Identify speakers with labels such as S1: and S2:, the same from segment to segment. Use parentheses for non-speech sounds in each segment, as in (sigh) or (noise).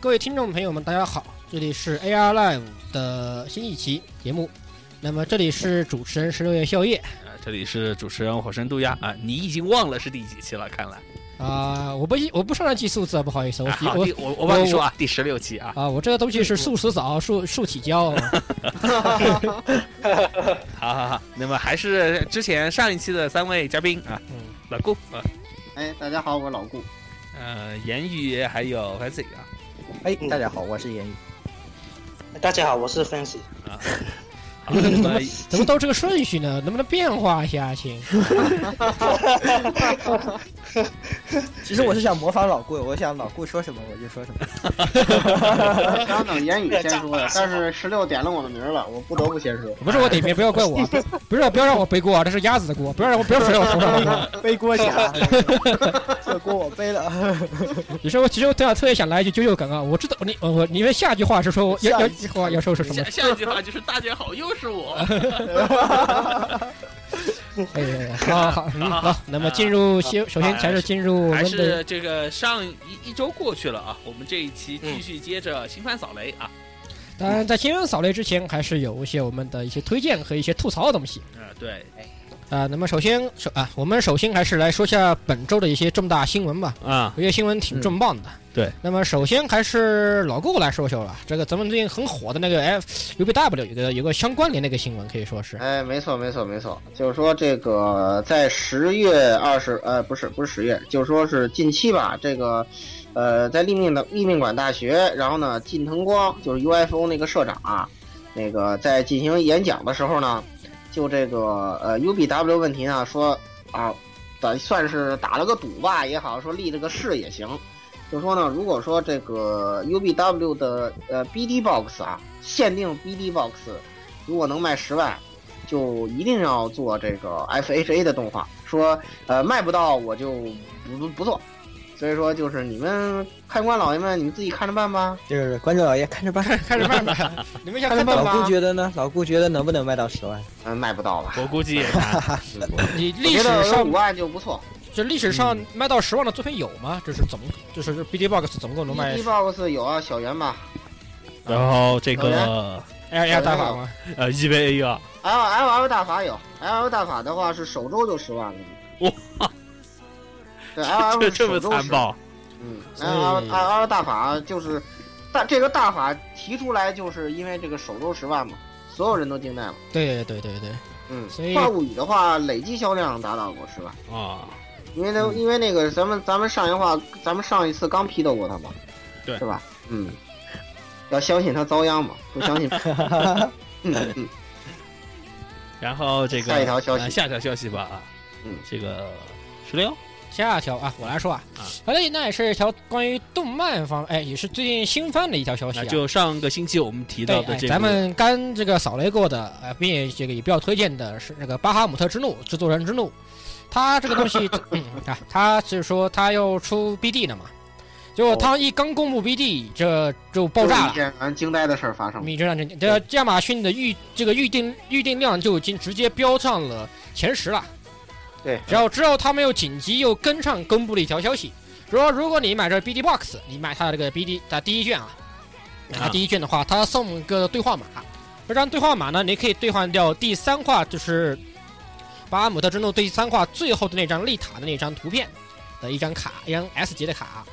S1: 各位听众朋友们，大家好，这里是 AR Live 的新一期节目。那么这里是主持人十六夜宵夜
S2: 啊，这里是主持人火神渡鸦啊，你已经忘了是第几期了，看来
S1: 啊、我不我不上来记数字啊，不好意思，我
S2: 啊，好，
S1: 我
S2: 第我我帮
S1: 我
S2: 你说啊，第十六期啊，
S1: 啊，我这个东西是数词藻、数数啊体胶，
S2: 好好好，那么还是之前上一期的三位嘉宾啊，
S1: 嗯，
S2: 老顾啊，
S3: 哎，大家好，我老顾。
S2: 呃，言语还有 Fancy 啊，
S4: (laughs)
S3: 哎，
S5: 嗯
S3: 大家好，我是言语。
S5: 大家好，我是 Fancy。
S2: 好，那么
S1: 怎么都这个顺序呢？能不能变化一下，亲？
S4: 其实我是想模仿老顾，我想老顾说什么我就说什么。
S3: 刚刚等言语先说的，但是十六点了我的名儿了，我不得不先说。
S1: 不是我点名，不要怪我
S2: (laughs)
S1: 啊，不不是不要让我背锅啊，这是鸭子的锅，不要让我不要甩我头上的锅。
S4: 背锅侠，这锅我背了。
S1: 你说我其实我特想特别想来一句啾啾梗啊，我知道你我我你们下句话是说我要
S4: 下
S1: 要
S4: 一句
S1: 话要说是什么
S2: 下？下一句话就是大家好，又是我，
S1: 哎呀呀，好好好嗯好，那么进入先首先还是进入我
S2: 啊还
S1: 们的
S2: 是这个上一一周过去了啊，我们这一期继续接着新番扫雷啊，
S1: 当然，在新闻扫雷之前，还是有一些我们的一些推荐和一些吐槽的东西
S2: 啊，对
S1: 啊、那么首先，首啊，我们首先还是来说下本周的一些重大新闻吧。
S2: 啊，
S1: 我觉得新闻挺重磅的。
S2: 对。
S1: 那么首先还是老顾来说说吧，这个咱们最近很火的那个 F UBW 有个有个相关联的一个新闻，可以说
S3: (laughs)
S1: 是
S3: 哎，没错，没错，没错，就是说这个在十月二十，呃，不是，不是十月，就是说是近期吧，这个，呃，在立命的立命馆大学，然后呢，近藤光就是 UFO 那个社长啊，那个在进行演讲的时候呢，就这个呃 UBW 问题呢，说啊，咱算是打了个赌吧也好，说立了个誓也行，就说呢，如果说这个 UBW 的呃 BD box 啊，限定 BD box，如果能卖十万。就一定要做这个 FHA 的动画，说呃卖不到我就不不不做，所以说就是你们看官老爷们，你们自己看着办吧。
S4: 就是观众老爷看着办。
S1: 开始慢吧， (laughs) 你们想看
S3: 慢
S1: 到
S3: 吧
S4: 老顾觉得呢？老顾觉得能不能卖到十万？
S3: 嗯、卖不到吧？
S2: 我估计也难
S1: 你
S3: 我
S1: 历
S3: 觉
S1: 史
S3: 得有
S1: 上
S3: 五万就不错。
S1: 就历史上卖到十万的作品有吗？就是总就是 BD Box 总共能卖
S3: B box 有啊，小圆吧
S2: 然后这
S3: 小
S2: 个
S1: L L 大法吗？
S2: 呃 EVA 啊，
S3: ，L L L 大法有，L L 大法的话是首周就十万了。
S2: 哇！
S3: 对，L (laughs) L
S2: 这这么残暴，
S3: 嗯
S1: 所以
S3: ，L L L 大法就是大这个大法提出来就是因为这个首周十万嘛，所有人都惊呆了。
S1: 对对对对，
S3: 嗯
S1: 所以，
S3: 跨物语的话，累计销量达到过十万，
S2: 啊，
S3: 因为那、
S4: 嗯
S3: 因为那个咱们咱们上一话，咱们上一次刚批斗过他嘛，
S2: 对
S3: 是吧？嗯，要相信他遭殃
S4: (laughs)
S3: 嘛，不相信。嗯嗯，
S2: 然后这个
S3: 下一条消息
S2: 呃下一条消息吧啊，
S3: 嗯
S2: 这个十六
S1: 下一条啊，我来说啊
S2: 啊，
S1: 好嘞，那也是一条关于动漫方，哎，也是最近新番的一条消息
S2: 啊，
S1: 啊。
S2: 就上个星期我们提
S1: 对
S2: 到，的
S1: 哎
S2: 这个，
S1: 咱们刚这个扫雷过的，呃，并且这个也比较推荐的是那个《巴哈姆特之怒》，制作人之怒，他这个东西嗯啊，他是说他要出 BD 的嘛，结果他一刚公布 BD，这就爆炸了
S3: 哦一。件让人惊呆的事儿发生了。
S1: 米这样这这亚马逊的预这个预定预定量就已经直接飙上了前十了。
S3: 对，
S1: 然后之后他们又紧急又跟上公布了一条消息，说如果你买这 BD Box，你买它的这个 BD 的第一卷啊，买它
S2: 啊
S1: 第一卷的话，它送一个兑换码，这张兑换码呢，你可以兑换掉第三话就是巴哈姆特之怒第三话最后的那张丽塔的那张图片的一张卡，一张 S 级的卡，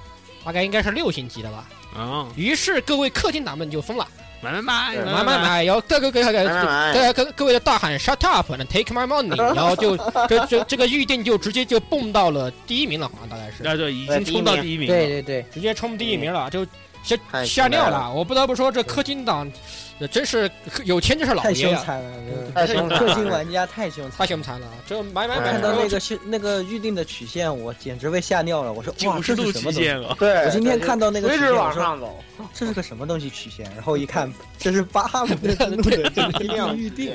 S1: 大概应该是六星级的吧。
S2: 啊，
S1: 于是各位氪金党们就疯了。
S2: 买买买
S3: 对
S1: 买买买，然后各各各各
S5: 嗯
S3: 买买
S1: 各
S3: 买，
S1: 各各各位的大喊 “shut up” and “take my money”，然后就这这这个预定就直接就蹦到了第一名了，好像大概是
S2: 那就啊已经冲到第一名
S4: 对
S2: 了，
S4: 对对，
S1: 直接冲第一名了，就吓
S3: 太
S1: 吓尿
S3: 惊呆
S1: 了。我不得不说，这氪金党呃真是有钱就是老
S4: 太
S1: 爷
S4: 凶
S1: 呀，
S4: 残了，
S3: 太凶残了
S4: 氪金玩家太凶
S1: 太
S4: 残。
S1: 凶残了。这买买
S4: 我
S1: 买，
S4: 看到
S1: 然后
S4: 那个是那个预定的曲线，我简直被吓尿了。我说哇，
S2: 九
S4: 这
S2: 十
S4: 是
S2: 度
S4: 什
S2: 曲
S4: 么东西？
S2: 线
S3: (laughs)
S2: 啊，
S3: 对
S4: 我今天看到那个
S3: 垂
S4: 曲
S3: 直
S4: 线，我
S3: 往
S4: 说
S3: 上走，
S4: 这是个什么东西曲线？然后一看，这是巴哈姆特之怒的这个预定，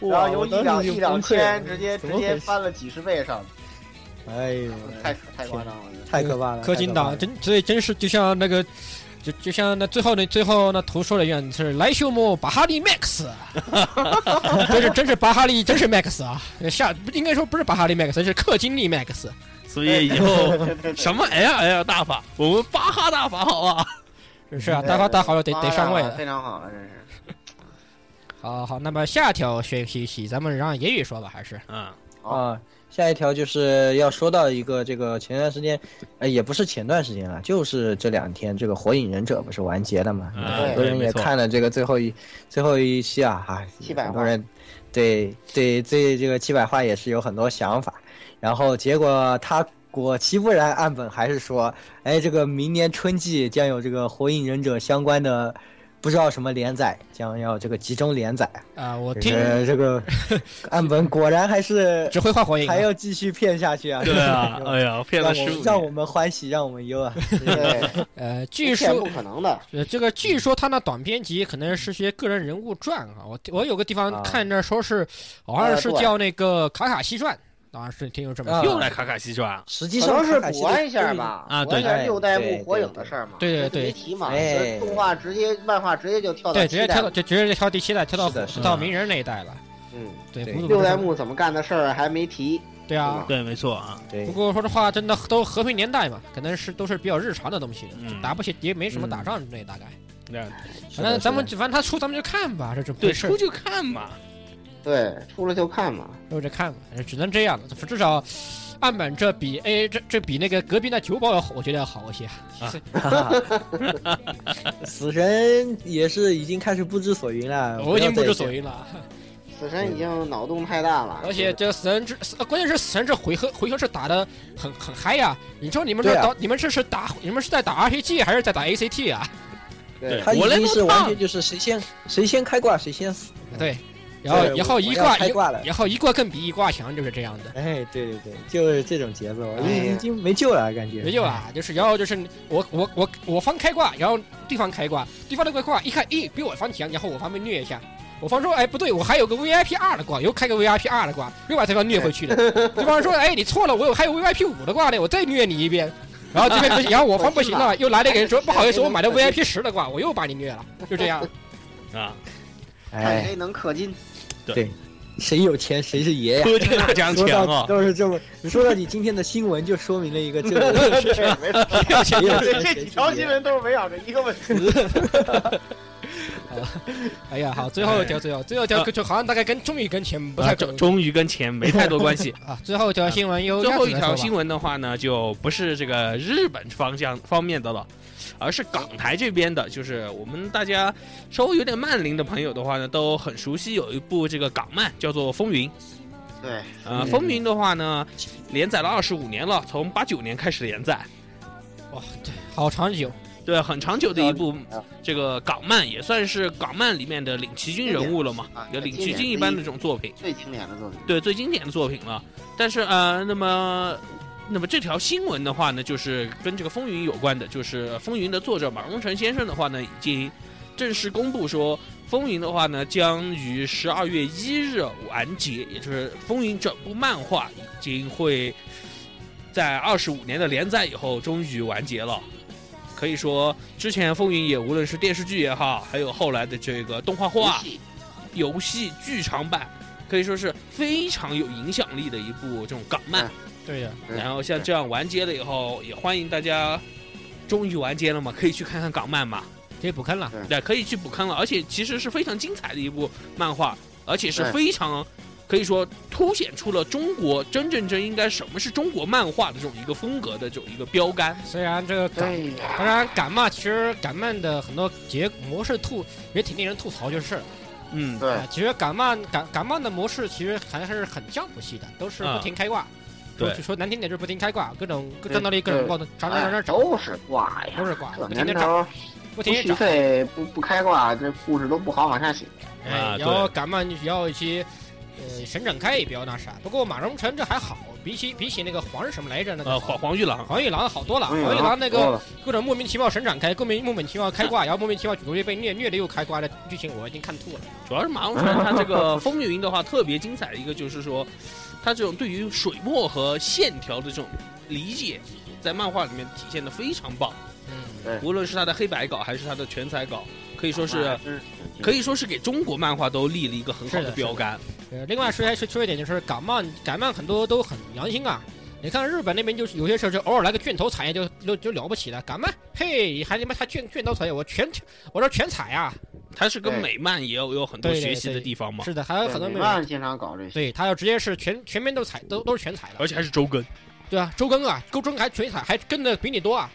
S3: 然
S4: 哇
S3: 后由
S4: 我
S3: 一
S4: 当
S3: 两
S4: 时就
S3: 一两
S4: 崩溃
S3: 千
S4: 了
S3: 直接
S4: 怎
S3: 直
S4: 么
S3: 接
S4: 回事
S3: 翻了几十倍上去，
S4: 哎呦，
S3: 太太夸张了。
S4: 太可怕了！
S1: 氪金党真所以真是就像那个。就就像那最后那最后那图说的一样，是莱修姆巴哈利 Max，真是真是巴哈利真是 Max 啊！下应该说不是巴哈利 Max，是氪金力 Max。
S2: 所以以后哎
S3: 对对对
S2: 什么 L L 大法，我们巴哈大法好啊，
S1: 是
S4: 嗯
S1: 啊，大发大好友得
S3: 啊
S1: 得上位了。
S3: 非常好了，真是。
S1: 好好，那么下条学习习，咱们让言语说吧，还是
S2: 嗯，
S4: 啊，下一条就是要说到一个这个前段时间，呃，也不是前段时间了，就是这两天这个《火影忍者》不是完结了嘛？
S2: 嗯
S4: 很多人
S2: 对没
S4: 也
S2: 错
S4: 看了这个最后一最后一期啊，哈、
S3: 700
S4: 很多人对对对这个七百话也是有很多想法，然后结果他。果其不然，岸本还是说，哎，这个明年春季将有这个《火影忍者》相关的，不知道什么连载，将要这个集中连载。
S1: 啊、我
S4: 就
S1: 听
S4: 是
S2: (laughs)
S4: 这个岸本果然还是
S1: 只会画火影啊，
S4: 还要继续骗下去啊！
S2: 对
S3: (laughs)
S2: 啊，哎呀，骗
S4: 让
S2: 了
S4: 我
S2: 十
S4: 们
S2: 五
S4: 让我们欢喜，让我们忧啊！ (laughs)
S3: 对，
S1: 呃，据
S3: 这
S1: 说
S3: 不可能的。
S1: 呃，这个据说他那短篇集可能是些个人人物传啊，我我有个地方
S4: 啊
S1: 看着说是，好像
S3: 呃
S1: 是
S3: 对
S1: 叫那个卡卡西传，当然是听有这么
S4: 啊
S1: 说
S2: 又来卡卡西传，
S4: 实际
S3: 可
S4: 上
S3: 能是
S4: 卡卡西
S3: 补
S4: 的
S3: 完一下吧，
S2: 啊
S3: 补完一下
S4: 对
S3: 六代
S4: 对
S3: 目火
S4: 对
S3: 影的事儿嘛，
S1: 对对
S3: 这就
S1: 对
S3: 没提嘛，
S4: 哎
S3: 这动画直接漫画直接就跳到
S1: 对，直接
S3: 七代
S1: 跳到
S3: 了
S1: 就直接跳第七代，跳到
S4: 是的是
S1: 虎
S4: 的
S1: 到鸣人那一代了，
S3: 嗯，
S1: 对，
S4: 对
S1: 不是
S3: 六代目怎么干的事儿还没提，
S1: 对啊
S3: 嗯。
S2: 对，没错啊，
S4: (laughs) 对
S1: 不过说实话，真的都和平年代嘛，可能是都是比较日常的东西，
S2: 嗯
S1: 就打不起也没什么打仗之类，大概。
S2: 那
S4: 是
S1: 反
S4: 的
S1: 正咱们
S4: 是
S1: 反正他出咱们就看吧，这这
S2: 啊对，
S1: 事
S2: 出去看嘛，
S3: 对，出了就看嘛。
S1: 我着看吧，只能这样了。至少岸本这比 A 这这比那个隔壁那九保要好，我觉得要好一
S4: 啊
S1: 些。
S4: 的哈哈死神也是已经开始不知所云了，
S1: 我已经不知所
S4: 云。
S1: 云了，
S3: 死神已经脑洞太大了，
S1: 而且这死神之，死关键是死神这回合回合是打的很很嗨呀、你说你们这
S4: 对啊
S1: 打、你们这是打你们是在打 RPG 还是在打 ACT 啊？
S3: 对
S4: 他已
S2: 我来
S4: 经
S2: 弄
S4: 是
S2: 他
S4: 完全就是谁先谁先开挂谁先死。
S1: 对，然后
S4: 嗯对
S1: 然后
S4: 我
S1: 一
S4: 要
S1: 挂
S4: 开
S1: 一
S4: 挂了。
S1: 然后一挂更比一挂强，就是这样的。
S4: 哎，对对对，就是这种节奏，
S3: 哎呀
S4: 已经没救了，感觉
S1: 没有。啊，就是然后就是我我我我方开挂，然后对方开挂，对方的开挂一看，咦，比我方强，然后我方被虐一下，我方说，哎，不对，我还有个 VIP 二的挂，又开个 VIP 二的挂，又把对方虐回去了。对方说，哎，你错了，我有还有 VIP 五的挂呢，我再虐你一遍。然后这边不行，然后我方不行了，又来了一个人说，不好意思，我买了 VIP 十的挂，我又把你虐了，就这样。
S2: 啊，
S3: 看
S4: 哎，
S3: 谁能氪金。
S4: 谁有钱谁是
S3: 哎
S4: 爷呀！
S2: 科技大
S3: (laughs)
S2: 奖
S4: 说
S2: 钱
S4: 到
S2: 啊，
S4: 都是这么，你说到你今天的新闻，就说明了一个这个
S3: 对，没错，
S4: 谁有
S3: 对这
S4: 钱谁
S3: 几
S4: 是
S3: 条
S4: 爷
S3: 新闻都是围绕着一个问题。
S1: 哎呀，好，最后一条，最后最后一条就好像大概跟终于跟前不
S2: 啊
S1: 太
S2: 终
S1: 准
S2: 终于跟钱没太多关系。
S1: 啊。最后一条新闻由
S2: 最后一
S1: 鸭子来说
S2: 条
S1: 吧
S2: 新闻的话呢，就不是这个日本方向方面的了，而是港台这边的。就是我们大家稍微有点漫龄的朋友的话呢，都很熟悉，有一部这个港漫叫做《风云》。
S3: 对，
S2: 呃，《
S4: 嗯
S2: 风云》的话呢，连载了二十五年了，从八九年开始连载，
S1: 哇，对，好长久。
S2: 对，很长久的一部
S3: 啊
S2: 这个港漫，也算是港漫里面的领旗军人物了嘛
S3: 啊，
S2: 有领旗军一般的这种作品。
S3: 最经典的作品。
S2: 对最经典的作品了。但是呃，那么那么这条新闻的话呢，就是跟这个《风云》有关的，就是《风云》的作者马荣成先生的话呢，已经正式公布说，《风云》的话呢将于十二月一日完结，也就是《风云》整部漫画已经会在二十五年的连载以后终于完结了。可以说，之前《风云》也无论是电视剧也好，还有后来的这个动画化
S3: 游，戏
S2: 游戏剧场版，可以说是非常有影响力的一部这种港漫。
S1: 对呀、
S3: 嗯
S2: 然后像
S3: 对
S2: 这样完结了以后，也欢迎大家，终于完结了嘛，可以去看看港漫嘛，
S1: 可以补坑了。
S2: 对，可以去补坑了。而且其实是非常精彩的一部漫画，而且是
S3: 对
S2: 非常。可以说凸显出了中国真正真应该什么是中国漫画的这种一个风格的这种一个标杆。
S1: 虽然这个港，
S3: 对哎呀，
S1: 当然感冒其实感冒的很多结模式吐也挺令人吐槽，就是 (laughs)
S2: 嗯，
S3: 对
S1: 啊，，其实感冒感感冒的模式其实还是很降谱系的，都是不停开挂，说
S2: 对
S1: 说难听点就是不停开挂，各种
S3: 对
S1: 战斗力各种爆的，涨涨涨
S3: 哎
S1: 涨涨，
S3: 都是挂呀，
S1: 都是挂，
S3: 这
S1: 不停
S3: 年
S1: 的涨，
S3: 头
S1: 不
S3: 不
S1: 停
S3: 续
S1: 的涨，
S3: 费不不开挂，这故事都不好往下写。
S1: 哎，
S2: 啊
S1: 然后感冒然后一些。呃，神展开也比较那啥，不过马荣成这还好，比起比起那个黄是什么来着？那
S2: 呃，
S1: 个
S2: 黄黄玉郎，
S1: 黄玉郎好多了。
S3: 哎
S1: 黄玉郎那个各种莫名其妙神展开，各种莫名其妙开挂，然后莫名其妙主角被虐虐的又开挂的剧情，我已经看吐了。
S2: 主要是马龙船它这个 (laughs) 风云的话特别精彩的一个就是说，它这种对于水墨和线条的这种理解，在漫画里面体现的非常棒。
S1: 嗯，
S3: 对
S2: 无论是它的黑白稿还是它的全彩稿，可以说是
S3: 哎是
S2: 可以说是给中国漫画都立了一个很好
S1: 啊是的
S2: 标杆。
S1: 呃，另外说还是说一点就是港漫，港漫很多都很良心啊，你看日本那边就是有些时候就偶尔来个卷头产业就就就了不起了，敢卖？嘿，还他妈还卷卷头产业，我全我这全踩啊！
S2: 它是跟
S3: 对
S2: 美漫也有有很多
S1: 对对
S2: 学习的
S1: 对
S2: 地方嘛，
S1: 是的，还有很多
S3: 美
S1: 没有。
S3: 漫经常搞这些。
S1: 对，他要直接是全全面都踩，都都是全踩了
S2: 而。且还是周更。
S1: 对啊，周更啊，周更还全踩，还跟的比你多啊，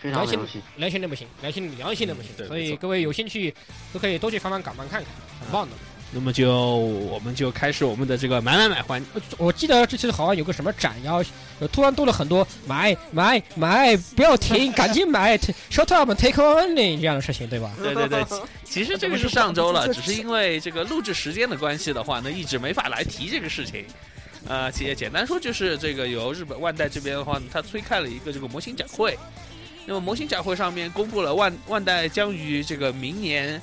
S3: 非常良心。
S1: 良心的不行，良心良心的不行
S2: 嗯。对
S1: 所
S2: 没
S1: 以
S2: 错
S1: 各位有兴趣都可以多去翻翻港漫看看，很棒的。
S2: 那么就我们就开始我们的这个买买买环节，
S1: 我记得这次好像有个什么展，然后突然多了很多买买买，不要停，赶紧买，shut up take only 这样的事情，对
S2: (laughs)
S1: 吧？
S2: 对对对，其实这个是上周了，
S4: 这
S2: 只是因为这个录制时间的关系的话呢，一直没法来提这个事情。呃，其实简单说就是这个由日本万代这边的话呢，它推开了一个这个模型展会。那么模型展会上面公布了万万代将于这个明年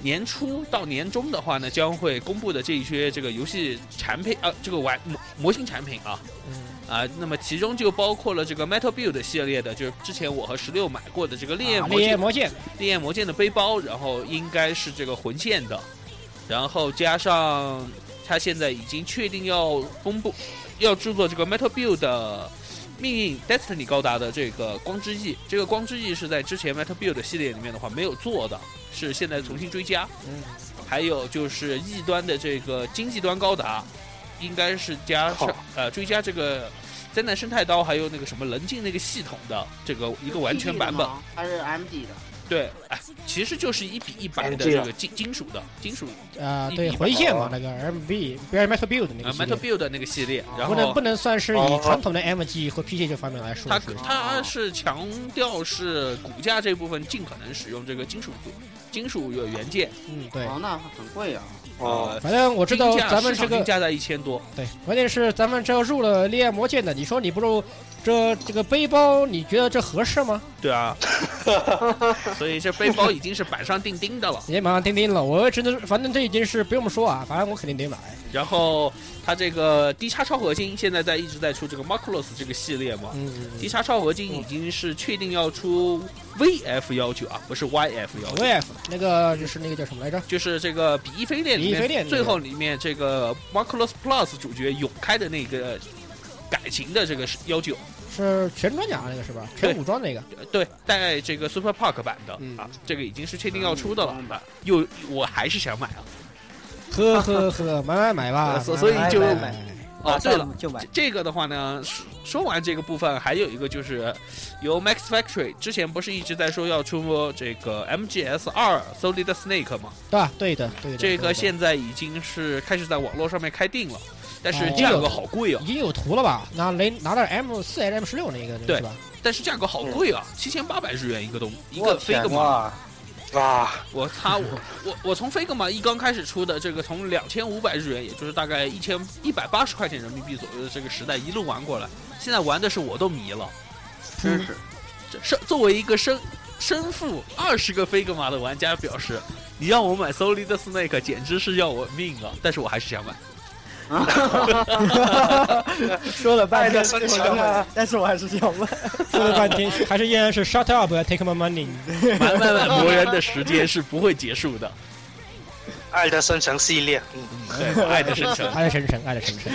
S2: 年初到年中的话呢，将会公布的这一些这个游戏产品啊，这个玩模模型产品啊，
S1: 嗯，
S2: 啊，那么其中就包括了这个 Metal Build 系列的，就是之前我和十六买过的这个烈焰
S1: 啊烈
S2: 魔镜
S1: 焰魔剑，
S2: 烈焰魔剑的背包，然后应该是这个魂线的，然后加上他现在已经确定要公布，要制作这个 Metal Build 的命运 Destiny 高达的这个光之翼，这个光之翼是在之前 Metal Build 系列里面的话没有做的，是现在重新追加。
S1: 嗯，
S2: 还有就是异端的这个经济端高达，应该是加上
S5: 靠
S2: 呃追加这个灾难生态刀，还有那个什么棱镜那个系统的这个一个完全版本。，
S3: 它是 MG 的，
S2: 对，哎，其实就是一比一版的
S5: 哎
S2: 这
S5: 这样
S2: 个金金属的金属
S1: 啊，
S2: 一
S1: 对，
S2: 比一
S1: 魂线
S5: 百
S1: 嘛
S5: 哦，
S1: 那个 MB 不是 Metal Build 那个
S2: 呃 Metal
S1: 系列
S2: Build 的那个系列，然
S1: 不能
S2: 后
S1: 不能算是以
S5: 哦
S1: 传统的 MG 和 PG 这方面来说
S2: 它
S1: 是，
S2: 它是强调是骨架这部分尽可能使用这个金属组金属元件，
S1: 嗯，对。
S3: 哦，那很贵啊。
S5: 哦，
S2: 呃
S1: 反正我知道
S2: 均价
S1: 咱们
S2: 市
S1: 这
S2: 场
S1: 个
S2: 均价在一千多，
S1: 对，关键是咱们这要入了烈焰魔剑的，你说你不入这这个背包，你觉得这合适吗？
S2: 对
S5: (laughs)
S2: 啊，所以这背包已经是板上钉钉的了。
S1: 也马上听听了，我觉得反正这已经是不用说啊，反正我肯定得买。
S2: 然后它这个低差超合金现在在一直在出这个 Macross 这个系列嘛，
S1: 嗯，
S2: 低差超合金已经是确定要出 VF 要求啊，不是 YF 要求
S1: 我。也那个就是那个叫什么来着？
S2: 就是这个比翼飞恋里
S1: 比翼飞恋
S2: 面
S1: 里面
S2: 最后里面这个 Marcus Plus 主角永开的那个改型的这个幺九，
S1: 是全装甲那个是吧？全武装那个。
S2: 呃对，带这个 Super Park 版的、
S1: 嗯
S2: 啊，这个已经是确定要出的了。啊又我还是想买啊。
S1: 呵 (laughs) 呵呵，买买买吧。
S2: 呃所
S1: 买
S2: 所以
S1: 买
S2: 就
S1: 买买
S2: 哦，对了，，
S4: 就买
S2: 这。这个的话呢，说说完这个部分，还有一个就是由 Max Factory 之前不是一直在说要出这个 MGS 二 Solid Snake 吗？
S1: 对吧？对的，对的。
S2: 这
S1: 对
S2: 个
S1: 的
S2: 现在已经是开始在网络上面开定了，但是
S1: 哦
S2: 价格好贵啊。
S1: 已经有图了吧？拿雷拿到 M 四 M 十六那个
S2: 对
S1: 是吧？
S2: 但是价格好贵啊，七千八百日元一个东一
S4: 我
S2: 个
S3: 啊
S2: 飞
S4: 天
S2: 个嘛，
S4: 哇！
S5: 哇，
S2: 我擦我我我从飞个嘛一刚开始出的这个从两千五百日元，也就是大概一千一百八十块钱人民币左右的这个时代一路玩过来，现在玩的是我都迷了。
S3: 真是
S2: 这身作为一个身身负二十个飞格玛的玩家表示，你让我买 Solid Snake 啊简直是要我命啊！但是我还是想买。
S4: 说了半天
S5: 哎那
S4: 我想
S3: 啊
S4: 买，但是我还是想问。
S1: 说了半天还是依然是 shut up take my money。
S2: 买买买魔人的时间是不会结束的。
S4: (laughs)
S5: 爱的生成系列，嗯，
S2: 对，我爱的深 (laughs) 沉。
S1: 爱的神神，爱的神神。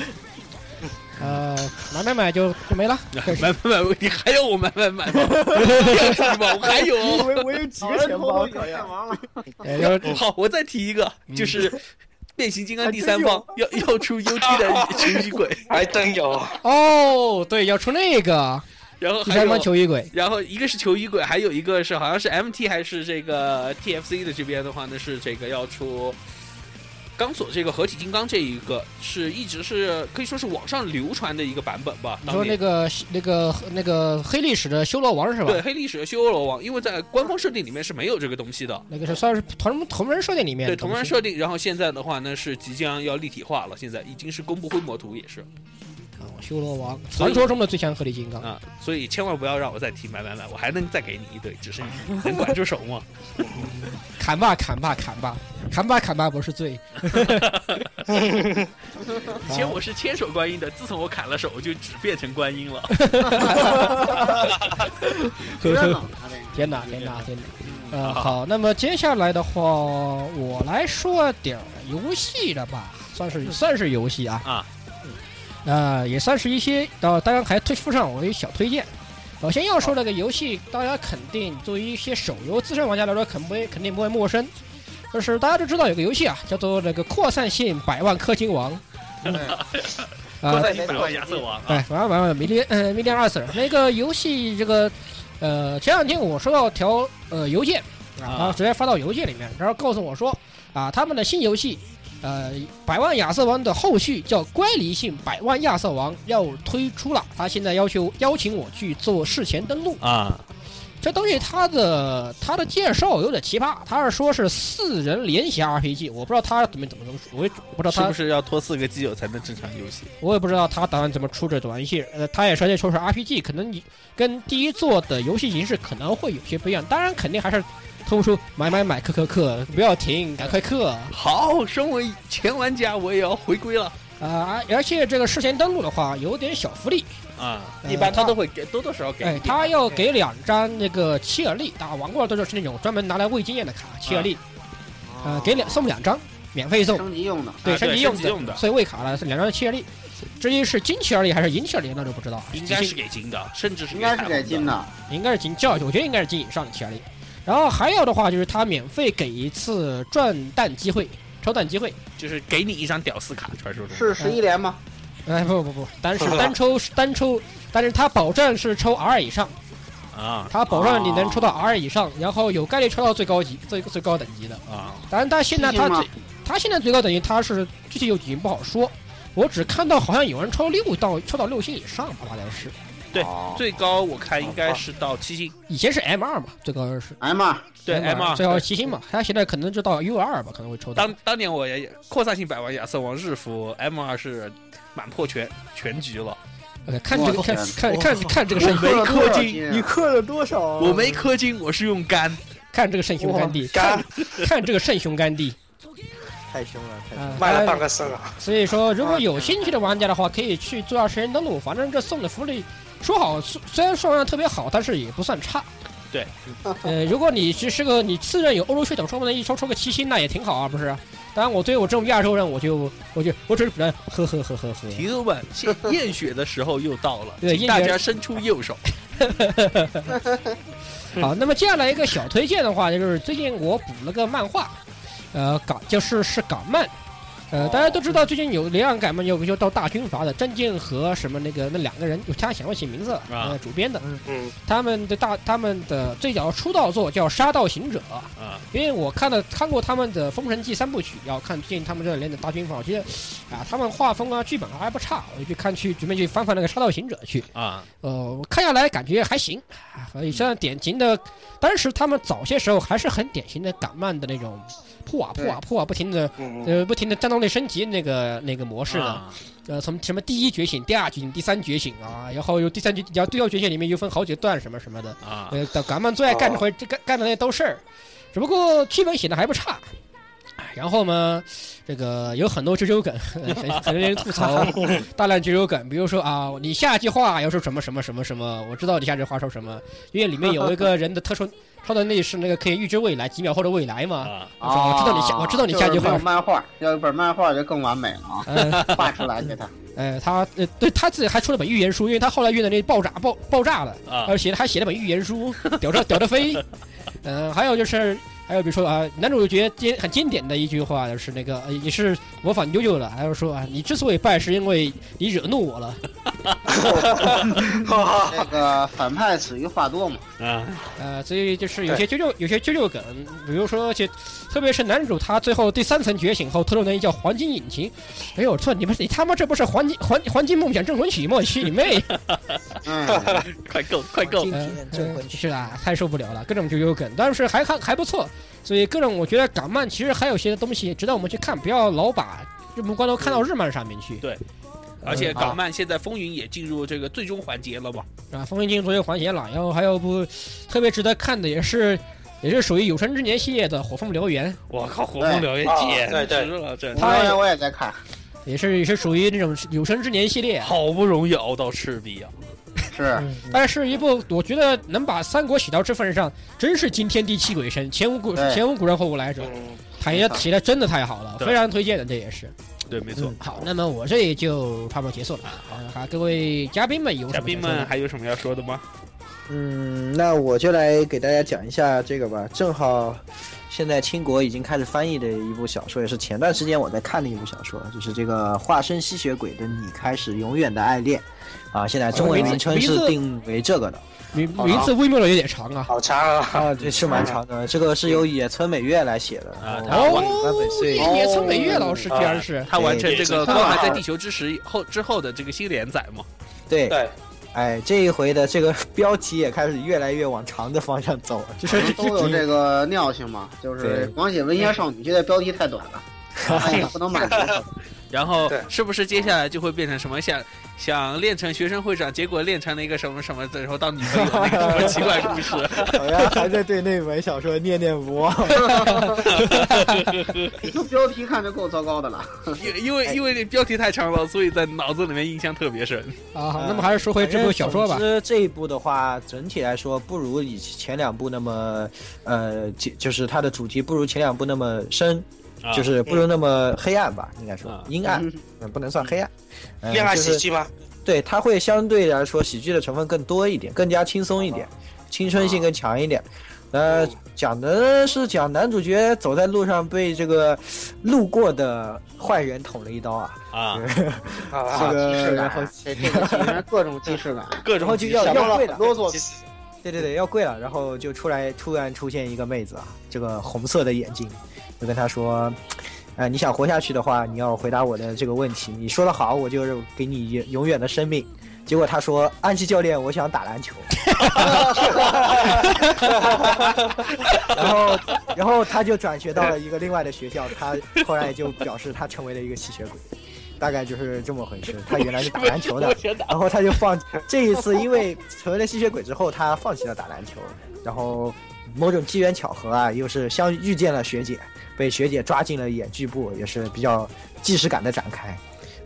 S1: 呃，买买买就就没了。
S2: 买买买，你还要我买买
S4: (laughs)
S2: 买吗？ (laughs) 要提吗？我还有哦。
S4: 我我有几个钱包可啊呀？
S3: 王了，
S1: 呃，就
S2: 好，我再提一个，
S1: 嗯
S2: 就是《变形金刚》第三方要要出 UT
S1: (laughs)
S2: 的群居鬼，
S3: 哎
S5: 还真有，
S1: 哦，对，要出那个
S2: 然后
S1: 第
S2: 还
S1: 三方
S2: 有。
S1: 球衣鬼。
S2: 然后一个是球衣鬼，还有一个是好像是 MT 还是这个 TFC 的这边的话呢，是这个要出钢索这个合体金刚这一个是一直是可以说是网上流传的一个版本吧。
S1: 你
S2: 当
S1: 说那
S2: 年
S1: 个那个那个黑历史的修罗王是吧？
S2: 对黑历史的修罗王，因为在官方设定里面是没有这个东西的。
S1: 那个是算是同同人设定里面
S2: 对
S1: 的
S2: 同
S1: 东西。
S2: 人设定，然后现在的话呢是即将要立体化了，现在已经是公布规模图也是
S1: 啊，修罗王，
S2: 所以
S1: 传说中的最强合力金刚。
S2: 啊、所以千万不要让我再提买买买，我还能再给你一堆，只 (laughs) 是你能管住手 (laughs) 吗？
S1: 砍吧砍吧砍吧，砍吧砍吧不是罪。
S2: 以前我是千手观音的，自从我砍了手，我就只变成观音
S1: (laughs)
S2: 了。
S3: 有点冷啊这个。
S1: 天哪天哪天哪！呃，好，那么接下来的话，嗯我来说点儿游戏的吧，算是算是游戏啊。
S2: 啊，
S1: 呃，也算是一些，呃，当然还推附上我的小推荐。首先要说这个游戏，大家肯定对于一些手游资深玩家来说，肯不会肯定不会陌生。就是大家都知道有个游戏啊，叫做这个《扩散性百万氪金王》。
S3: 扩 (laughs)
S2: (laughs)
S1: 啊，
S3: 散
S2: 一百万亚瑟王
S1: 对
S2: 啊，，
S1: 哎玩玩玩迷恋呃迷恋二次那个游戏，这个呃前两天我收到条呃邮件啊，然后直接发到邮件里面，然后告诉我说啊，他们的新游戏呃百万亚瑟王的后续叫乖离性百万亚瑟王要推出了，他现在要求邀请我去做事前登录。
S2: 啊，
S1: 这东西它的它的介绍有点奇葩，他是说是四人联侠 RPG，我不知道他怎么怎么怎么，我也不知道
S6: 是
S1: 他
S6: 不是要拖四个基友才能正常游戏？
S1: 我也不知道他打算怎么出这短游戏，呃，他也说这说是 RPG，可能你跟第一座的游戏形式可能会有些不一样，当然肯定还是突出买买买，氪氪氪，不要停，赶快氪啊、
S2: 好，身为前玩家，我也要回归了
S1: 啊而且这个事前登录的话，有点小福利，
S2: 啊，
S1: 呃
S2: 一般他都会给多多少少给啊一
S1: 哎，
S2: 点，
S1: 他要给两张那个切尔力，打王过的都是那种专门拿来喂经验的卡，切尔力，呃，给两送两张，免费送，
S3: 哦升级用的，
S2: 啊对
S1: 升级
S2: 升
S1: 用
S2: 级
S1: 的，
S2: 用的
S1: 所以喂卡了是两张切尔力，至于是金切尔力还是银切尔力，那就不知道了，
S2: 应该
S1: 金
S2: 是给金的， (laughs) 甚至是
S3: 应该是给
S2: 金
S3: 金的。
S1: 应该是金教，我觉得应该是金以上的潜力。然后还有的话就是他免费给一次转蛋机会，抽蛋机会。
S2: 就是给你一张屌丝卡，传说
S1: 呃
S2: 中
S3: 是十一连吗？
S1: 哎，不不不，
S2: (laughs)
S1: 单是单抽单抽，但是他保证是抽 R 以上，
S2: 啊
S1: 他保证你能抽到 R 以上，然后有概率抽到最高级、最最高等级的。
S2: 啊，
S1: 当然，他现在
S3: 信
S1: 他
S3: 吗
S1: 最他现在最高等级他是具体有几不好说，我只看到好像有人抽六到抽到六星以上吧，好像是。
S2: 对
S3: 哦
S2: 最高我看应该是到七星，
S1: 以前是 M 二嘛，最高是
S3: ，M 二
S2: 对 M 二
S1: 最高七星嘛，他现在可能就到 U 二吧，可能会抽到。
S2: 当当年我也扩散性百万亚瑟王日服 M 二是满破全全局了，
S1: OK，看这个
S3: 哇
S1: 看
S3: 天
S1: 看看看这个
S3: 我
S1: 圣
S3: 氪了多
S6: 氪
S3: 少
S6: 金，你
S3: 金啊？
S6: 氪了多少啊？
S2: 我没氪金，我是用肝，
S1: 看这个圣雄甘地，看
S5: 干
S1: 看这个圣雄甘地
S4: 太凶了，太凶了。
S1: 啊！
S5: 卖了
S1: 当
S5: 半
S1: 然
S5: 个肾
S3: 哎
S5: 啊！
S1: 所以说，如果有兴趣的玩家的话，可以去做下时间登录，反正这送的福利。说好虽虽然说上特别好，但是也不算差。
S2: 对，
S1: (laughs) 呃，如果你只是个你自认有欧洲血统，说不定一抽抽个七星那也挺好啊，不是？当然，我对我这种亚洲人，我就我就我只是比较呵呵呵呵呵。
S2: 提友们，现验血的时候又到了，
S1: 对
S2: 请
S1: 验
S2: 大
S1: 血
S2: 家伸出右手。
S1: 好，那么接下来一个小推荐的话，就是最近我补了个漫画，呃，港就是是港漫，呃，大家都知道最近有两港漫有个叫到大军阀的郑健和什么那个那两个人，有他想不起名字了，
S2: 啊
S1: 呃，主编的，
S5: 嗯，
S1: 他们的大他们的最早出道作叫《杀道行者》，
S2: 啊，
S1: 因为我看了看过他们的《封神记》三部曲，要看最近他们这连的大军阀，我觉得啊，他们画风啊、剧本啊还不差，我就去看去准备去翻翻那个《杀道行者》去。
S2: 啊，
S1: 呃，我看下来感觉还行，啊所以像典型的，当时他们早些时候还是很典型的港漫的那种破啊破啊破啊，不停的
S5: 嗯嗯
S1: 呃不停的战斗力升级那个那个模式的，
S2: 啊
S1: 呃从什么第一觉醒、第二觉醒、第三觉醒啊，然后有第三觉，然后第二觉醒里面又分好几段什么什么的，
S2: 啊，
S1: 呃，港漫最爱干这回这干干的那都事儿，只不过剧本写的还不差。哎然后嘛，这个有很多追究梗，很很多人吐槽，大量追究梗，比如说啊，你下句话要说什么什么什么什么，我知道你下句话说什么，因为里面有一个人的特殊超能力是那个可以预知未来，几秒后的未来嘛。
S2: 啊，
S1: 我说我知道你下，我知道你下句
S3: 哦就是没
S1: 话
S3: 有。漫画，要有本漫画就更完美了
S1: (laughs)
S3: 啊！
S1: 呃，
S3: 画出来
S1: (laughs)
S3: 给他，
S1: 呃，他呃，对他自己还出了本预言书，因为他后来遇到那爆炸爆爆炸了，
S2: 啊
S1: 而且他还写了本预言书， (laughs) 屌着屌着飞。嗯、还有就是，还有比如说啊、男主角经很经典的一句话就是那个呃也是模仿悠悠的，还有说啊，你之所以败是因为你惹怒我了。
S3: 这个反派死于话多嘛。
S2: 啊，
S1: 呃，所以就是有些啾啾，有些啾啾梗，比如说，且特别是男主他最后第三层觉醒后，特殊能力叫黄金引擎。哎呦，我操！你们你他妈这不是黄金黄黄金梦想镇魂曲吗？我 (laughs) 去你妹！
S3: 嗯，
S2: 快够，快够
S4: 今，
S1: 呃
S4: 天镇魂曲
S1: 是啊，太受不了了，各种就有梗，但是还看还不错，所以各种我觉得港漫其实还有些东西值得我们去看，不要老把目光都看到日漫上面去。
S2: 对
S1: 嗯
S2: 而且
S3: 啊
S2: 港漫现在风云也进入这个最终环节了嘛？
S1: 啊，《风云经》左右环节了，然后还有部特别值得看的，也是也是属于有生之年系列的《火凤燎原》，
S2: 我靠，火凤燎原
S5: 啊
S2: 哎简
S5: 对对
S2: 直了，真
S1: (laughs) 他
S3: 当然我也在看，
S1: 也是也是属于那种有生之年系列，
S2: 好不容易熬到赤壁啊！
S3: 是
S1: 但是一部我觉得能把三国写到这份上，真是惊天地泣鬼神，前无古
S3: 对
S1: 前无古人后无来者，
S5: 嗯，
S1: 他也写的真的太好了，
S2: 对
S1: 非常推荐的，这也是。
S2: 对，没错。
S1: 嗯好，那么我这里就差不多结束了啊。好，那各位嘉宾们有
S2: 嘉
S1: 什么
S2: 宾
S1: 嗯想说的
S2: 们还有什么要说的吗？
S4: 嗯，那我就来给大家讲一下这个吧。正好现在清国已经开始翻译的一部小说，也是前段时间我在看的一部小说，就是这个化身吸血鬼的你开始永远的爱恋，啊，现在中文名称是定为这个的。
S1: 名名字微妙的有点长啊。
S5: 好长啊！
S4: 啊，这是蛮长的，这个是由野村美月来写的
S2: 啊他
S4: 哦
S2: 完
S4: 坂本穗
S1: 野村美月老
S2: 啊
S1: 师居然是
S2: 他完成这个《
S5: 对
S2: 光还在地球之时》后之后的这个新连载嘛？
S4: 对，
S5: 对，
S4: 哎，这一回的这个标题也开始越来越往长的方向走了，就
S1: 就是
S3: (laughs) 都有这个尿性嘛，就是
S4: 对
S3: 光写文学少女，觉得标题太短了，哎呀，不能满足他。
S2: 然后
S5: 对
S2: 是不是接下来就会变成什么想想练成学生会长，结果练成了一个什么什么的，然后当女朋友那个什么奇怪故事？
S4: 好像还在对那本小说念念不忘。
S3: 你就标题看着够糟糕的了。
S2: 因因为因为这标题太长了，所以在脑子里面印象特别深。
S1: 啊，好那么还是说回这部小说吧
S4: 反。正总之这一部的话，整体来说不如以前两部那么，呃，就就是它的主题不如前两部那么深，
S2: 啊
S4: 就是不如那么黑暗吧，应该说、
S2: 啊
S4: 阴
S3: (laughs)
S4: 暗，嗯，不能算黑暗。
S1: 嗯
S4: 呃
S5: 恋爱
S4: 就是
S5: 喜剧吗？
S4: 对，它会相对来说喜剧的成分更多一点，更加轻松一
S1: 啊
S4: 点，青春性更强一点。呃
S1: 哦
S5: 嗯，
S4: 讲的是讲男主角走在路上被这个路过的坏人捅了一刀啊，
S2: 啊，
S4: 这
S5: 啊，
S4: 个
S3: 即视
S4: 然后
S3: 感，这这个竟然 (laughs) 各种既视感，
S2: 各
S4: 然
S2: 种
S4: 后就要
S3: 想到
S4: 要
S3: 了
S4: 跪
S3: 很
S4: 了，
S3: 多作
S5: 其
S3: 品。
S5: 实
S4: 对对对，要跪了，然后就出来突然出现一个妹子啊，这个红色的眼睛，就跟他说，呃，你想活下去的话，你要回答我的这个问题，你说的好，我就是给你永远的生命。结果他说，安西教练，我想打篮球。 (laughs) 然后，然后他就转学到了一个另外的学校，他后来就表示他成为了一个吸血鬼，大概就是这么回事。他原来是打篮球的，然后他就放这一次，因为成为了吸血鬼之后，他放弃了打篮球，然后某种机缘巧合啊，又是相遇见了学姐，被学姐抓进了演剧部，也是比较即视感的展开。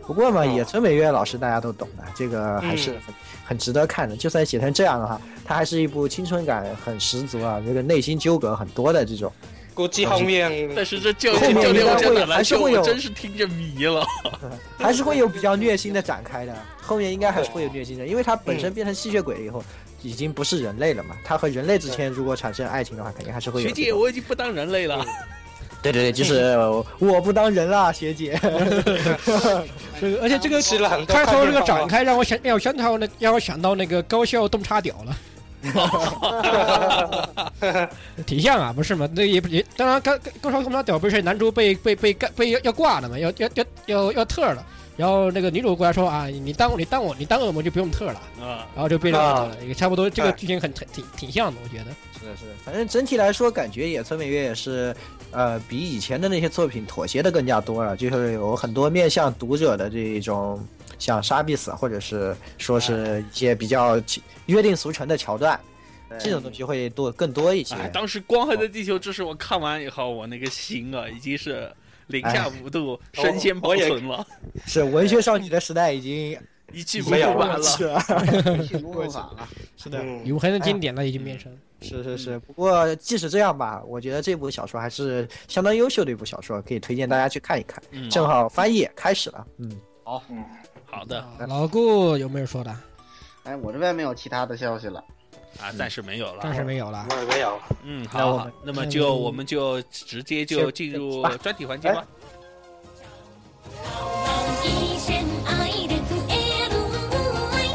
S4: 不过嘛，
S5: 嗯
S4: 野村美月老师大家都懂的，这个还是很很值得看的。就算写成这样的话，它还是一部青春感很十足啊，这个内心纠葛很多的这种。
S5: 估计后面
S2: 但是这教
S4: 后
S2: 练
S4: 面
S2: 教练，我
S4: 应该
S2: 真
S4: 会
S2: 的篮
S4: 还是
S2: 球，我
S4: 会有
S2: 真是听着迷了。
S4: 还是会有比较虐心的展开的，后面应该还是会有虐心的，因为他本身变成吸血鬼了以后，已经不是人类了嘛。他和人类之间如果产生爱情的话，肯定还是会有
S2: 学
S4: 这
S2: 姐，
S4: 种。
S2: 我已经不当人类了。
S4: 对对对， (laughs) 就是我不当人啦，学姐。
S1: 这个而且这个
S5: 吃了很多
S1: 开头这个
S5: 快乐
S1: 展开让我想让我想到那个让我想到那个高校洞察屌
S2: (laughs)
S1: 了。挺像啊，不是吗？那也不也，当然高高校洞察屌不是男主被被被干被要要挂了嘛，要要要要要特了。然后那个女主过来说啊，你当你当我你当恶魔就不用特了，
S2: 啊，哎
S1: 然后就变成恶魔
S5: 啊
S1: 了，也差不多这个
S5: 对
S1: 剧情很挺挺挺像的，我觉得。
S4: 是的，是的，反正整体来说，感觉野村美月也是，呃，比以前的那些作品妥协的更加多了，就是有很多面向读者的这一种，像杀必死，或者是说是一些比较其约定俗成的桥段，这种东西会多更多一些。
S2: 哎，当时《光还在地球之时》，我看完以后，我那个心啊，已经是零下五度，
S5: 哎
S2: 神仙保
S1: (laughs)
S2: 存了，
S4: 是文学少女的时代已经
S2: 一
S4: (laughs)
S2: 去不复返
S1: (laughs)
S2: 了。
S4: 去了，
S3: (laughs) 东西如何反了？
S4: 是的，
S5: 嗯
S1: 永恒的经典了已经变成。
S4: 是是是。不过即使这样吧，我觉得这部小说还是相当优秀的一部小说，可以推荐大家去看一看。
S2: 嗯，
S4: 正好翻译也开始了，嗯，
S2: 好的
S1: 啊老顾有没有说的？
S3: 哎，我这边没有其他的消息了。
S2: 啊，暂时没有了，
S1: 暂时没有了。
S5: 我也没有，
S2: 嗯，
S4: 那
S2: 好，
S4: 我
S2: 好
S4: 们，
S2: 那么就
S1: 嗯
S2: 我们就直接就进入专题环节吧。
S7: 一生愛で増える愛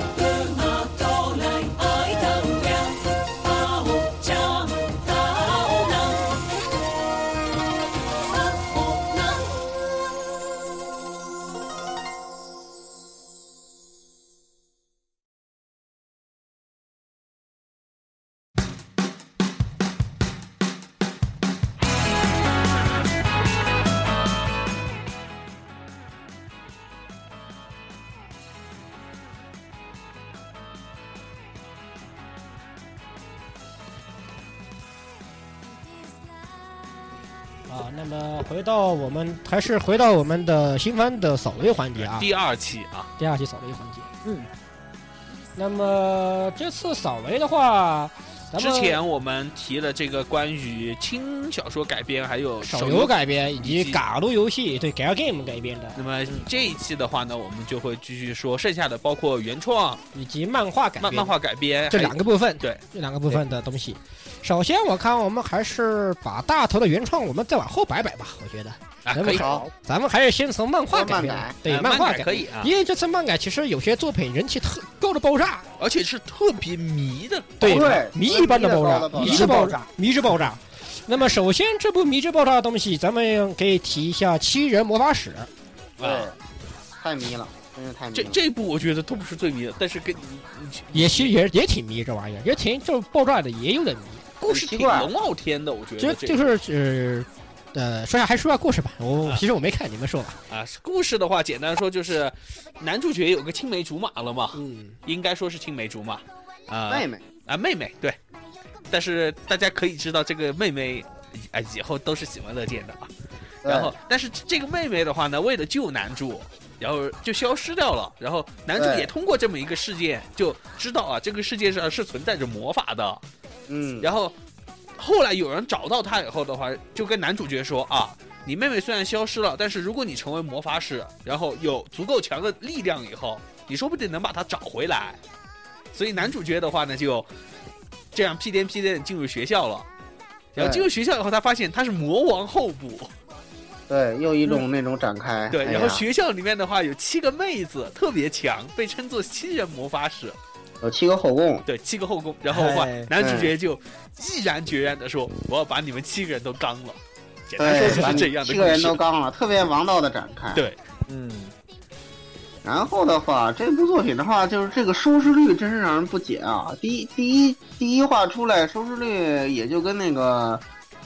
S1: 啊，那么回到我们还是回到我们的新番的扫雷环节啊，
S2: 第二期啊，
S1: 第嗯二期扫雷环节。嗯，那么这次扫雷的话，咱
S2: 之
S1: 们
S2: 前我们提了这个关于轻小说改编，还有
S1: 手
S2: 手
S1: 游改编以
S2: 以
S1: 及
S2: 及
S1: 嘎鲁游戏对 Gal Game 改编的，
S2: 那么这一期的话呢，我们就会继续说剩下的，包括原创、
S1: 以及漫画改
S2: 漫
S1: 编
S2: 漫画改编，
S1: 这两个部分，
S2: 对啊
S1: 这两个部分的东西。首先，我看我们还是把大头的原创我们再往后摆摆吧，我觉得
S2: 啊
S1: 咱
S2: 可
S1: 们
S2: 以，
S3: 好，
S1: 咱们还是先从漫画改
S3: 慢
S1: 编
S3: 改，
S1: 对
S2: 呃
S1: 漫画
S2: 改可以啊，
S1: 因为这次漫改其实有些作品人气特高的爆炸，
S2: 而且是特别迷的，
S1: 对
S3: 对
S1: 迷一般的爆炸，
S3: 迷得爆
S1: 迷
S3: 的
S1: 之
S3: 爆
S1: 爆炸，迷之爆炸。那么首先，这部迷之爆炸的东西，咱们可以提一下《七人魔法使》。
S3: 对，太迷了，真是太迷
S2: 啊这
S3: 了。
S2: 这一部我觉得都不是最迷的，但是跟
S1: 也其实也也挺迷这玩意儿，也挺就是爆炸的也有点迷。
S2: 故事挺
S3: 奇怪
S2: 龙傲天的，我觉
S1: 就
S2: 得这
S1: 就
S2: 个
S1: 是呃呃，说下还说下故事吧。我其实我没看，你们说吧。
S2: 啊，故事的话，简单说就是男主角有个青梅竹马了嘛，
S1: 嗯，
S2: 应该说是青梅竹马啊，
S3: 妹妹，
S2: 啊妹妹对，但是大家可以知道这个妹妹啊以后都是喜闻乐见的啊。
S3: 对
S2: 然后，但是这个妹妹的话呢，为了救男主，然后就消失掉了。然后男主
S3: 对
S2: 也通过这么一个事件就知道啊，这个世界上是存在着魔法的。
S3: 嗯，
S2: 然后后来有人找到他以后的话，就跟男主角说啊。你妹妹虽然消失了，但是如果你成为魔法使，然后有足够强的力量以后，你说不定能把她找回来。所以男主角的话呢，就这样屁颠屁颠地进入学校了。然后
S3: 对
S2: 进入学校以后，他发现他是魔王候补，
S3: 对，又一种那种展开。
S2: 对，
S3: 哎
S2: 然后
S3: 呀
S2: 学校里面的话有七个妹子特别强，被称作七人魔法使，
S3: 有七个后宫，
S2: 对，七个后宫。然后的话
S4: 哎，
S2: 男主角就毅然决然的说：“我要把你们七个人都刚了。”简单说
S3: 对，
S2: 就
S3: 哎把
S2: 是这
S3: 你
S2: 样的
S3: 七个人都
S2: 故事。
S3: 刚了，特别王道的展开。
S2: 对
S4: 嗯，
S3: 然后的话，这部作品的话，就是这个收视率真是让人不解啊！第一第一第一话出来，收视率也就跟那个，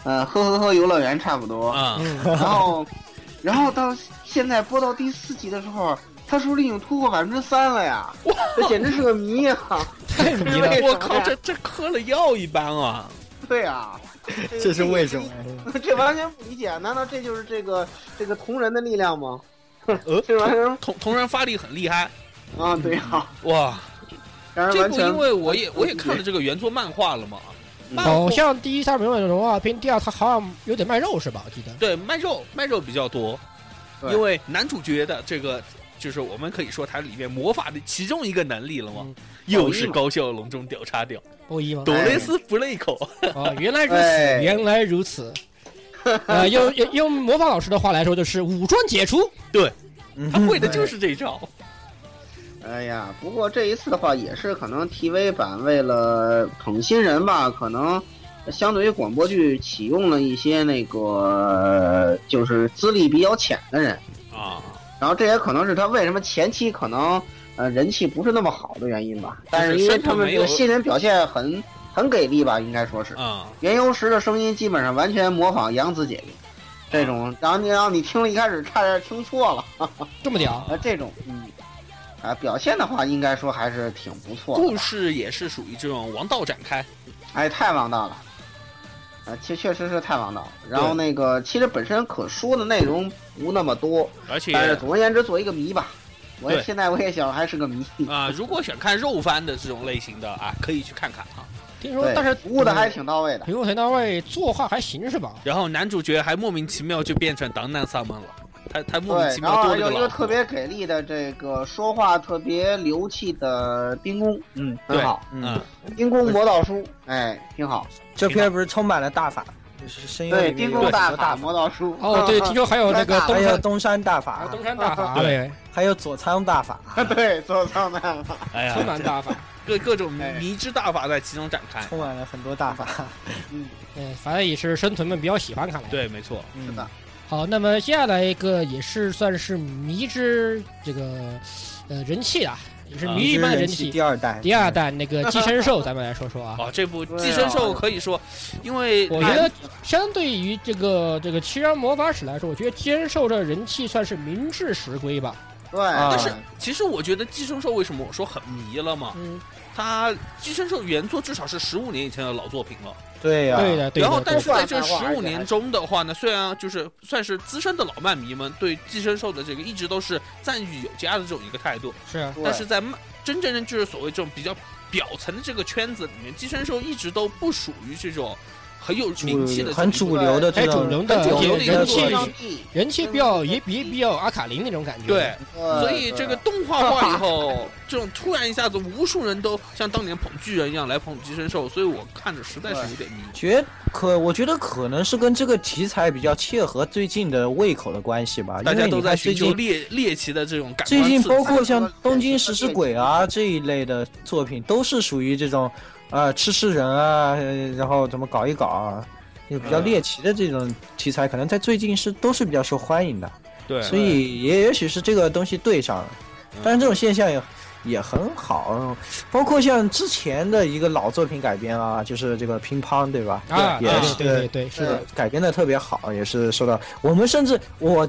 S3: 呃，呵呵呵游乐园差不多。
S2: 啊，
S1: 嗯
S2: (laughs)
S3: 然后，然后到现在播到第四集的时候，它收视率已经突破百分之三了呀！这简直是个谜啊呀、
S1: 太迷了。
S2: 我靠，这这嗑了药一般啊！
S3: 对呀、这
S4: 这是为什么？呀？
S3: 这这完全不理解，难道这就是这个这个同人的力量吗？ (laughs) 这玩意儿
S2: 同同人发力很厉害
S3: 啊，对呀、
S2: 哇！
S3: 让人
S2: 这
S3: 完
S2: 部
S3: 全嗯
S2: 因为我也我也看了这个原作漫画了嘛，漫画
S1: 好哦像第一它没有融化啊片，第二它好像有点卖肉是吧？我记得。
S2: 对，卖肉卖肉比较多，
S3: 对
S2: 因为男主角的这个就是我们可以说他里面魔法的其中一个能力了嘛，
S1: 嗯
S2: 又是高校隆中调查调，
S1: 波哦一吗？
S2: 朵蕾丝布雷口，
S1: 哦，原来如
S3: 哎
S1: 此，原来如 (laughs) 此。呃，用用用魔法老师的话来说，就是武装解除。
S3: 嗯
S2: 他会的就是这一招。
S3: 哎呀，不过这一次的话，也是可能 TV 版为了捧新人吧，可能相对于广播剧启用了一些那个呃就是资历比较浅的人，
S2: 啊，
S3: 然后这也可能是他为什么前期可能呃人气不是那么好的原因吧。但是因为他们这个新人表现很很给力吧，应该说是
S2: 嗯，
S3: 原由石的声音基本上完全模仿杨子姐姐这
S2: 啊
S3: 种，然后你让你听了一开始差点听错了。
S1: 这么屌，
S3: 啊，这种，嗯，啊，表现的话，应该说还是挺不错的
S2: 故事也是属于这种王道展开，
S3: 哎，太王道了，啊，其确实是太王道了。然后那个，其实本身可说的内容不那么多，
S2: 而且
S3: 但是总而言之，作为一个谜吧，我也
S2: 对
S3: 现在我也想还是个谜。
S2: 啊、如果想看肉番的这种类型的啊，可以去看看啊。
S1: 听说
S3: 对，
S1: 但是
S3: 服务的还挺到位的。
S1: 评论团那位作画还行是 (laughs) 吧？
S2: 然后男主角还莫名其妙就变成当南萨满了，他他莫名
S3: 对
S2: 其，
S3: 然
S2: 妙
S3: 后
S2: 嗯多了
S3: 有一
S2: 老
S3: 个
S2: 婆
S3: 特别给力的这个说话特别流气的冰宫，嗯，很
S2: 对
S3: 好，
S2: 嗯
S3: 冰宫魔道书，哎，挺好。
S4: 这篇不是充满了大法，就是声优
S3: 对，
S4: 里
S3: 冰
S4: 面有
S3: 宫
S4: 很
S3: 大
S4: 多
S3: 法
S4: 大
S3: 魔道书。
S1: 哦，对，听说还有那 (laughs) 个
S4: 还
S1: 东
S4: 有
S1: 山，
S4: 东山大
S1: 还有
S4: 法，
S1: 东山大法，
S2: 对
S1: 对，
S4: 还有佐仓大法，
S1: 哦
S3: 嗯 (laughs) 对，做操办法。
S2: 哎
S1: 充
S2: 呀，
S1: 满大法。
S2: 各各种
S3: 哎
S2: 迷之大法在其中展开。
S4: 充满了很多大法。
S1: 嗯，反正也是生存们比较喜欢，看来。
S2: 对，没错，
S4: 嗯
S3: 是的
S1: 好，那么接下来一个也是算是迷之这个呃人气啊，也是
S2: 啊
S1: 迷一般的人气。
S4: 第二代，
S1: 第二代那个寄生兽，咱们来说说
S2: (laughs)
S1: 啊。
S2: 哦，这部《
S3: 对
S2: 寄生兽》
S3: 啊
S2: 可以说，因为哎
S1: 我觉得
S3: 哎
S1: 相对于这个这个《七人魔法使》来说，我觉得《寄生兽》这人气算是名至实归吧。
S3: 对，
S4: 啊
S2: 但是其实我觉得《寄生兽》为什么我说很迷了嘛？
S1: 嗯，
S2: 它《寄生兽》原作至少是十五年以前的老作品了，
S4: 对
S3: 啊
S4: 呀，
S1: 对的，对的。
S2: 然后但
S1: 对
S2: 是
S1: 的
S2: 在这
S3: 对
S2: 十
S3: 对
S2: 五年中的话呢，虽然就是算是资深的老漫迷们对《寄生兽》的这个一直都是赞誉有加的这种一个态度，
S1: 是啊
S3: 对
S2: 但是在漫真正的就是所谓这种比较表层的这个圈子里面，寄生兽一直都不属于这种很有名气的这种
S4: 很主流的
S1: 还
S4: 这
S1: 哎主
S4: 种
S1: 流的
S4: 主流的
S1: 人
S4: 一
S1: 气
S4: 个
S3: 非
S4: 作
S3: 常
S4: 品
S3: 低
S1: 人气比较也比比较阿卡琳那种感觉。
S2: 对，
S3: 呃
S2: 所以这个动画
S3: (laughs)
S2: 化以后，这种突然一下子，无数人都像当年捧巨人一样来捧寄生兽，所以我看着实在是有点迷。
S4: 觉可我觉得可能是跟这个题材比较切合最近的胃口的关系吧，
S2: 大
S4: 因
S2: 家
S4: 为你
S2: 都在
S4: 看最
S2: 寻求
S4: 近
S2: 猎猎奇的这种感
S4: 最
S2: 官
S4: 近
S2: 刺激
S4: 包括像《东京食尸鬼》啊这一类的作品，都是属于这种，呃，吃吃人啊，呃然后怎么搞一搞啊，就比较
S2: 嗯
S4: 猎奇的这种题材，可能在最近是都是比较受欢迎的，
S2: 对嗯
S4: 所以也也许是这个东西对上了。但是这种现象也也很好，包括像之前的一个老作品改编啊，就是这个乒乓，对吧？
S1: 啊，
S4: 也
S1: 对
S4: 是
S1: 对对对，是的，
S4: 改编的特别好，也是受到我们甚至我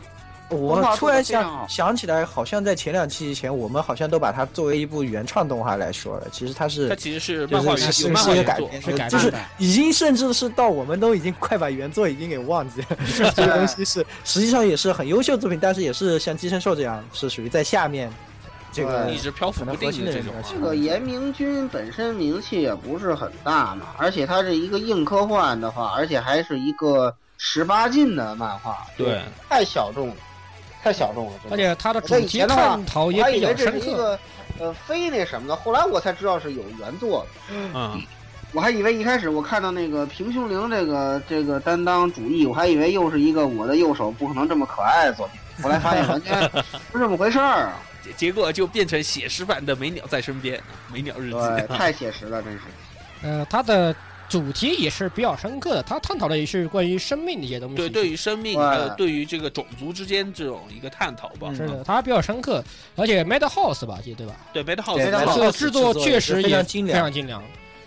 S8: 动
S4: 我
S8: 画
S4: 突
S8: 做得
S4: 然
S8: 非常
S4: 想
S8: 好
S4: 想起来，好像在前两期以前，我们好像都把它作为一部原创动画来说了。其实它是
S2: 它其实是
S4: 就
S2: 漫画
S4: 是
S2: 原
S4: 是
S2: 有
S4: 是
S2: 漫
S4: 是
S2: 画
S4: 一个
S2: 原
S4: 改
S2: 作，
S4: 编
S1: 是改，
S4: 就
S1: 编
S4: 是
S8: 的
S4: 已经甚至是到我们都已经快把原作已经给忘记了。
S8: (laughs)
S4: 这个东西是实际上也是很优秀的作品，但是也是像《寄生兽》这样，是属于在下面这个
S2: 一直漂浮不定的这种啊。
S3: 这
S4: 可能核
S3: 个
S4: 心的人
S3: 严明君本身名气也不是很大嘛，而且他是一个硬科幻的话，而且还是一个十八禁的漫画，
S2: 对，
S3: 太小众了，太小众了。真的
S1: 而且它的主
S3: 我以
S1: 题
S3: 前的话
S1: 探讨
S3: 我
S1: 也
S3: 还
S1: 比
S3: 以
S1: 较
S3: 为这
S1: 深
S3: 是一
S1: 刻。
S3: 个呃非那什么的，后来我才知道是有原作的。
S2: 嗯，
S3: 我还以为一开始我看到那个平胸灵这个这个担当主义，我还以为又是一个我的右手不可能这么可爱的作品，后来发现完全不是这么回事儿
S1: (laughs)
S3: 啊！
S2: 结结果就变成写实版的《美鸟在身边》《美鸟日记》
S3: 对，太写实了，真是。
S1: 呃，它的主题也是比较深刻的，它探讨的也是关于生命的一些东西。
S2: 对，对于生命
S3: 对
S2: 还有对于这个种族之间这种一个探讨吧。嗯
S1: 是的，它比较深刻，而且 Madhouse 吧，记得对吧？
S2: 对 Bad
S4: 对
S2: House
S3: 非常好
S1: 这个制作确实
S4: 非
S1: 也
S4: 常精
S1: 非
S4: 良，
S1: 常精良，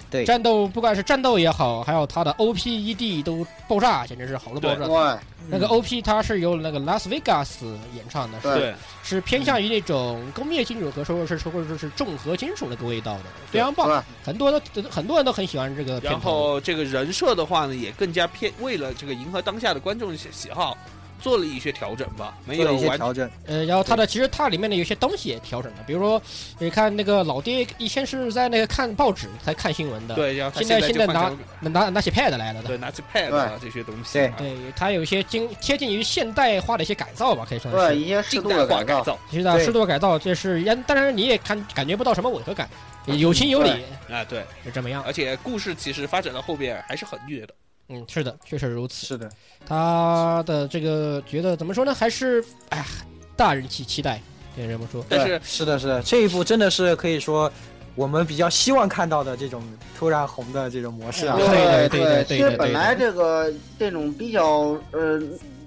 S4: 对
S1: 战斗不管是战斗也好，还有它的 OP ED 都爆炸，简直是好了爆炸。
S3: 对，
S1: 那个 OP 它是由那个 Las Vegas 演唱的，是
S3: 对
S2: 对
S1: 是偏向于那种工业金属和说是或者说是重合金属那个味道的，非常棒
S3: 对。
S1: 很多都很多人都很喜欢这个片
S2: 然
S1: 头。
S2: 后这个人设的话呢，也更加偏为了这个迎合当下的观众喜喜好，做了一些调整吧，没
S4: 做了
S2: 有
S4: 一些
S2: 完
S4: 调整，
S1: 呃，然后它的其实它里面的有些东西也调整了，比如说你看那个老爹以前是在那个看报纸才看新闻的，
S2: 对，然后他
S1: 现在
S2: 就
S1: 现在
S2: 换
S1: 拿
S2: 成
S1: 那拿拿起 pad 来了的。
S2: 对拿起 pad 啊这些东西
S4: 对
S2: 啊，
S1: 对，它有一些经贴近于现代化的一些改造吧，可以算
S3: 对
S1: 是。
S3: 一些适
S2: 近
S3: 度
S2: 代
S3: 的
S2: 化
S4: 啊
S2: 改
S3: 造，
S2: 造
S1: 其实呢，
S4: 对
S1: 适度的改造这是，但当然你也看感觉不到什么违和感，有情有理
S3: 对
S2: 啊，对，
S1: 是这么样。
S2: 而且故事其实发展到后边还是很虐的，
S1: 嗯，是的，确实如此。
S4: 是的，
S1: 他的这个觉得怎么说呢？还是哎呀，大人期期待，也这么说。
S2: 但是
S4: 是的，是的，这一部真的是可以说我们比较希望看到的这种突然红的这种模式啊
S1: 嗯，对对对对对对
S3: 其实
S1: 对
S3: 本来这个这种比较呃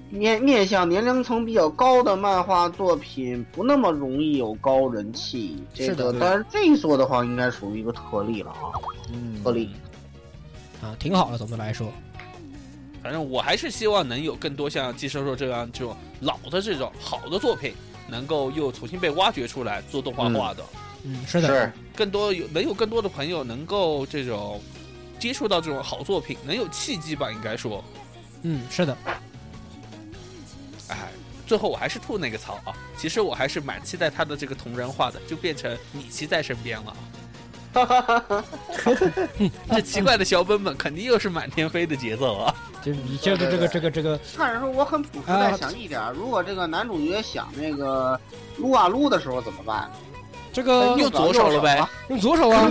S3: 面面向年龄层比较高的漫画作品，不那么容易有高人气。这
S1: 是的
S3: 个，但是这一作的话，应该属于一个特例了啊，
S4: 嗯
S3: 特例。
S1: 啊，挺好的，总的来说。
S2: 反正我还是希望能有更多像《寄生兽》这样这种老的这种好的作品，能够又重新被挖掘出来做动画化的，
S1: 嗯，是的，
S2: 更多有能有更多的朋友能够这种接触到这种好作品，能有契机吧，应该说，
S1: 嗯，是的，
S2: 哎。最后我还是吐那个槽啊！其实我还是蛮期待他的这个同人化的，就变成米奇在身边了。这奇怪的小本本肯定又是满天飞的节奏啊！
S1: 就是你这个这个这个这个，
S3: 看着说我很朴实
S1: 啊
S3: 在想一点儿，如果这个男主角想那个撸啊撸的时候怎么办？
S1: 这个
S2: 用左手了呗
S1: 用左手啊，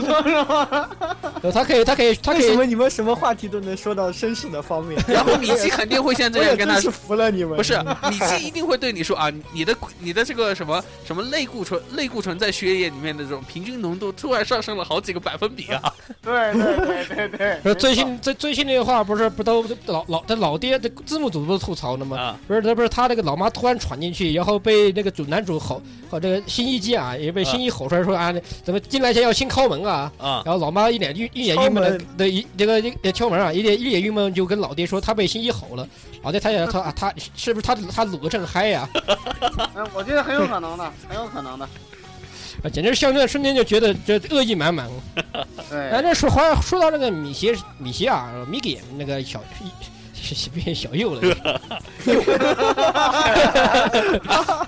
S1: 有 (laughs) 他可以，他可以，他可
S4: 为什
S1: 以，
S4: 么你们什么话题都能说到绅士的方面？
S2: 然后米奇肯定会像
S4: 我
S2: 这样
S4: 也
S2: 跟他
S4: 真
S2: 说
S4: 是服了你们。
S2: 不是，米奇一定会对你说啊，你的你的这个什么什么类固醇，类固醇在血液里面的这种平均浓度突然上升了好几个百分比啊！
S3: 对对对对对
S1: (laughs) 说最新最最新那话不是不都老老他老爹这字幕组不是吐槽的吗？
S2: (laughs) 啊，
S1: 不是他不是他那个老妈突然闯进去，然后被那个主男主吼和这个新一姬啊，也被新一吼出来说啊，怎么进来前要先敲门啊？
S2: 啊，
S1: 然后老妈一脸郁一脸郁闷的对一这个一敲门啊，一脸一脸郁闷就跟老爹说他被新一吼了，老爹他也他啊他是不是他他撸的正嗨呀、
S3: 嗯，我觉得很有可能的，很有可能的。
S1: 啊？简直像这瞬间就觉得这恶意满满。哎，
S3: 对，
S1: 这说话说到这个米奇米奇啊，米给那个小变小右了，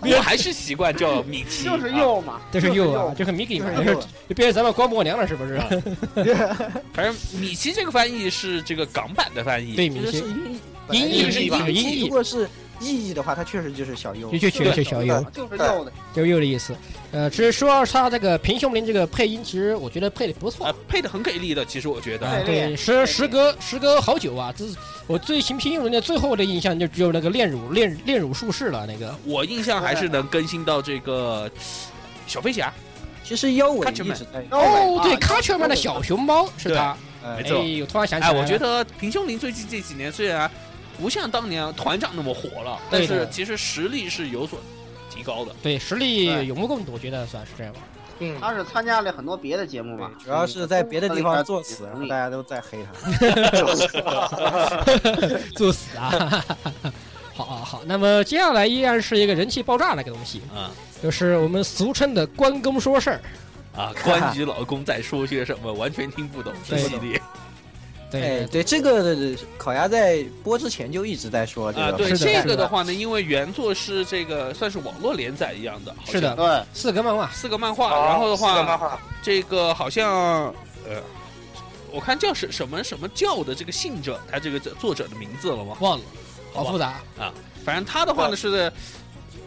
S2: 我还是习惯叫米
S3: (laughs)
S2: 奇，
S3: 就是
S2: 啊，
S3: 右嘛，
S1: 这是
S3: 右
S1: 右啊，这是 Mickey 嘛，
S3: 就是
S1: 这
S3: 右
S1: 是就变成咱们光伯娘了，是不是？
S2: 反正米奇这个翻译是这个港版的翻译，
S1: 对，
S4: 这
S1: 米
S4: 个是
S1: 奇，
S4: 音译，
S1: 音
S2: 译
S4: 本
S2: 是
S4: 来就是
S2: 吧
S4: 音
S1: 音译
S4: 如果是意义的话，它确实就是小优
S1: 就。就就就小右，
S3: 就是右的，
S1: 就右的意思。呃，其实说到他这个平胸林这个配音，其实我觉得配的不错
S2: 啊，配的很给力的，其实我觉
S1: 啊
S2: 得，
S3: 哎，
S1: 对，
S3: 对
S1: 时时隔时隔好久啊，这是我最新平胸的最后的印象就只有那个炼乳炼炼乳术士了，那个
S2: 我印象还是能更新到这个小飞侠，
S4: 其实腰
S2: 它
S4: 尾一
S2: 成本
S4: 直在，
S1: 哦，对，
S3: 卡
S1: 卡雀曼的小熊猫是他，
S4: 呃
S2: 没
S1: 哎
S2: 错
S1: 呦，突然想起
S2: 哎，
S1: 来，
S2: 我觉。得平胸林最近这几年虽然不像当年团长那么火了，但
S1: 对的
S2: 是其实实力是有所提高的。
S1: 对实力
S3: 对
S1: 有目共睹，我觉得算是这样吧。
S4: 嗯，
S3: 他是参加了很多别的节目嘛，
S4: 主要是在别的地方作死，然
S3: 嗯
S4: 后大家都在黑他。
S1: 作死啊！ (laughs) 好啊好，那么接下来依然是一个人气爆炸那个东西，
S2: 嗯
S1: 就是我们俗称的关公说事儿。 (laughs)
S2: 啊，关于老公在说些什么，完全听不懂这
S1: 对
S2: 系列
S4: 哎，
S1: 对
S4: 对，这个烤鸭在播之前就一直在说这
S2: 啊。
S4: 个。
S2: 对
S1: 是的
S2: 这
S1: 是
S2: 个
S1: 的
S2: 的话呢，因为原作是这个算是网络连载一样的，好像
S1: 是的
S3: 对，
S1: 四啊格漫画，
S2: 四个漫画，然后的
S5: 啊四个漫
S2: 话，
S5: 画，
S2: 这个好像呃，我看叫什什么什么教的这个信者，他这个作者的名字了吗？
S1: 忘了，
S2: 好
S1: 好
S2: 吧
S1: 复杂。
S2: 反正他的话呢是在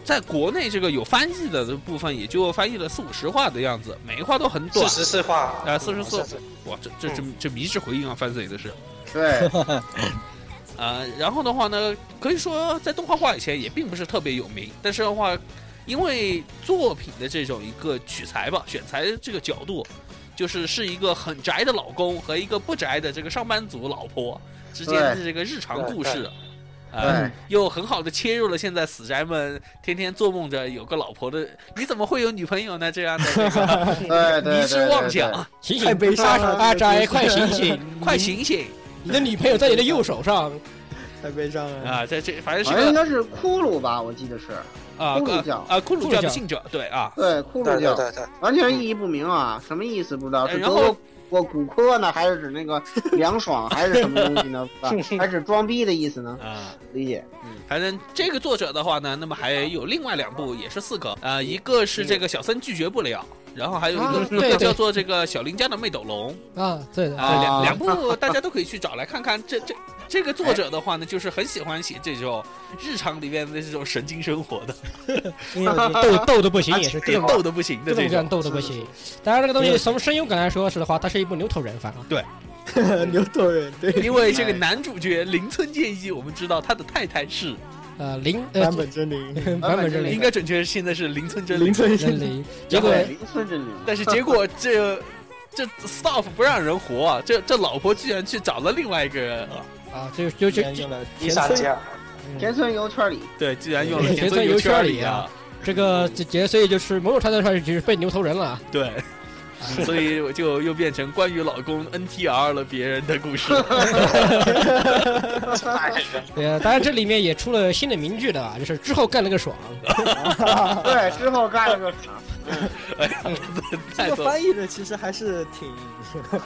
S2: 在国内这个有翻译的部分，也就翻译了四五十话的样子，每一话都很短
S5: 四。十四画
S2: 啊44
S5: 四，
S2: 哇，这这这这迷之回应啊，翻嘴的是。
S3: 嗯对，
S2: (laughs) 呃，然后的话呢，可以说在动画化以前也并不是特别有名，但是的话，因为作品的这种一个取材吧，选材这个角度，就是是一个很宅的老公和一个不宅的这个上班族老婆之间的这个日常故事，呃
S3: 对，
S2: 又很好的切入了现在死宅们天天做梦着有个老婆的，你怎么会有女朋友呢？这样的这个
S3: 对对
S2: (laughs)
S3: 对，
S2: 迷失妄想，
S1: 醒
S4: 太
S1: 醒，
S4: 悲伤了
S1: 阿
S4: 这个
S1: 宅，
S4: 故事
S1: 快醒 (laughs) 醒！
S2: 快醒醒
S1: 你的女朋友在你的右手上，
S4: 太悲伤了。
S2: 啊！这这反正
S3: 好像
S2: 是
S3: 应
S2: 个
S3: 该是骷髅吧，我记得是，
S2: 啊
S3: 骷髅教
S2: 啊骷
S1: 骷
S2: 髅
S1: 髅
S2: 教
S1: 教
S2: 的信者，对啊。
S3: 对，骷
S5: 对
S3: 髅
S5: 对
S3: 教，
S5: 对对，
S3: 完全意义不明啊，什么意思不知道？
S2: 哎
S3: 是
S2: 然
S3: 德
S2: 后
S3: 国国骨科呢，还是指那个凉爽，还是什么东西 (laughs) 呢？是吧还是装逼的意思呢？
S2: 啊，
S3: 理解
S2: 反正这个作者的话呢，那么还有另外两部也是四个，呃，一个是这个小森拒绝不了，然后还有一个、
S1: 啊
S2: 一
S1: 对
S2: 个
S1: 对
S2: 叫做这个小林家的妹斗龙，
S1: 啊，对的，
S2: 啊，两
S3: 啊
S2: 两部大家都可以去找来看看。这这这个作者的话呢，就是很喜欢写这种日常里面的这种神经生活的，
S4: 因为
S2: (laughs)
S4: 你
S1: 斗斗的不行也
S5: 啊
S1: 是
S2: 这
S1: 各
S2: 种
S1: 种
S2: (laughs) 逗的不行的
S1: 各
S2: 这
S1: 种各样
S2: 种。
S1: 斗的不行。当然，这个东西从声优感来说是的话，它是一部牛头人番啊。
S4: 牛头人对
S2: 因为这个男主角林村健一，我们知道他的太太是，
S1: 呃，零呃
S4: 版本真灵，
S1: (laughs) 版本真
S2: 应
S1: 灵，
S2: 该准确是现在是林村真理
S4: 林村
S1: 真灵。结
S3: 对，
S1: 果
S3: 零次真灵，
S2: 但是
S3: (laughs)
S2: 结果这 (laughs) 这 staff 不让人活啊，这这老婆居然去找了另外一个人啊，
S1: 啊，就就就
S4: 沿用了
S5: 伊莎吉尔，
S3: 田村
S2: (laughs)
S3: 游圈里，
S2: 对，居然用了
S1: 田
S2: 村
S1: 村
S2: 游
S1: 游圈
S2: 里
S1: 里啊，这个这结，所以就是某种程度上就是被牛头人了啊。
S2: 对。 (laughs) 所以我就又变成关于老公 NTR 了别人的故事， (laughs)
S5: 哎
S1: 对啊，当然这里面也出了新的名句的啊，就是之后干了个
S2: (laughs)
S1: 爽。
S3: 对，之后干了个啥？
S2: 太
S4: 这个
S2: 多了。
S4: 翻译的其实还是挺，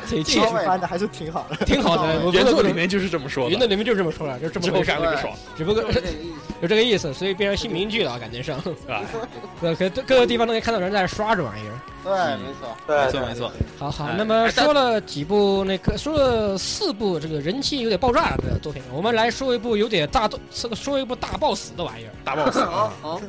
S1: 挺
S4: 这
S1: 挺
S4: 个翻的还是挺 (laughs) 好的。
S1: 挺好的，我
S2: 哦原作里面就是这么说
S1: 原作
S2: 的，
S1: 里面就是这么说了，就这
S2: 之
S1: 么
S2: 后
S1: 回事
S2: 干，了个爽，
S1: 只不过 (laughs)
S3: 就是这个意思。
S1: 有这个意思，所以变成新名句了啊，感觉上。
S2: 是吧？
S1: 对，可各个地方都可以看到有人在刷这玩意儿。
S3: (laughs) 对，没错。
S2: 没
S5: 对
S2: 错
S5: 对
S2: 没错，
S1: 好好
S2: 哎，
S1: 那么说了几部那个，说了四部这个人气有点爆炸的作品，我们来说一部有点大，说一部大暴死的玩意儿。
S2: 大 boss
S3: (laughs) 好，好，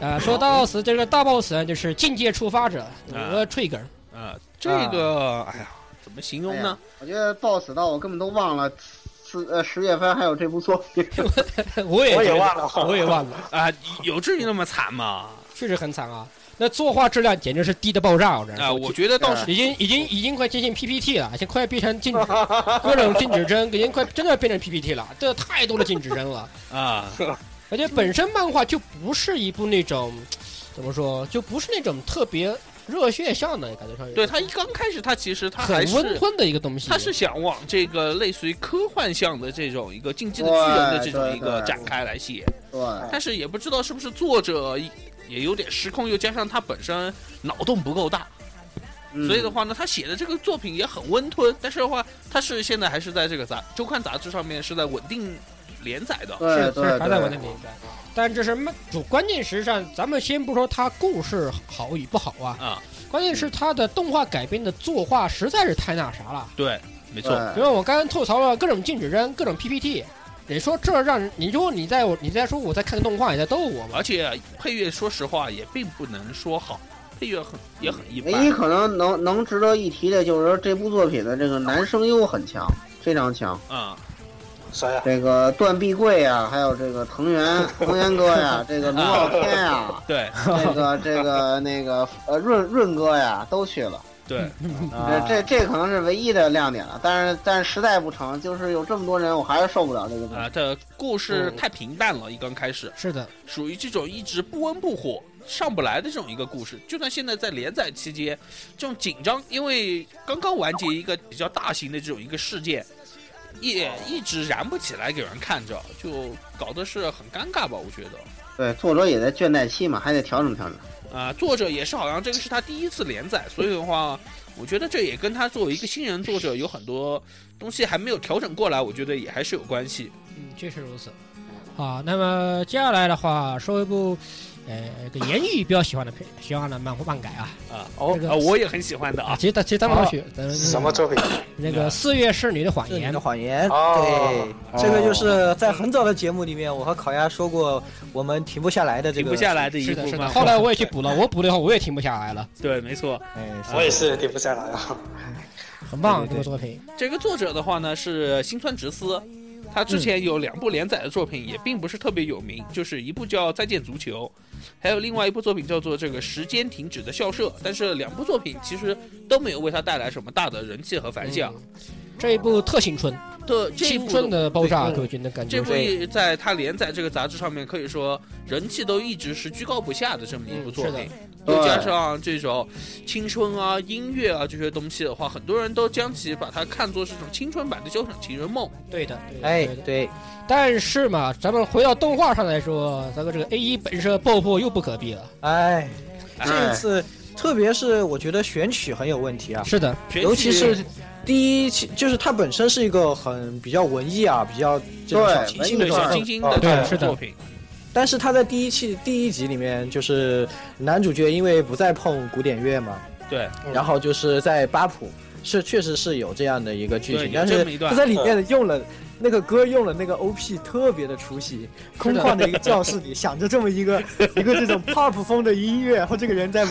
S1: 啊，说大 boss 这个大 boss 呢，就是境界触发者和 trigger， (laughs)
S2: 啊，这个哎呀，怎么形容呢？
S3: 我觉得 BOSS 到我根本都忘了。四呃十月份还有这部作品， (laughs)
S1: 我也
S5: 我也
S1: 觉得
S5: 忘了
S1: 我也忘了，
S2: 啊，有至于那么惨吗？
S1: 确实很惨啊。那作画质量简直是低的爆炸，我这
S2: 啊，我觉得倒是
S1: 已经已经已经快接近 PPT 了，已经快变成
S5: (laughs)
S1: 禁止各种禁止帧，已经快真的变成 PPT 了，这太多的禁止帧了。
S2: 啊，
S1: 而且本身漫画就不是一部那种怎么说，就不是那种特别热血向的感觉上有，
S2: 对他一刚开始他其实他
S1: 很
S2: 还是
S1: 温吞的一个东西。
S2: 他是想往这个类似于科幻向的这种一个竞技的巨人的这种一个展开来写，
S3: 对，
S2: 但是也不知道是不是作者也有点失控，又加上他本身脑洞不够大，
S3: 嗯
S2: 所以的话呢，他写的这个作品也很温吞，但是的话，他是现在还是在这个杂周刊杂志上面是在稳定连载的。
S3: 对
S1: 是是
S3: 对
S1: 还在我那
S3: 对
S1: 里。对但这是漫主，关键实际上咱们先不说它故事好与不好啊，
S2: 啊，
S1: 关键是它的动画改编的作画实在是太那啥了。
S2: 对，没错，
S1: 比
S3: 对，
S1: 如我刚刚吐槽了各种禁止扔，各种 PPT，你说这让人，你说你在我你在说我在看动画，你在逗我吗
S2: 而？且配乐说实话也并不能说好，配乐很也很一
S3: 唯
S2: 般
S3: 一。可能能能值得一提的就是说这部作品的这个男声优很强，非常强。
S2: 啊，
S5: 谁呀？
S3: 这个段碧桂啊，还有这个藤原藤原哥呀，
S2: (laughs)
S3: 这个卢傲天啊呀，
S2: 对 (laughs)
S3: 这个这个那个呃润润哥呀，都去了。 (laughs)
S2: 对，啊
S3: 这这这可能是唯一的亮点了。但是但是实在不成，就是有这么多人，我还是受不了这个东西。
S2: 啊，的故事
S5: 嗯
S2: 太平淡了，一刚开始
S1: 是的，
S2: 属于这种一直不温不火、上不来的这种一个故事。就算现在在连载期间，这种紧张，因为刚刚完结一个比较大型的这种一个事件，也一直燃不起来给人看着，就搞得是很尴尬吧？我觉得。
S3: 对，作者也在倦怠期嘛，还得调整调整。
S2: 啊、作者也是好像这个是他第一次连载，所以的话，我觉得这也跟他作为一个新人作者有很多东西还没有调整过来，我觉得也还是有关系。
S1: 嗯，确实如此。好，那么接下来的话，说一部，呃，这个言语比较喜欢的片，喜欢的漫漫改啊
S2: 啊
S1: 哦
S2: 啊，我也很喜欢的
S1: 啊，
S2: 啊，
S1: 其实其实咱们
S4: 哦
S1: 老许，咱们
S5: 啊什么作品？
S1: 嗯那个四月是你的谎
S4: 是你
S1: 言
S4: 的，谎言，
S5: 哦
S4: 对，这个就是在很早的节目里面，我和烤鸭说过，我们停不下来的这
S2: 停
S4: 个，
S2: 不下来的一
S1: 是的，
S2: 部
S1: 是的。
S2: 漫
S1: 后
S2: 画。
S1: 来我也去补了，我补了以后我也停不下来了，
S2: 对，没错，
S4: 哎，
S5: 我也是停不下来啊。
S1: 很棒
S4: 对对
S1: 这个作品。
S2: 这个作者的话呢是新川直司，他之前有两部连载的作品，也并不是特别有名，就是一部叫《再见足球》，还有另外一部作品叫做《这个时间停止的校舍》，但是两部作品其实都没有为他带来什么大的人气和反响。
S1: 这一部特青春，
S2: 对，这一
S1: 嗯青
S2: 部
S1: 春的爆炸，
S2: 对
S1: 各位君的感觉
S2: 这
S1: 是
S2: 部也在他连载这个杂志上面，可以说人气都一直是居高不下的这么一部作品
S1: 嗯，
S3: 的
S2: 又加上这种青春啊、音乐啊这些东西的话，很多人都将其把它看作是一种青春版的《交响情人梦
S1: 对的，对的
S4: 哎
S1: 对的，
S4: 对，
S1: 但是嘛，咱们回到动画上来说，咱们这个 A 一本身爆破又不可避了。
S4: 哎，这
S3: 哎
S4: 次特别是我觉得选曲很有问题啊，
S1: 是的，》，
S4: 尤其是第一期，就是它本身是一个很比较文艺啊，比较这种
S3: 对
S4: 小清新的
S3: 文艺
S4: 这
S2: 小
S4: 种
S2: 清新的
S4: 哦
S1: 对
S2: 这
S1: 是
S2: 种
S1: 的
S2: 作品，
S4: 但是他在第一期第一集里面，就是男主角因为不再碰古典乐嘛，
S2: 对，
S4: 然后就是在巴普是确实是有这样的一个剧
S2: 对
S4: 情，
S2: 有
S4: 但
S2: 这
S4: 是
S2: 么一段
S4: 他在里面用了。那个歌用了那个 OP 特别的出戏，空旷的一个教室里响着这么一个一个这种 pop 风的音乐，然后这个人在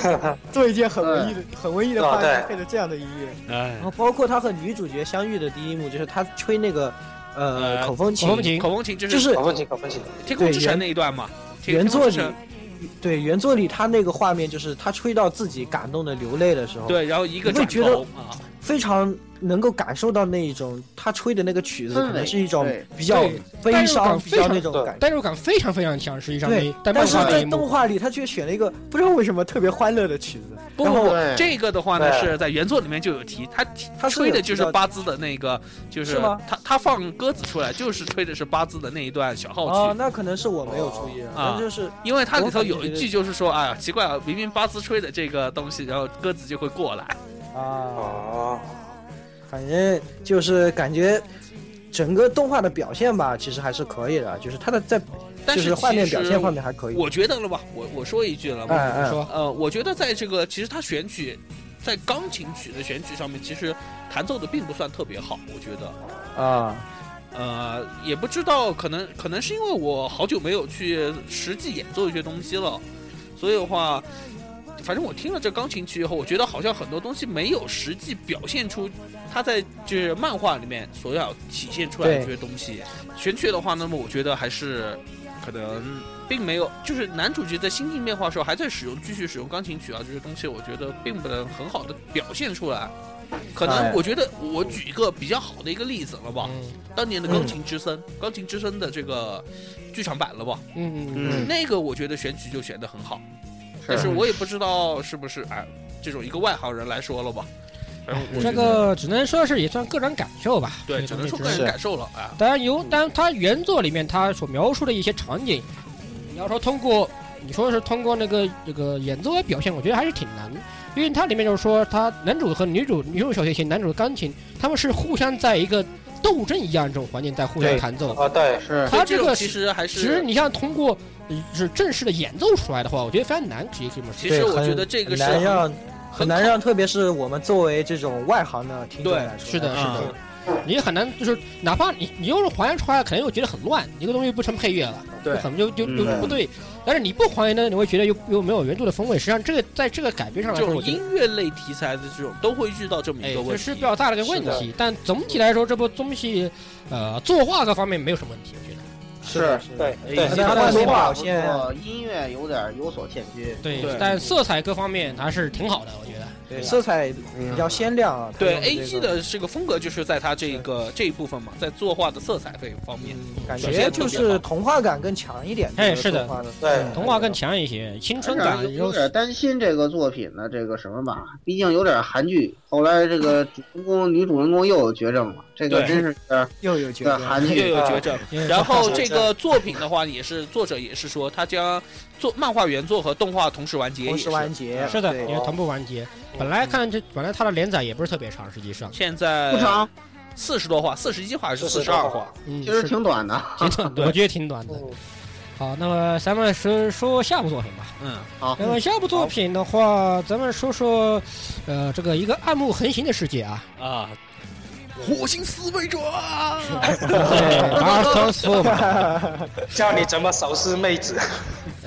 S4: 做一件很文艺的很文艺的
S5: 对
S4: 画面，
S5: 对
S4: 配着这样的音乐，
S2: 哎
S4: 然，后包括他和女主角相遇的第一幕，就是他吹那个
S2: 呃
S4: 呃口风琴，
S1: 口风琴
S2: 口风琴就
S4: 就是是
S5: 搞问题，搞问题。
S2: 天空之
S4: 对
S2: 城
S4: 原
S2: 那一段嘛，天
S4: 原作
S2: 天空
S4: 里
S2: 之城，
S4: 对原作里他那个画面，就是他吹到自己感动的流泪的时候，，
S2: 对，然后一个
S4: 你会
S2: 转
S4: 觉得嗯
S2: 头啊，
S4: 非常能够感受到那一种他吹的那个曲子，
S3: 氛围
S4: 可能是一种
S3: 对
S4: 比较
S1: 对
S4: 悲
S1: 代入感
S4: 伤、比
S1: 非常
S4: 较那种感觉。
S1: 代入感非常非常强，实际上
S4: 对
S1: 你，在漫
S4: 但是
S1: 画那
S4: 在
S1: 一幕
S4: 动，画里他却选了一个不知道为什么特别欢乐的曲子，
S2: 不
S4: 然后
S3: 对
S2: 这个的话呢，
S5: 对
S2: 是在原作里面就有提，他提
S4: 他是有
S2: 吹的就是
S4: 提到
S2: 八兹的那个，就是
S4: 是吗
S2: 他他放鸽子出来，就是吹的是八兹的那一段小号
S4: 哦，
S2: 曲。
S4: 那可能是我没有注意啊，
S2: 啊
S4: 但就是
S2: 因为它里头有一句就是说，哎呀，奇怪啊，明明八兹吹的这个东西，然后鸽子就会过来。
S4: 啊，
S5: 哦，
S4: 反正就是感觉整个动画的表现吧，其实还是可以的，就是他的在
S2: 但
S4: 就是画面
S2: 其实
S4: 表现方面还可以。
S2: 我觉得了吧，我我说一句了吧，
S4: 哎哎，
S1: 说
S2: 呃，我觉得在这个其实他选曲，在钢琴曲的选曲上面，其实弹奏的并不算特别好，我觉得。
S4: 啊，
S2: 呃，也不知道，可能可能是因为我好久没有去实际演奏一些东西了，所以的话，反正我听了这钢琴曲以后，我觉得好像很多东西没有实际表现出它在就是漫画里面所要体现出来的
S4: 对
S2: 这些东西。玄雀的话，那么我觉得还是可能并没有，就是男主角在心境变化的时候还在使用继续使用钢琴曲啊这些东西，我觉得并不能很好的表现出来。可能
S4: 哎
S2: 我觉得我举一个比较好的一个例子了吧，
S1: 嗯
S2: 当年的《钢琴之声》钢琴之声》的这个剧场版了吧？
S1: 嗯嗯
S3: 嗯，
S2: 那个我觉得选曲就选得很好，但是
S3: 是
S2: 我也不知道是不是哎，这种一个外行人来说了吧，反正哎我
S1: 嗯，
S2: 觉
S1: 这
S2: 得
S1: 个只能说是也算个人感受吧，
S2: 对，
S1: 这
S2: 只
S1: 个东
S2: 能
S1: 西
S2: 说
S1: 只
S2: 个
S1: 是
S2: 人
S4: 是
S2: 感受了啊。
S1: 当然有，当然它原作里面它所描述的一些场景，嗯你要说通过你说是通过那个这个演奏来表现，我觉得还是挺难，因为它里面就是说，他男主和女主，女主小提琴，男主钢琴，他们是互相在一个斗争一样这种环境在互相
S4: 对
S1: 弹奏。
S5: 啊，对，
S2: (laughs)
S3: 是
S1: 它
S2: 这
S1: 这
S2: 种
S1: 个
S2: 其
S1: 是
S2: 实还
S1: 其实
S2: 是，
S1: 你像通过呃是正式的演奏出来的话，我觉得非常难。其实这门
S2: 其
S4: 对
S2: 实我
S4: 很
S2: 觉得这个
S4: 很
S2: 是
S4: 难让
S2: 很
S4: 很难
S2: 考
S4: 让，特别是我们作为这种外行的听众
S2: 对
S4: 来说，
S1: 是的
S4: 嗯
S1: 是
S2: 的
S1: 你很难就是哪怕你你又是还原出来，可能又觉得很乱，一个东西不成配乐了，
S4: 对
S1: 就很就就
S3: 嗯
S1: 就不对。但是你不还原呢，你会觉得又又没有原著的风味。实际上，这个在这个改编上来
S2: 这
S1: 说，我
S2: 种
S1: 觉得
S2: 音乐类题材的这种都会遇到这么
S1: 哎，
S2: 一个
S1: 这
S2: 问
S1: 是比
S2: 题。
S1: 较大的一个问
S5: 是
S1: 题。但总体来说，这部东西呃作画各方面没有什么问题，我觉得。
S4: 是的是的
S5: 对，对，
S4: 他
S3: 他
S4: 的
S3: 的
S4: 说
S3: 说
S4: 话
S3: 话
S4: 表
S3: 不
S4: 现
S3: 错，音乐有点有所欠缺。
S1: 对
S2: 对
S1: 但色彩各方面还是挺好的，我觉得。
S4: 对色彩比较鲜亮啊，
S2: 对
S4: 推
S2: A
S4: 动
S2: G
S4: 这个
S2: 的这个风格，就是在它这个这一部分嘛，在作画的色彩这一方面，
S4: 嗯
S1: 嗯
S4: 感
S2: 表现
S4: 觉
S2: 特
S4: 就
S2: 别
S4: 是
S2: 好
S4: 童话感更强一点，
S1: 哎
S4: 这个
S1: 是的
S4: 作画的，嗯
S5: 对
S1: 童话更强一些，青春
S3: 还
S1: 感
S3: 是有
S1: 有
S3: 有点担心这个作品的这个什么吧，毕竟有点韩剧。后来这个主人公、女主人公又有绝症了，这个
S2: 对
S3: 真是有点
S4: 又有觉
S3: 有点
S4: 得
S3: 韩
S2: 又
S3: 剧。
S2: 有绝症。 (laughs)
S1: 点
S2: 然后
S5: 对
S2: 这个作品的话，也是作者也是说，他将作漫画原作和动画同时完结，
S4: 同
S2: 也
S4: 时
S2: 是
S4: 完结，
S1: 是的，
S4: 对
S1: 因为同步完结。本来看这本来它的连载也不是特别长，实际上，
S2: 现在
S3: 不长，
S2: 四十多话，四十一话还哎是四十
S5: 42
S2: 二
S5: 话
S2: 话？
S1: 嗯，
S3: 其实
S1: 是
S3: 挺短的。
S1: 挺短的，
S2: 对
S1: 我觉得挺短的。
S4: 嗯
S1: 好，那么咱们说说下部作品吧。
S2: 嗯， (laughs)
S3: 好，
S1: 那么下部作品的话，咱们说说，呃，这个一个暗幕横行的世界啊，
S2: 啊，火星四位者，
S1: (laughs) 对，Master Storm，
S5: 教你怎么手撕妹子，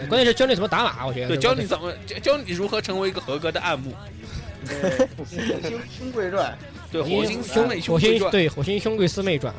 S1: 关键是教你怎么打码，我觉得
S2: (laughs) 对，
S1: 这
S2: 教
S1: 个
S2: 你怎么教教你如何成为一个合格的暗幕。
S3: 星星贵传，
S2: 对，火星四妹
S1: 火
S2: 兄弟
S1: 星
S2: 传，
S1: 对火星兄弟四妹传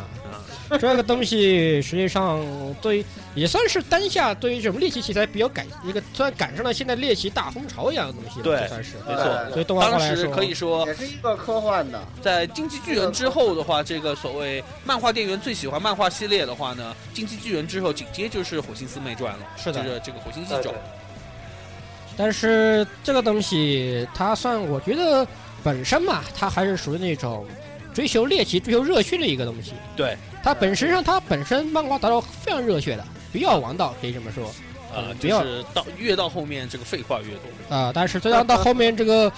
S1: 啊，这个东西实际上对于也算是当下对于这种猎奇题材比较赶一个，算赶上了现在猎奇大风潮一样的东西吧，
S2: 对
S1: 这算是。
S2: 没
S3: 错
S1: 所以动画化
S2: 当
S1: 来
S2: 时
S1: 说，
S2: 可以说，
S3: 也是一个科幻的。
S2: 在《进击巨人》之后的话，这个所谓漫画店员最喜欢漫画系列的话呢，《进击巨人》之后紧接就是《火星四妹传》了，
S1: 是的
S2: 就是这个《火星
S5: 对
S2: 异种》。
S1: 但是这个东西它算我觉得本身嘛，它还是属于那种追求猎奇、追求热血的一个东西。
S2: 对，
S1: 它本身上它本身漫画打斗非常热血的，比较王道可以这么说。
S2: 呃，
S1: 不
S2: 就
S1: 要
S2: 是到越到后面这个废话越多。
S1: 啊，但是再到到后面这个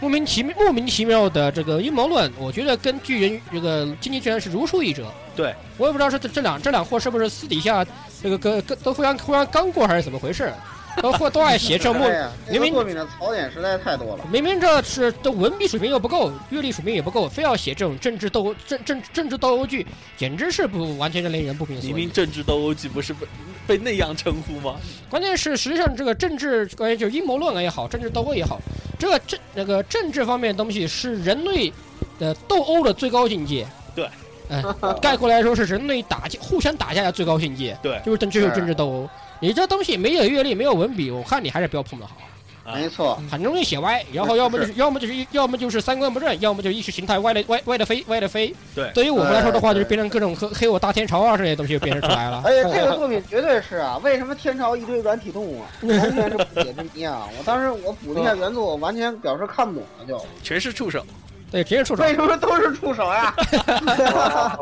S1: 莫名其妙、莫名其妙的这个阴谋论，我觉得跟巨人这个经济巨人是如出一辙。
S2: 对，
S1: 我也不知道是这这两这两货是不是私底下这个跟跟都互相互相刚过还是怎么回事，都或都爱写这莫
S3: 哎呀，这
S1: 明明
S3: 个作品的槽点实在太多了。
S1: 明明这是这文笔水平又不够，阅历水平也不够，非要写这种政治斗殴政政政治斗殴剧，简直是不完全是令人不明所
S2: 明
S1: 以
S2: 明。政治斗殴剧不是被被那样称呼吗？
S1: 关键是实际上这个政治关于就是阴谋论也好，政治斗殴也好，这个政那个政治方面的东西是人类的斗殴的最高境界。
S2: 对，
S1: 哎，概括来说是人类打架互相打架的最高境界。
S2: 对
S1: 就是政就是政治斗殴。你这东西没有阅历，没有文笔，我看你还是不要碰的好。
S2: 啊
S3: 没错，
S1: 很容易写歪，然后要么就是要么就是要么就是三观不正，要么就意识形态歪的歪歪的飞歪的飞。
S2: 对
S1: 对于我们来说的话，
S3: 哎
S1: 就是变成各种黑黑我大天朝啊这些东西就变成出来了。
S3: 而且哎这个作品绝对是啊， (laughs) 为什么天朝一堆软体动物啊，完全是不解之谜啊！我当时我补了一下原作，我完全表示看不懂了就，
S2: (laughs) 全是触手。
S1: 对，直接出手。
S3: 为什么都是触手呀、
S5: 对，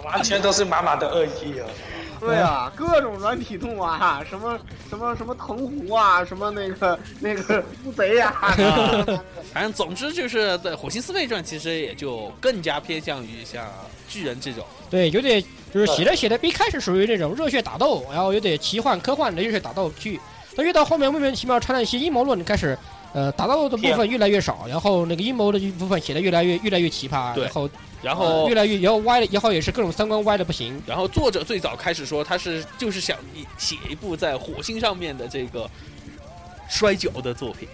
S5: 完全都是满满的恶意啊！
S3: 对啊，各种软体动物啊，什么什么什么藤壶啊，什么那个那个乌贼呀、
S2: 反正总之就是对《火星四妹传》其实也就更加偏向于像巨人这种。
S1: 对，有点就是写着写着，一开始属于那种热血打斗，然后有点奇幻科幻的热血打斗剧，但越到后面莫名其妙掺了一些阴谋论，开始呃打斗的部分越来越少，然后那个阴谋的部分写的越来越越来越奇葩，
S2: 对
S1: 然后呃
S2: 然后
S1: 越，来越然后歪了，然后也是各种三观歪的不行。
S2: 然后作者最早开始说他是就是想一写一部在火星上面的这个摔跤的作 (laughs) 品，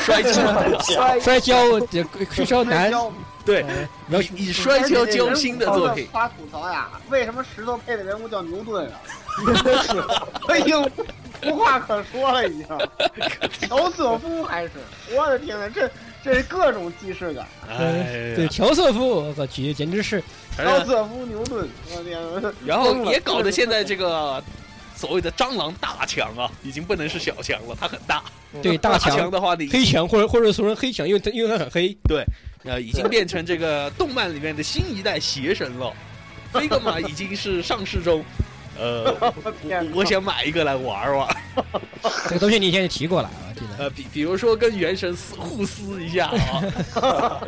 S2: 摔跤的，
S1: 摔跤，呃摔跤呃男，
S2: (laughs) 对，
S1: 然后
S2: 以以摔跤交心的作品。
S3: 发吐槽呀，为什么石头配的人物叫牛顿
S2: (laughs)
S3: 啊？真是，哎呦，无话可说了已经。乔瑟夫还是，我的天呐，这这是各种既视感。
S2: 哎
S1: 对
S2: 呀，
S1: 乔瑟夫，我靠，简简直是
S2: 反
S3: 乔
S2: 正
S3: 瑟夫牛顿，我的天呐，
S2: 然后也搞得现在这个所谓的蟑螂大强啊，已经不能是小强了，它很大。
S1: 对大强
S2: 强、的话，你
S1: 黑强，或者或者俗称黑强，因为他因为他很黑。
S2: 呃已经变成这个动漫里面的新一代邪神了。飞格玛已经是上市中，呃，
S3: 我天
S2: 我我想买一个来玩玩。
S1: 这个东西你以前也提过了，我记得。
S2: 呃，
S1: (laughs)
S2: 比比如说跟原神撕互撕一下啊，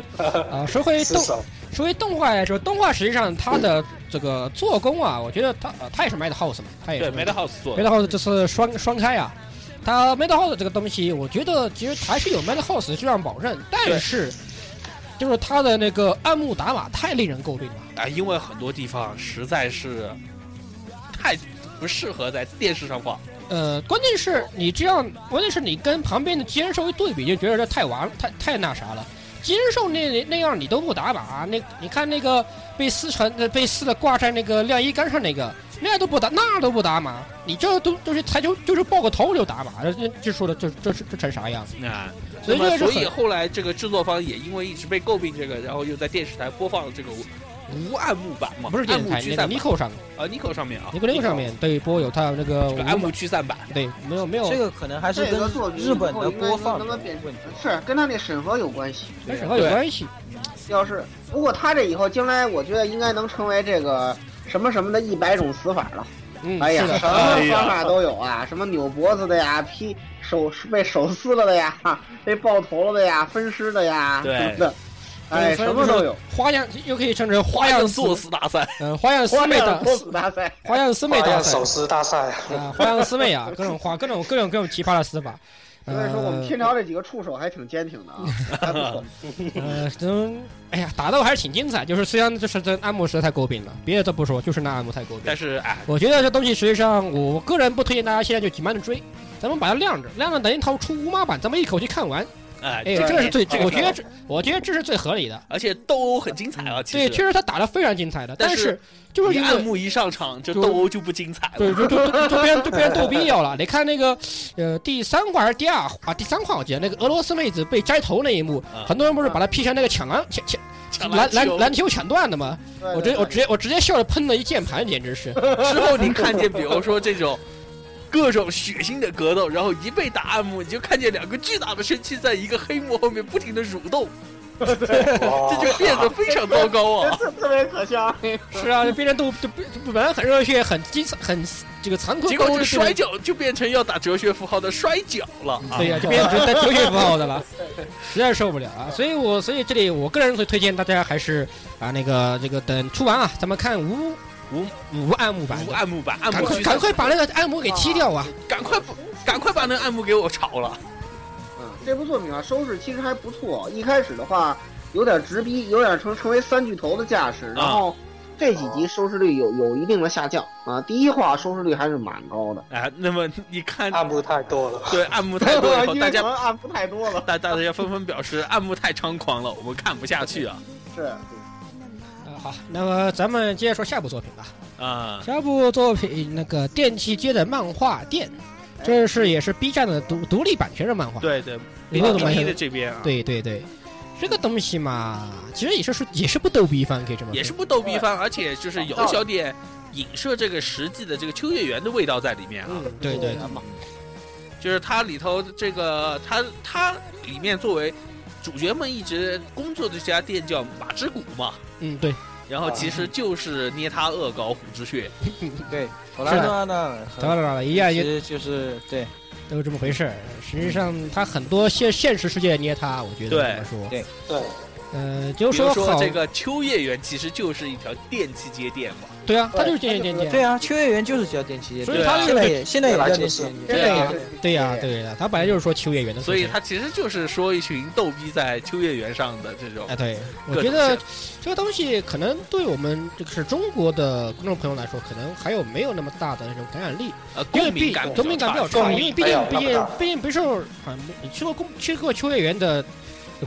S1: 啊，说回
S5: 是
S1: 斗
S5: 手，
S1: 说回动画来说，动画实际上它的这个做工啊，我觉得它呃它也是 Madhouse 嘛，它也
S2: 对
S1: 是
S2: Madhouse 做的，
S1: Madhouse 这次双双开啊，它 Madhouse 这个东西，我觉得其实还是有 Madhouse 质量保证，但是就是它的那个暗幕打码太令人诟病了。
S2: 啊，因为很多地方实在是太不适合在电视上放。
S1: 呃，关键是你这样，关键是你跟旁边的金人兽一对比，就觉得这太完了，太太那啥了。金人兽那那样你都不打靶，那你看那个被撕成呃被撕的挂在那个晾衣杆上那个，那都不打，那都不打码，你这都都是才就就是爆个头就打码，这这说的这这这这成啥样？
S2: 啊，
S1: 所
S2: 那
S1: 以这
S2: 么
S1: 个是
S2: 所以
S1: 很
S2: 后来这个制作方也因为一直被诟病这个，然后又在电视台播放了这个无无暗幕版嘛，
S1: 不是
S2: 暗
S1: 电视
S2: 幕
S1: 台
S2: 驱
S1: 那个
S2: 散版
S1: Nico 上
S2: 啊，Nico 上面啊
S1: Nico Nico 上面对播有它那个
S2: 这个
S1: 无
S2: 暗幕驱散版，
S1: 对没有没有
S4: 这个可能还是
S3: 这个作
S4: 跟
S3: 品
S4: 日本的
S3: 以后应该
S4: 播放
S3: 能
S4: 有
S3: 不能变
S4: 问题。
S3: 是跟他那审核有关系。
S1: 跟审核有
S2: 对
S1: 关系。
S3: 要是不过他这以后将来，我觉得应该能成为这个什么什么的一百种死法了。
S1: 嗯，
S3: 哎呀
S1: 是，的哎
S3: 什么方法都有啊，什么扭脖子的呀，劈手被手撕了的呀，被爆头了的呀，分尸的呀，
S2: 对
S3: 什么的，哎，
S1: 分
S3: 什么都有。
S1: 花样又可以称之为花
S2: 花
S1: 样
S2: 样
S1: 思
S2: 作死大赛，
S1: 嗯花样
S3: 花
S1: 思妹
S3: 样
S1: 大
S3: 作死 (laughs) 大赛，
S1: 花样思妹
S5: 花
S1: 大
S5: 样
S1: 赛
S5: 手撕大赛，
S1: 啊，花样思妹啊，各种花，各种各种各种奇葩的呃死法。
S3: 所以说我们天朝这几个触手还挺坚挺
S1: (laughs)
S3: 的啊，还不错。
S1: 呃，呃嗯哎呀，打斗还是挺精彩。就是虽然就是这暗幕实在太诟病了，别的都不说，就是那暗幕太诟病
S2: 但。是哎，
S1: 我觉得这东西实际上，我个人不推荐大家现在就急忙的追，咱们把它晾着，晾着等一套出乌妈版，咱们一口气看完。
S2: 哎，
S1: 哎，
S2: 个
S1: 这是最，这
S2: 这个
S1: 我觉得这，我觉得这是最合理的。
S2: 而且斗殴很精彩啊，其
S1: 对，
S2: 实
S1: 确实他打的非常精彩的，
S2: 但
S1: 但
S2: 是
S1: 是就是
S2: 一
S1: 因为
S2: 暗幕一上场，这
S1: 就
S2: 斗殴就不精彩
S1: 对，
S2: 了。
S1: 就就就就变就变逗逼掉了。你看那个，呃，第三话还是第二话啊？第三话我记得那个俄罗斯妹子被摘头那一幕，
S2: 啊
S1: 很多人不是
S3: 嗯
S1: 把她 P 成那个抢篮抢抢
S2: 抢
S1: 篮篮
S2: 球
S1: 篮球抢断的吗？
S3: 对
S1: 我直接我直
S3: 对
S1: 接我直接笑着喷了一键盘，简直
S3: (laughs)
S1: 是。
S2: 之后你看见，比如说这种各种血腥的格斗，然后一被打暗幕，你就看见两个巨大的身躯在一个黑幕后面不停的蠕动，
S5: 这
S2: 这就变得非常糟糕
S3: 对
S2: 啊！
S3: 特特别
S1: (laughs)
S3: 可笑。
S1: 是啊，就变成逗就就本来很热血、很精彩、很这个残酷，
S2: 结果这个摔。跤就变成要打哲学符号的摔跤了啊！
S1: 嗯对呀、就变
S2: (laughs)
S1: 成带哲学符号的了，实在受不了啊！所以我所以这里我个人会推荐大家还是啊那个这个等出完啊，咱们看无
S2: 无
S1: 无暗幕版的，
S2: 无暗幕版，暗
S1: 赶
S2: 幕
S1: 快
S2: 驱
S1: 赶
S2: 散
S1: 快把那个按摩给踢掉
S3: (laughs)
S1: 啊！
S2: 赶快不赶快把那个暗幕给我炒了。
S3: 嗯，这部作品啊，收视其实还不错。一开始的话，有点直逼，有点成成为三巨头的架势。然后这几集收视率有有一定的下降啊。第一话收视率还是蛮高的，
S2: 哎，那么你看，
S3: 啊
S5: 暗幕太多了，
S3: (laughs)
S2: 对暗幕太多以后，
S3: 因
S2: 大
S3: 为可
S2: 家
S3: 能按不太多了。
S2: 大大家纷纷表示暗幕太猖狂了，我们看不下去啊！
S3: 是，
S1: 嗯啊，好，那么咱们接着说下部作品吧。
S2: 啊，
S1: 下部作品那个《电器街的漫画店》，这是也是 B 站的独独立版权的漫画，
S2: 哎对对，
S1: 李洛的
S2: 第
S1: 漫
S2: 一
S1: 画
S2: 的。这边啊，，
S1: 对对对，这个东西嘛，其实也是说也是不逗逼番，可以这么说。
S2: 也是不逗逼番，而且就是
S3: 哦
S2: 有一小点影射这个实际的这个秋叶原的味道在里面啊，
S3: 嗯，
S1: 对对对
S3: 嘛，
S2: 就是它里头这个它它里面作为主角们一直工作的这家店叫马之谷嘛，
S1: 嗯对，
S2: 然后其实就是捏他恶搞虎之穴，
S4: 对，我
S1: 是
S4: 来
S1: 的
S4: 说呢，
S1: 当然了，一下
S4: 其
S1: 也
S4: 实就是对
S1: 都是这么回事儿。实际上，他很多现现实世界捏他，我觉
S2: 对
S1: 得怎么说？
S4: 对
S5: 对，
S1: 呃，就
S2: 比如说
S1: 好，
S2: 这个秋叶原其实就是一条电器街店嘛，
S1: 对啊，他
S3: 对
S1: 就是电电电
S4: 对
S1: 电，
S4: 啊，秋叶原就是叫电器街，
S1: 所
S2: 以它
S4: 现在也现在也叫电器街，
S1: 对呀
S3: 对，
S1: 对呀，对呀，他本来就是说秋叶原的事情，
S2: 所以它其实就是说一群逗逼在秋叶原上的这种
S1: 哎，对，我
S2: 各
S1: 觉
S2: 种
S1: 得
S2: 线
S1: 这个东西可能对我们这个是中国的观众朋友来说，可能还有没有那么大的那种感染力，
S2: 呃
S1: 因
S2: 共
S1: 为
S2: 鸣
S1: 毕
S2: 感
S1: 共鸣感比较
S2: 差
S1: 重，
S5: 共
S1: 因为
S5: 鸣
S1: 毕竟
S5: 感
S1: 毕
S5: 比较
S1: 竟
S5: 大
S1: 毕竟不是啊，你去过公去过秋叶原的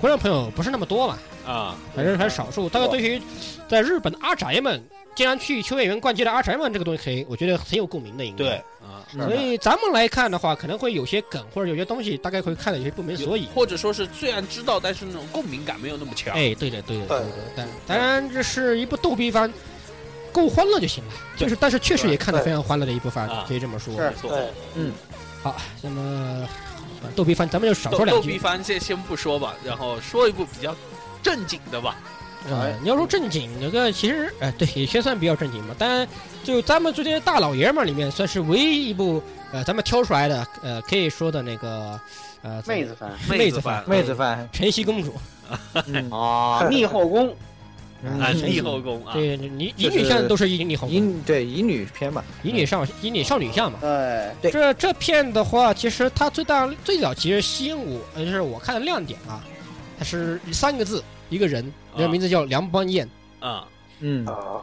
S1: 观众朋友不是那么多嘛，
S2: 啊，
S1: 还是还是少数。但是对于在日本的阿宅们，经常去秋叶原逛街的阿宅们，这个东西可以，我觉得很有共鸣的，应该。
S2: 对。啊。
S1: 所以咱们来看的话，可能会有些梗或者有些东西，大概会看的有些不明所以。
S2: 或者说是虽然知道，但是那种共鸣感没有那么强。
S1: 哎，对的，对的，对
S5: 对
S1: 的。但当然，这是一部逗逼番，够欢乐就行了。就是，但是确实也看得非常欢乐的一部番
S2: 对，
S1: 可以这么说。
S3: 是
S2: 没错，
S5: 对，
S1: 好，那么逗逼番咱们就少啊
S2: 逗
S1: 说两
S2: 逗逼
S1: 句。
S2: 番先先不说吧，然后说一部比较正经的吧。
S1: 啊，你要说正经，那个其实，哎，对，也先算比较正经吧。但就咱们这些大老爷们儿里面，算是唯一一部呃，咱们挑出来的，呃，可以说的那个呃，
S3: 妹子番
S1: (laughs) 妹子
S4: 嗯
S2: 子番，
S4: 妹子饭，
S3: (laughs)
S1: 晨曦公主。
S4: 嗯，
S3: 啊，密后宫
S2: 啊，立后宫啊，
S1: 嗯对，你乙
S4: 就是
S1: 女向都是乙女红，
S4: 嗯乙女对乙女篇嘛，
S1: 乙女上乙女少女向嘛。
S3: 对，
S4: 对
S1: 这这片的话，其实它最大最早其实吸引我，呃，就是我看的亮点啊，它是三个字，一个人，
S2: 啊
S1: 人名字叫梁邦彦。
S2: 啊，
S4: 嗯，
S5: 啊，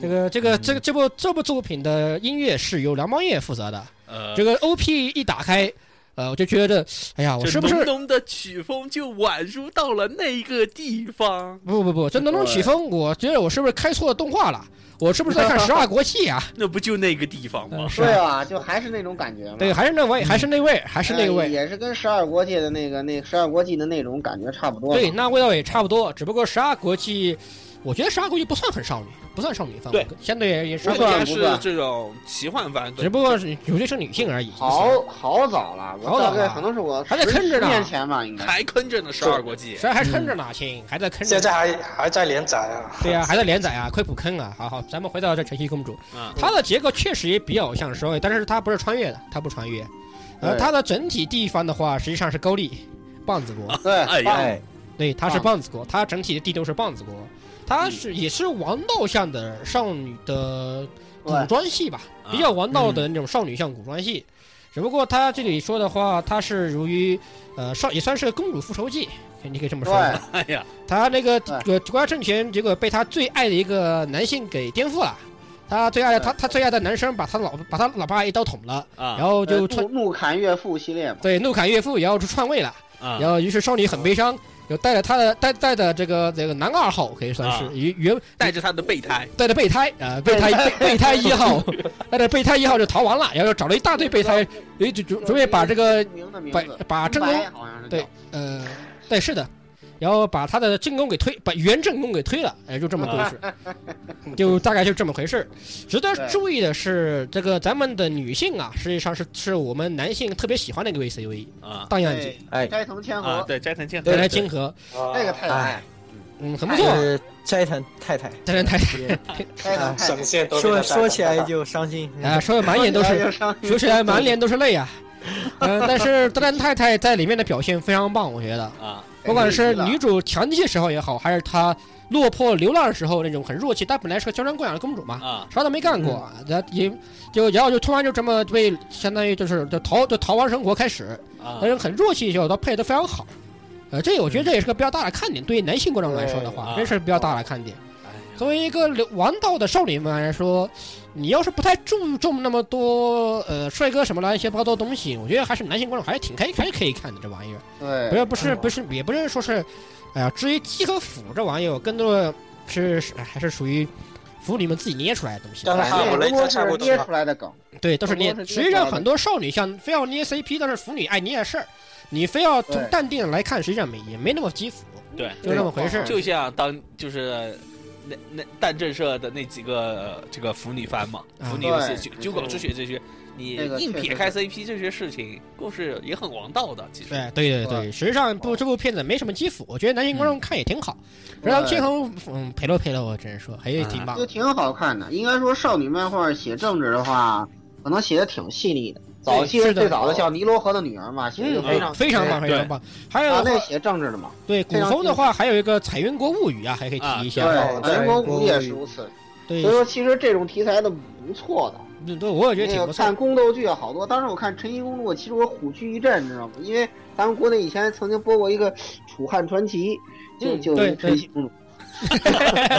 S1: 这个这个
S4: 嗯
S1: 这个这部这部作品的音乐是由梁邦彦负责的。
S2: 呃，
S1: 这个 OP 一打开，呃，我就觉得，哎呀，我
S2: 这
S1: 是不是
S2: 浓浓的曲风就宛如到了那个地方？
S1: 不不不，这浓浓起风，我觉得我是不是开错动画了？我是不是在看十二国戏啊？
S2: 那不就那个地方吗
S1: 嗯，？是
S3: 对
S1: 啊，
S3: 啊，就还是那种感觉嘛。
S1: 对，还是那位，还是那位，还是那
S3: 嗯
S1: 位。
S3: 也是跟十二国际的那个那十二国际的那种感觉差不多嘛。
S1: 对，那味道也差不多，只不过十二国际，我觉得十二国际不算很少女，不算少女范围，相对也嗯是啊
S2: 人
S3: 不，算
S2: 家
S3: 不
S2: 是
S3: 算
S2: 这种奇幻番，
S1: 只不过是有些是女性而已。
S3: 好好早了，我
S1: 好早
S3: 大概
S1: 了
S3: 可能是我
S1: 还在
S3: 十
S1: 坑着呢
S3: 十年前吧，应该。
S2: 还坑着呢，十二国际。
S1: 虽然还坑着
S3: 嗯
S1: 呢，亲，还在坑着
S5: 现
S1: 呢。
S5: 在还还在连载啊。
S1: 对呀、还在连载啊，快补坑啊！好好，咱们回到这晨曦公主，
S2: 嗯
S1: 它的结构确实也比较像社会，但是它不是穿越的，它不穿越。呃，
S3: 对
S1: 它的整体地方的话，实际上是高丽，棒子国。
S3: 对，
S2: 哎呀
S3: 棒
S4: 哎，
S1: 对，它是
S3: 棒
S1: 棒子国，它整体的地都是棒子国，它是也是王道向的少女的古
S3: 对
S1: 装戏吧，
S2: 啊
S1: 比较王道的那种少女向古装戏。只不过它这里说的话，它是由于呃少也算是个公主复仇记，你可以这么说。
S3: 对，
S2: 哎呀，
S1: 他那个
S3: 对
S1: 呃国家政权，结果被他最爱的一个男性给颠覆了。他最爱的他他最爱的男生把他老把他老爸一刀捅了，然
S2: 啊
S1: 后就
S3: 呃
S1: 篡
S3: 怒怒砍岳父系列嘛。
S1: 对怒砍岳父，然后就篡位了。
S2: 啊
S1: 然后于是少女很悲伤，就带着她的带带着这个这个男二号可以算
S2: 啊
S1: 是原原
S2: 带着他的备胎，
S1: 带着备胎啊备胎备备胎一号，带着备胎一号就逃亡了，然后找了一大堆备
S3: (laughs)
S1: 胎，诶准准准备把这个
S3: 名的名
S1: 呃把
S3: 字，
S1: 把正宫
S3: 白好像是
S1: 对
S3: 叫，
S1: 呃，对，是的，然后把他的正宫给推，把原正宫给推了，哎，就这么回事，就大概就这么回事。值得
S3: 对
S1: 注意的是，这个咱们的女性啊，实际上是是我们男性特别喜欢的一个 VCV
S2: 啊
S1: 荡漾姐，
S3: 对
S4: 哎
S3: 斋藤千
S2: 啊，
S3: 和，
S2: 对，斋藤健和，
S1: 再来金河，
S5: 啊
S3: 这个太爱，
S1: 嗯，很不
S4: 就
S1: 错，
S4: 是斋藤太太，
S1: 但是太
S3: 斋藤太
S5: 省线都给
S4: 说
S5: 他
S4: 说起来
S5: 带上
S4: 就伤心。
S1: 啊，说的满眼都是，
S2: 嗯
S1: 说起来满脸都是泪
S2: (laughs)
S1: 啊。嗯、但是丹丹太太在里面的表现非常棒，我觉得，
S2: 啊，
S1: 不管是女主强气时候也好，还是她落魄流浪的时候那种很弱气，她本来是个娇生惯养的公主嘛，
S2: 啊
S1: 啥都没干过，然后也就然后就突然就这么被相当于就是就逃就逃亡生活开始，
S2: 啊嗯
S1: 但是很弱气的时候，她配的非常好。呃，这我觉得这也是个比较大的看点，对于男性观众来说的话，
S2: 对啊
S1: 这是比较大的看点。
S2: 哎呀
S1: 作为一个流王道的少女们来说，你要是不太注重那么多呃帅哥什么乱七八糟东西，我觉得还是男性观众还是挺开还是可以看的这玩意儿。
S3: 对，
S1: 不是不是不是，也不是说是，哎呀，至于鸡和腐这玩意儿，更多的是是还是属于腐女们自己捏出来的东西。
S5: 当然
S3: 反正
S5: 我
S3: 也
S5: 雷
S3: 不过
S5: 泽差
S3: 是
S5: 不多
S3: 捏出来的梗，
S1: 对，都是捏
S3: 更。多是
S1: 实
S3: 捏
S1: 际
S3: 出来
S1: 上
S3: 的
S1: 很多少女像非要捏 CP，但是腐女爱捏的事儿，你非要从
S3: 对
S1: 淡定来看，实际上没也没那么鸡腐，
S2: 对，
S1: 就这么回事。
S2: (laughs) 就像当就是那那蛋震社的那几个呃这个腐女番嘛，
S1: 啊
S2: 腐女游戏
S3: 对
S2: 九九狗之血这些，你
S3: 那个
S2: 硬
S3: 确
S2: 撇
S3: 实
S2: 开
S3: 是
S2: CP 这些事情，故事也很王道的，其实
S1: 对对对对，实际上部这部片子没什么基础，我觉得男性观众看也挺好。然后
S3: 对
S1: 天恒，嗯，陪了陪了，我只能说还也挺棒
S3: 啊就。挺好看的。应该说少女漫画写政治的话，可能写的挺细腻的。早期
S1: 是的
S3: 最早的叫《尼罗河的女儿》嘛，写的就非
S1: 嗯，
S3: 常
S1: 非常棒，非常棒。还有
S3: 啊，
S1: 的
S3: 那
S1: 话，
S3: 写政治的嘛，
S1: 对古
S3: 非常
S1: 风的
S3: 精彩
S1: 话，还有一个《彩云国物语》啊，还可以提一
S3: 对啊
S1: 下。
S4: 对，
S3: 全国
S4: 对
S3: 无也是如此。
S1: 对
S3: 所以说，其实这种题材的不错的。
S1: 对对，我也觉得
S3: 那
S1: 挺
S3: 个
S1: 不
S3: 看
S1: 错。
S3: 宫斗剧也好多，当时我看《晨曦公主》，我其实我虎躯一震，你知道吗？因为咱们国内以前曾经播过一个《楚汉传奇》，就
S1: 嗯
S3: 就
S1: 对
S3: 《晨曦公主》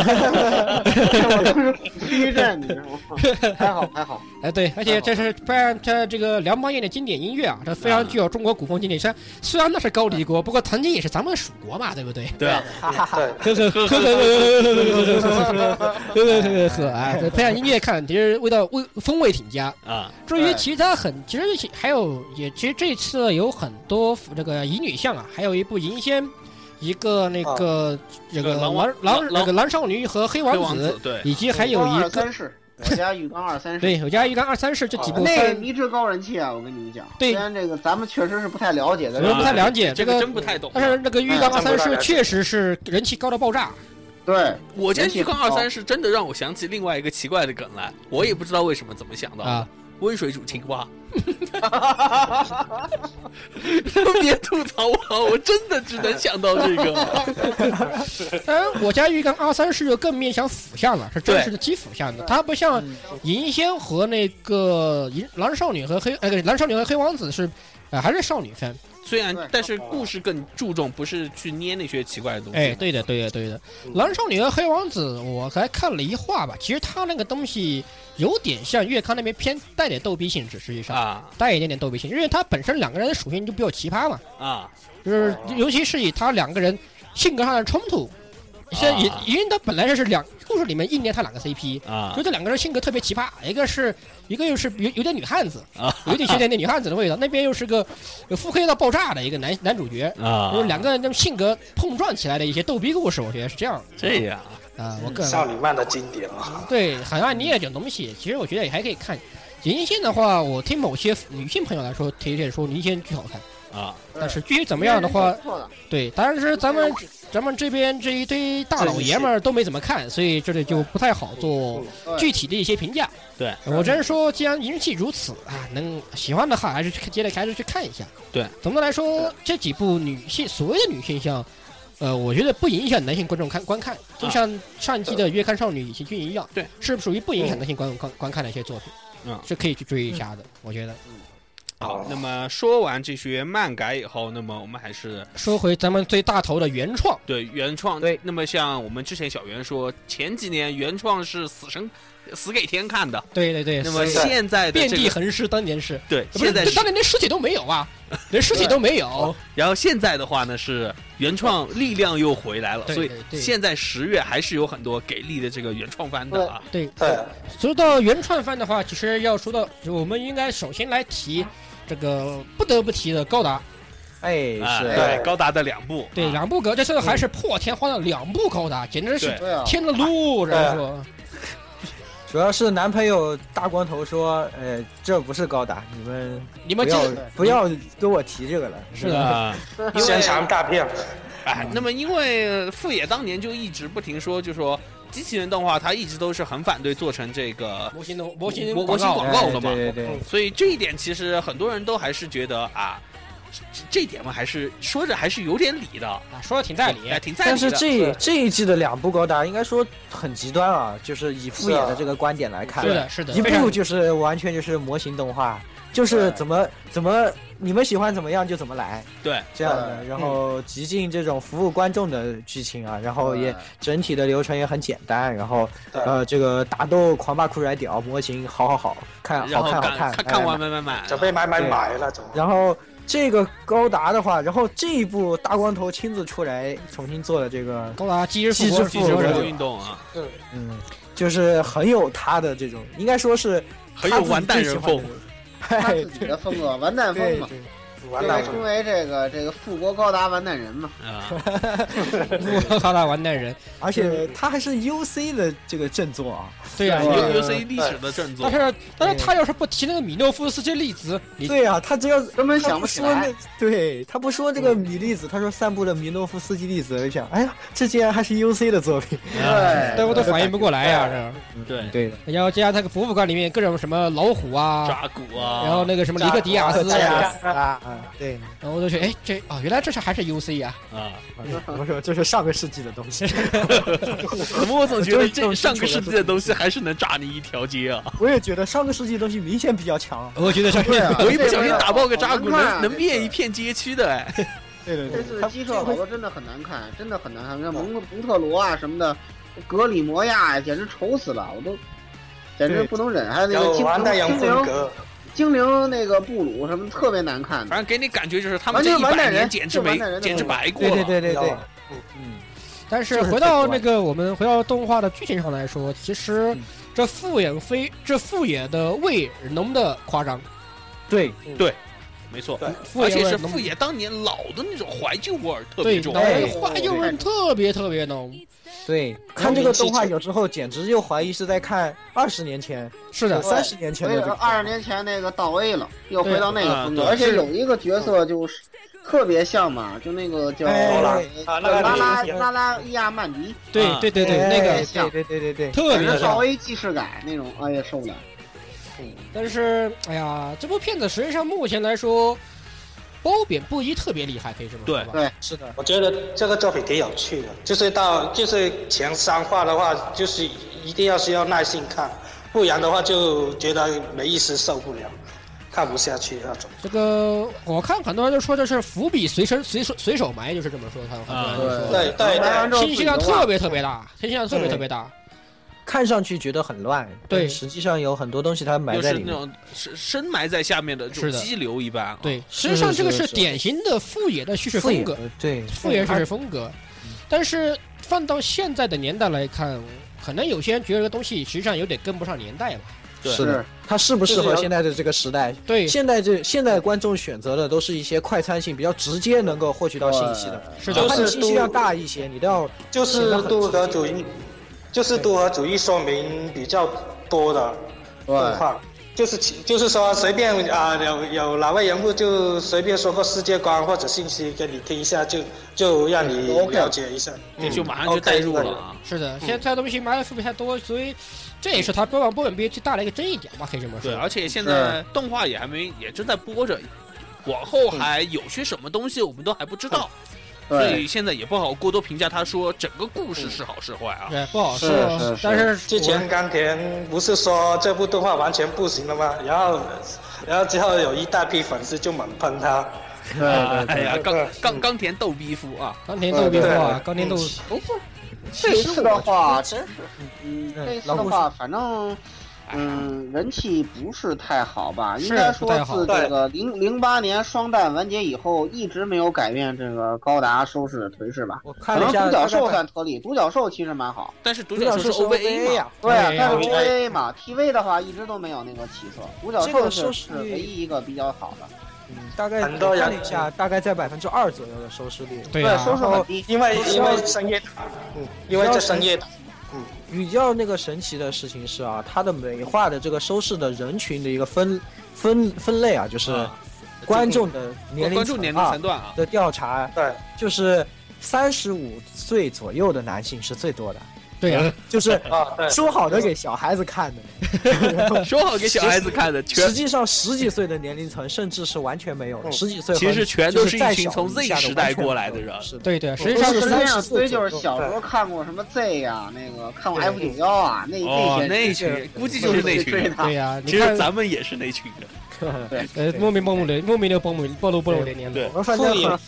S3: 我当时虎躯一震，你知道吗？还好还好，
S1: 哎，对，而且这是不然这这个梁邦彦的经典音乐啊，这非常具有中国古风经典。虽然虽然那是高丽国，不过曾经也是咱们蜀国嘛，对不对？
S2: 对啊，
S5: 对，
S1: 呵呵呵呵 (laughs) 呵呵呵呵呵呵呵呵呵呵啊！配上音乐看，其实味道味风味挺佳。
S2: 啊
S1: 至于其他很，其实还有也，其实这次有很多这个乙女向啊，还有一部银仙，一个那个这个
S2: 狼
S1: 狼狼
S2: 狼
S1: 那个狼少女和黑
S2: 黑
S1: 王
S2: 王
S1: 子，
S2: 子对
S1: 以及还 (laughs) 有
S3: 浴缸
S1: 一个
S3: 二三世，我家浴缸二三世。
S1: 对，我啊家一干二三世这几部
S3: 那个
S1: 番，
S3: 迷之高人气啊！我跟你们讲，
S1: 对
S3: 虽然这个咱们确实是不太了解的，
S1: 我们不太了解
S2: 这
S1: 这
S2: 个
S1: 个，
S2: 真不太懂。啊
S1: 但是那个浴缸二三世确实是人气高到爆炸。
S3: 对，
S2: 我今天去看
S3: 人气
S2: 二
S3: 很高
S2: 三是真的让我想起另外一个奇怪的梗来，我也不知道为什么怎么想到的
S1: 啊，
S2: 温水煮青蛙。 (laughs) 别吐槽我，我真的只能想到这个。
S1: 当然，我家浴缸阿三是有更面向腐向了，是真实的基腐向的，它不像银仙和那个银狼少女和黑那个狼少女和黑王子是，呃还是少女番。
S2: 虽然
S3: 对，
S2: 但是故事更注重不是去捏那些奇怪的东西。嗯
S1: 哎，对的，对的，对的，狼少女和黑王子我还看了一话吧，其实它那个东西有点像月刊那边偏带点逗逼性质，实际上
S2: 啊
S1: 带一点点逗逼性，因为它本身两个人的属性就比较奇葩嘛。
S2: 啊，
S1: 就是尤其是以他两个人性格上的冲突，现在也
S2: 啊
S1: 因为他本来就是两故事里面硬捏他两个 CP，
S2: 啊
S1: 所以这两个人性格特别奇葩，一个是一个又是有有点女汉子
S2: 啊，
S1: 有点有点那女汉子的味道，那边又是个有腹黑到爆炸的一个男男主角，
S2: 啊
S1: 就是两个人的性格碰撞起来的一些逗逼故事，我觉得是这样
S2: 这样啊
S1: 的啊，我个人
S5: 少女漫的经典啊，
S1: 对《海岸捏》这种东西，其实我觉得也还可以看。银线的话，我听某些女性朋友来说，提起说银线巨好看，
S2: 啊
S1: 但是具体怎么样的话，
S3: 不错的
S1: 对，但是咱们咱们这边这一堆大老爷们儿都没怎么看，所以这里就不太好做
S3: 对
S1: 具体的一些评价。
S2: 对，
S1: 我只是说，既然人气如此啊，能喜欢的话，还是去接着还是去看一下。
S2: 对，
S1: 总的来说，这几部女性所谓的女性向，呃，我觉得不影响男性观众看观看，就像上期的《月刊少女》以及《军营》一样，
S2: 啊对，
S1: 是属于不影响男性观众观观看的一些作品，
S2: 嗯
S1: 是可以去追一下的。我觉得，
S2: 好，那么说完这些漫改以后，那么我们还是
S1: 说回咱们最大头的原创，
S2: 对原创。
S4: 对，
S2: 那么像我们之前小袁说，前几年原创是死神死给天看的，
S1: 对对对，
S2: 那么
S5: 是的
S2: 现在的
S1: 遍
S2: 这
S1: 地
S2: 个
S1: 横尸，当年是。
S2: 对，
S1: 不是
S2: 现在，是哦
S1: 当，年连尸体都没有啊，连尸体都没有。
S2: 然后现在的话呢是原创力量又回来了，
S1: 对
S2: 所以
S1: 对对
S2: 现在十月还是有很多给力的这个原创番的啊。
S1: 对，
S5: 对，
S1: 说到原创番的话，其实要说到，我们应该首先来提这个不得不提的高达，
S4: 哎，
S2: 啊，
S4: 是，
S2: 对，高达的两部，
S1: 对，
S2: 啊
S1: 两部高，这次还是破天荒的两部高达，简直是
S2: 对
S3: 对啊，
S1: 天了噜，这样说。
S4: 主要是男朋友大光头说，呃，这不是高达，你们
S1: 你
S4: 不
S1: 们
S4: 要
S1: 这
S4: 不要跟我提这个了。
S1: 是的
S2: 啊，因为
S5: 宣传大片，
S2: 哎，
S4: 嗯
S2: 那么因为富野当年就一直不停说，就说机器人动画，他一直都是很反对做成这个，
S1: 模型的模型
S2: 模模型
S1: 广
S2: 广
S1: 告啊
S2: 告嗯
S4: 哎
S2: 了嘛
S4: 对对对，
S2: 所以这一点其实很多人都还是觉得啊，这这点嘛还是说着还是有点理的，
S1: 啊，说的挺在理。
S2: 哎，挺在
S4: 但
S2: 理
S4: 是
S2: 的。
S4: 这这一季的两部高达应该说很极端啊，就是以副野的这个观点来看，
S1: 是的，是的，
S4: 一
S1: 非常
S4: 部就是完全就是模型动画，就是怎么怎么你们喜欢怎么样就怎么来，
S2: 对
S4: 这样的，
S3: 对
S4: 然后极尽这种服务观众的剧情啊，然后也
S3: 对
S4: 整体的流程也很简单，然后
S5: 对
S4: 呃这个打斗狂霸酷拽屌模型好好好看
S2: 然
S4: 好
S2: 后
S4: 看好
S2: 看
S4: 看
S2: 看
S4: 哎
S2: 看完买买买，
S5: 准备买买买那种。
S4: 然后这个高达的话，然后这一部大光头亲自出来重新做的这个，
S1: 高达机制
S4: 机制
S1: 复
S4: 复
S1: 活
S4: 活
S2: 活
S1: 者
S4: 者，
S2: 运动啊，
S4: 嗯，就是很有他的这种，应该说是
S2: 很有
S4: 他自己
S2: 完蛋
S4: 最喜
S2: 人
S4: 欢
S2: 风
S4: 的。
S3: (laughs) 他
S4: 嘿
S3: 自己的风格，完蛋风
S4: 对
S3: 嘛，
S4: 对，
S5: 完
S3: 被
S5: 了，
S3: 称为这个这个富国高达完蛋人嘛。
S4: (laughs)
S2: 啊，
S1: 高达完蛋人。
S4: 而且他还是 UC 的这个振作啊，
S1: 对呀，
S3: 对
S2: 尤
S3: 啊
S2: 尤其历史的振作
S1: 但，是但是他要是不提那个米诺夫斯基粒子，你
S4: 对啊，他只要
S3: 根本想
S4: 不
S3: 不起
S4: 说
S3: 来
S4: 那，对他不说这个米粒子，他说散布了米诺夫斯基粒子，我就想，哎呀，这竟然还是 UC 的作品，
S2: 啊
S1: 对
S3: 对
S1: 不对？反应不过来啊呀，这。
S2: 对，
S4: 对的，
S1: 然后加上那个博物馆里面各种什么老虎啊，
S2: 抓骨啊，
S1: 然后那个什么尼克迪亚斯
S5: 对
S4: 呀
S1: 啊，
S5: 啊
S4: 啊，啊对，
S1: 然后我就觉得，哎，这哦，原来这是还是 UC
S3: (laughs)
S1: 啊，
S2: 啊，
S4: 我说这是上个世纪的东西，
S2: 怎么我总觉得这
S4: 就是
S2: 上个世纪的东西还是能炸你一条街啊。
S4: 我也觉得上个世纪的东西明显比较强，
S2: 哦
S1: 我觉得是
S3: 对啊，
S2: 我一不小心打爆个扎古，
S3: 好难看啊
S2: 能能灭一。片街区的哎。
S4: 对对
S3: 这
S4: 对，
S3: 次
S4: 他
S3: 机
S4: 这
S3: 设好
S4: 回
S3: 多真的很难看，真的很难看。像蒙蒙特罗啊什么的，格里摩亚呀，简直丑死了，我都简直
S4: 对
S3: 不能忍。还有那
S5: 然
S3: 个
S5: 后
S3: 精
S5: 完蛋人
S3: 灵精
S5: 风
S3: 灵
S5: 格，
S3: 精灵那个布鲁什么特别难看
S2: 反正给你感觉就是他们
S3: 完
S2: 这
S3: 全
S2: 一
S3: 完
S2: 百
S3: 蛋
S2: 年
S3: 人
S2: 简直
S3: 就
S2: 没
S3: 完蛋人的
S2: 简直
S3: 风格
S2: 白过
S4: 对
S2: 了。
S4: 对对对
S5: 知道
S4: 对
S5: 吧，
S4: 嗯，
S1: (laughs) 但是回到
S3: 啊
S1: 那个我们回到动画的剧情上来说，其实
S4: 嗯
S1: 这富野非这富野的味浓的夸张，
S4: 对，
S2: 没错。
S5: 对
S1: 富
S2: 而
S1: 野
S2: 且
S1: 味
S2: 是
S1: 浓
S2: 富野当年老的那种怀旧味儿特别
S1: 对，
S2: 重哎
S1: 老，人
S4: 哎
S1: 花就味特别特别浓，
S4: 对，看这个动画有时候简直就怀疑是在看二十年前、
S1: 是的，
S4: 三十年
S3: 所
S4: 前的
S3: 以
S4: 这个
S3: 二十年前那个到 A 了，又回到那
S2: 对啊
S3: 个风格，
S2: 对
S3: 而且有一个角色就是特别像嘛，就那个叫
S4: 哎
S3: 呃
S4: 哎
S5: 啊那个
S3: 拉拉
S5: 女的
S3: 拉拉伊亚曼迪，
S1: 对
S2: 啊
S1: 对对对，那
S4: 哎
S1: 个
S4: 对对对对对，
S1: 特
S3: 反
S1: 别
S3: 正到
S1: 像，
S3: A 哎既视感那种，哎呀受不了。
S1: 但是，哎呀，这部片子实际上目前来说，褒贬不一，特别厉害，可以这么说
S2: 对
S1: 吧？
S3: 对
S5: 是的，我觉得这个作品挺有趣的，就是到就是前三话的话，就是一定要需要耐心看，不然的话就觉得没意思，受不了，看不下去那种。
S1: 这个我看很多人都说这是伏笔随身随手随手埋，就是这么说，他们很
S2: 啊
S1: 多人都说
S5: 对对
S3: 玩完之
S5: 对，
S3: 后
S1: 信息量
S3: 啊自己就忘嗯
S1: 特
S3: 了
S1: 别特别大，信息量特别特别大。
S4: 看上去觉得很乱，
S1: 对
S4: 但实际上有很多东西它埋
S2: 又
S4: 在
S2: 是
S4: 里
S2: 那
S4: 面。
S2: 种深深埋在下面的这
S1: 是
S2: 种
S1: 的
S2: 激流一般。，啊
S3: 嗯
S1: 对，实
S4: 是
S1: 际上这个
S4: 是
S1: 是
S4: 是
S1: 典型的富野的叙事风格，
S4: 呃对，
S1: 富野叙事风格。
S3: 嗯
S1: 但是放到现在的年代来看，可能有些人觉得这个东西实际上有点跟不上年代了。
S2: 对
S4: 是的，它适不适合现在的这个时代？
S1: 对，
S4: 现在这现在观众选择的都是一些快餐性、比较直接能够获取到信息的，
S1: 是
S4: 哪
S1: 的
S4: 怕
S5: 就
S4: 你
S5: 是
S4: 信息量大一些，你都要
S5: 就是多核主义，就是多核主义说明比较多的动
S3: 对，
S5: 画，就是其就是说随便啊、有有哪位人物就随便说个世界观或者信息给你听一下，就就让你
S3: OK
S5: 了解一下，
S2: 也
S5: 嗯
S2: 就马上就
S5: OK，
S2: 带入
S5: 对
S2: 了啊。
S1: 是
S3: 嗯
S1: 的，现在东西埋的伏笔太多，所以这也是它播放波本比最大的一个争议点吧，可以这么
S2: 对，
S1: 说。
S2: 而且现
S3: 嗯
S2: 在动画也还没，也正在播着，往后还有些什么东西我们都还不知道，所
S3: 嗯对，
S2: 以现在也不好过多评价。他说整个故事是好是坏啊，
S1: 对，不好
S3: 是是
S1: 说
S3: 是。
S1: 但是
S5: 之前冈田不是说这部动画完全不行了吗？然后，然后之后有一大批粉丝就猛喷他，
S3: 对
S2: 哎呀，
S5: 对
S2: 钢
S5: 是
S2: 钢钢田豆逼夫啊，
S1: 钢铁豆逼说啊，
S5: 对
S1: 钢铁豆
S3: 这次的话，真是，嗯，
S4: 嗯
S3: 这次
S4: 老
S3: 的
S4: 顾
S3: 话，反正，嗯，人气不是太好吧？应
S1: 是
S3: 该
S1: 不
S3: 说
S1: 太好
S3: 自这个零零八年双弹完结以后，一直没有改变这个高达收视的颓势吧？
S4: 我看
S3: 可
S4: 了
S3: 能
S4: 一下
S3: 独角兽
S4: 大概
S3: 算特例，独角兽其实蛮好。
S2: 但是独
S4: 独
S2: 角
S4: 角
S2: 兽
S4: 兽
S2: 是 OVA 嘛，
S4: 呀，
S3: 对啊，
S1: 对啊
S3: 但是 OVA 嘛，TV 的话一直都没有那个起色，独角
S4: 这
S3: 兽
S4: 个
S3: 是
S4: 收
S3: 是
S4: 视率
S3: 唯一一个比较好的，
S4: 嗯大概
S5: 很多
S4: 我
S5: 人
S4: 看了一下，大概在百分之二左右的收视率。
S1: 对
S3: 对，收
S1: 啊，
S3: 视很低。
S5: 因为
S4: 不是
S5: 因为深夜党，嗯，因为这深夜党，
S4: 比较那个神奇的事情是啊，它的美化的这个收视的人群的一个分分分类啊，就是
S2: 啊
S4: 观众的年龄
S2: 关注年龄
S4: 啊
S2: 层段啊，
S4: 的调查，
S5: 对，
S4: 就是三十五岁左右的男性是最多的， (laughs)
S1: 对啊，
S4: 就是
S5: 啊对，
S4: 说好的给小孩子看
S2: (laughs)
S4: 的，
S2: 说好给小孩子看的， (laughs) 全
S4: 实际上十几岁的年龄层甚至是完全没有的，
S5: 嗯
S4: 十几岁和
S2: 其实全都
S4: 就是
S2: 一
S4: 再
S2: 群
S4: 小
S2: 从
S4: 一
S2: Z
S4: 下的
S2: 时
S4: 完
S2: 代
S4: 全
S2: 过
S4: 没
S2: 来
S4: 有
S2: 的人
S4: 是的，
S1: 对对，啊实际
S3: 不
S1: 上
S3: 是
S4: 是
S1: 是
S3: 实际上，
S4: 34
S3: 所以就是
S4: 左右
S3: 小时候看过什么 Z 呀、那个看过 F 九幺啊，那
S2: 哦，
S3: 那
S2: 那
S3: 些
S2: 群估计就是那群
S3: 对
S2: 人。
S1: 对
S3: 的，
S1: 呀，你
S2: 其实
S1: 看
S2: 咱们也是那群人，
S1: 呃，莫名暴露的，莫名的暴露暴露暴露
S4: 对
S1: 年龄
S2: 对
S1: 了。
S4: 我反正
S5: 副
S4: 很
S5: 业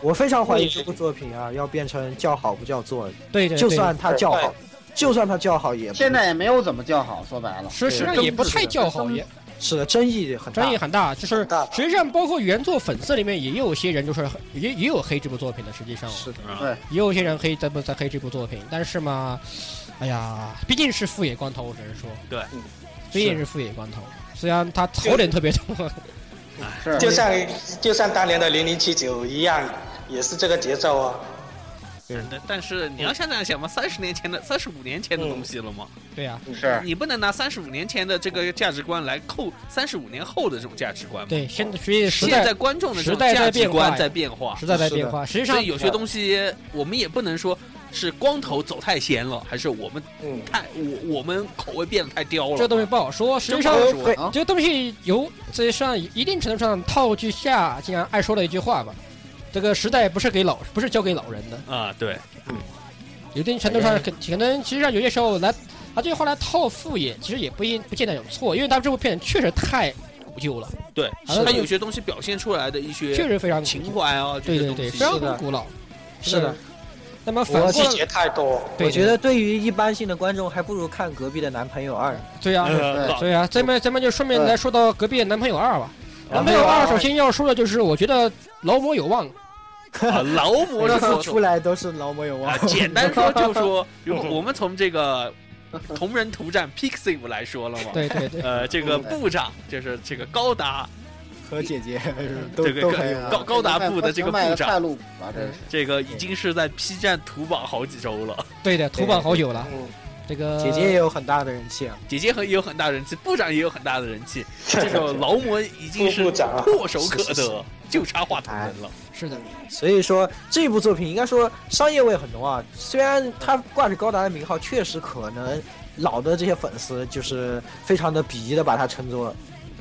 S4: 我非常怀疑
S5: 副业
S4: 这部作品啊，要变成叫好不叫座，
S1: 对对，
S4: 就
S1: 对
S4: 算它叫好
S5: 对，
S4: 就算它叫好也不
S3: 现在也没有怎么叫好，说白了，
S1: 实实际上
S3: 对
S1: 也不太叫好，
S3: 争
S1: 也
S4: 是的，争议很大
S1: 争议。很大。就是
S5: 大
S1: 实际上，包括原作粉丝里面也有些人就是很也也有黑这部作品的，实际上
S4: 是的，
S2: 啊
S3: 对
S1: 也有些人黑在不在黑这部作品，但是嘛，哎呀，毕竟是富野光头，我只能说，
S2: 对
S5: 嗯，
S1: 毕竟是富野光头。虽然他槽点特别多， (laughs)
S3: 是
S5: 就像就像当年的零零七九一样，也是这个节奏啊，
S2: 嗯但但是你要想想想嘛，三十年前的、三十五年前的东西了嘛，
S1: 对呀、
S3: 是
S2: 你不能拿三十五年前的这个价值观来扣三十五年后的这种价值观嘛。
S1: 对，现在所以时
S2: 现在
S1: 代
S2: 观众的这
S1: 时
S2: 种
S1: 代在
S2: 价值
S1: 变化
S2: 观
S1: 呀
S2: 在变化，
S1: 时代在变化，实际
S2: 所
S1: 上
S2: 以有些东西我们也不能说是光头走太闲了，还是我们
S5: 嗯，
S2: 太我我们口味变得太刁了。
S1: 这东西不好说，实际
S2: 真
S1: 上
S2: 不。好
S3: 对
S2: 说。
S1: 这东西由这上一定程度上套句下竟然爱说的一句话吧，这个时代不是给老不是交给老人的，
S2: 啊，对，
S1: 有一定程度
S4: 哎
S1: 上可可能，其实上有些时候来，他这后来套副业，其实也不一不见得有错，因为他们这部片确实太古旧了，
S2: 对，
S1: 好像
S2: 他有些东西表现出来的一
S1: 确
S2: 些
S1: 实非常古
S2: 情
S1: 旧，
S2: 怀啊，
S1: 对
S2: 这些
S1: 对
S2: 东
S1: 对，
S2: 西
S1: 非
S4: 是
S1: 常
S4: 的
S1: 古老。
S4: 是的，
S1: 那么反过
S5: 细
S1: 来，
S5: 节太多，
S1: 对
S4: 我觉得对于一般性的观众，还不如看隔壁的男朋友二。
S1: 对呀，
S4: 嗯
S2: 呃
S1: 对呀，咱们咱们就顺便来说到隔壁的男朋友二吧。男
S4: 男
S1: 朋
S4: 朋
S1: 友
S4: 友
S1: 二
S4: 二
S1: 首先要说的就是，我觉得劳模有望，
S4: (laughs)
S2: 啊劳模
S4: 每
S2: 是
S4: 次
S2: 所
S4: 出来都是劳模有
S2: 啊
S4: 望，，
S2: 简单说就说，如果我们从这个同人图战 Pixiv 来说了嘛，
S1: 对对对，
S2: 呃，这个部长就是这个高达，
S4: 和
S2: (laughs)
S4: 姐姐都
S2: 这个
S4: 都
S2: 个
S4: 很有
S3: 啊
S4: 望。
S2: 高高达部的这个部
S3: 卖的太
S2: 长，
S3: 露骨了，这是
S2: 这个已经是在 P 站图榜好几周了。
S1: 对
S4: (laughs)
S1: 的，图榜好久了。
S5: 嗯，
S1: 这个
S4: 姐姐也有很大的人气啊，
S2: 姐姐很也有很大人气，部长也有很大的人气，这个劳模已经是
S5: 副部长啊
S2: 唾手可
S4: 是是
S2: 得
S4: 是，
S2: 就差话筒人了。
S1: 是的，
S4: 所以说这部作品应该说商业味很浓啊。虽然它挂着高达的名号，确实可能老的这些粉丝就是非常的鄙夷的把他称作，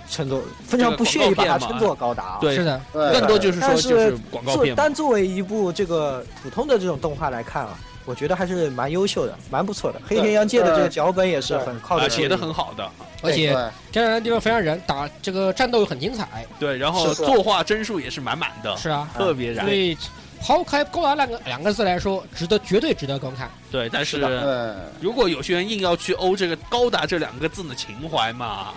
S4: 称作
S2: 这
S4: 非
S2: 个
S4: 常不屑于把他
S2: 广告片嘛
S4: 称作高达。
S2: 对
S1: 是的，
S3: 对
S2: 更多就是说
S4: 但是
S2: 就是广告
S4: 作
S2: 片嘛，
S4: 单作为一部这个普通的这种动画来看啊，我觉得还是蛮优秀的，蛮不错的。黑田洋介的这个脚本也是很靠
S2: 啊
S4: 谱，
S2: 写的很好的，
S1: 而且
S3: 对
S1: 天然的地方非常燃，打这个战斗又很精彩，
S2: 对，然后
S5: 是是
S2: 作画帧数也是满满的，
S1: 是啊，
S2: 特别燃
S1: 所，以抛开高达两个两个字来说，值得绝对值得观看。
S2: 对，但是
S3: 对
S2: 如果有些人硬要去欧这个高达这两个字的情怀嘛，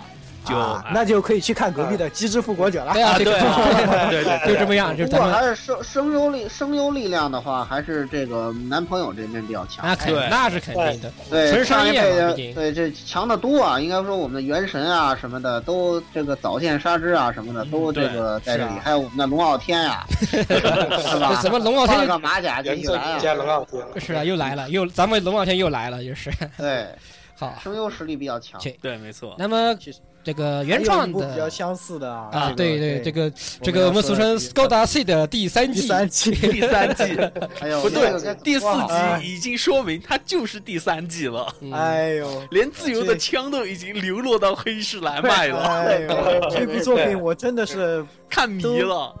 S2: 就
S4: 啊
S2: 哎
S4: 那就可以去看隔壁的《机智复国者》了
S1: 对。啊，
S2: 啊，
S1: 这
S2: 对
S1: 个
S2: 啊，对对对
S1: (laughs) 就这么样，就是
S3: 不
S1: 咱
S3: 过
S1: 们
S3: 还是声声优力声优力量的话，还是这个男朋友这边比较强。
S1: 那肯
S2: 对
S1: 那是肯定的，
S3: 对
S1: 啊纯
S3: 上
S1: 商
S3: 一
S1: 业
S3: 辈
S1: 嘛，
S3: 的
S1: 毕竟
S3: 对这强的多啊，应该说我们的元神啊什么的都这个早见沙织啊什么的都这个在
S1: 嗯
S3: 这
S1: 是
S3: 里，
S1: 啊
S3: 还有我们的龙傲天
S1: (laughs)
S3: 呀，是
S1: 这
S3: 吧
S1: 什？么龙傲
S3: 换
S1: 天
S3: 个马甲就
S5: 原
S3: 一
S5: 作
S3: 来啊，
S5: 加龙傲天，
S1: (laughs) 是啊，又来了，又咱们龙傲天又来了，就是 (laughs)
S3: 对，
S1: 好。
S3: 声优实力比较强
S1: 切。
S2: 对，没错，
S1: 那么这个原
S4: 还有
S1: 创
S4: 一部比较
S1: 的
S4: 相似的啊
S1: 啊，对对，这
S4: 这个
S1: 个这个我们俗称高达 C 的第三
S4: 第
S1: 季，
S4: 三季，
S2: 第三季
S3: 哎呦，
S2: 不对
S3: 这个该怎么
S2: 第四
S3: 说好
S4: 哎
S2: 集已经说明它就是第三季了，
S1: 嗯
S4: (laughs) 哎呦。
S2: 连自由的枪都已经流落到黑市来卖了，
S4: 哎
S2: (laughs)
S4: 呦，这部作品我真的是，
S2: 看迷了，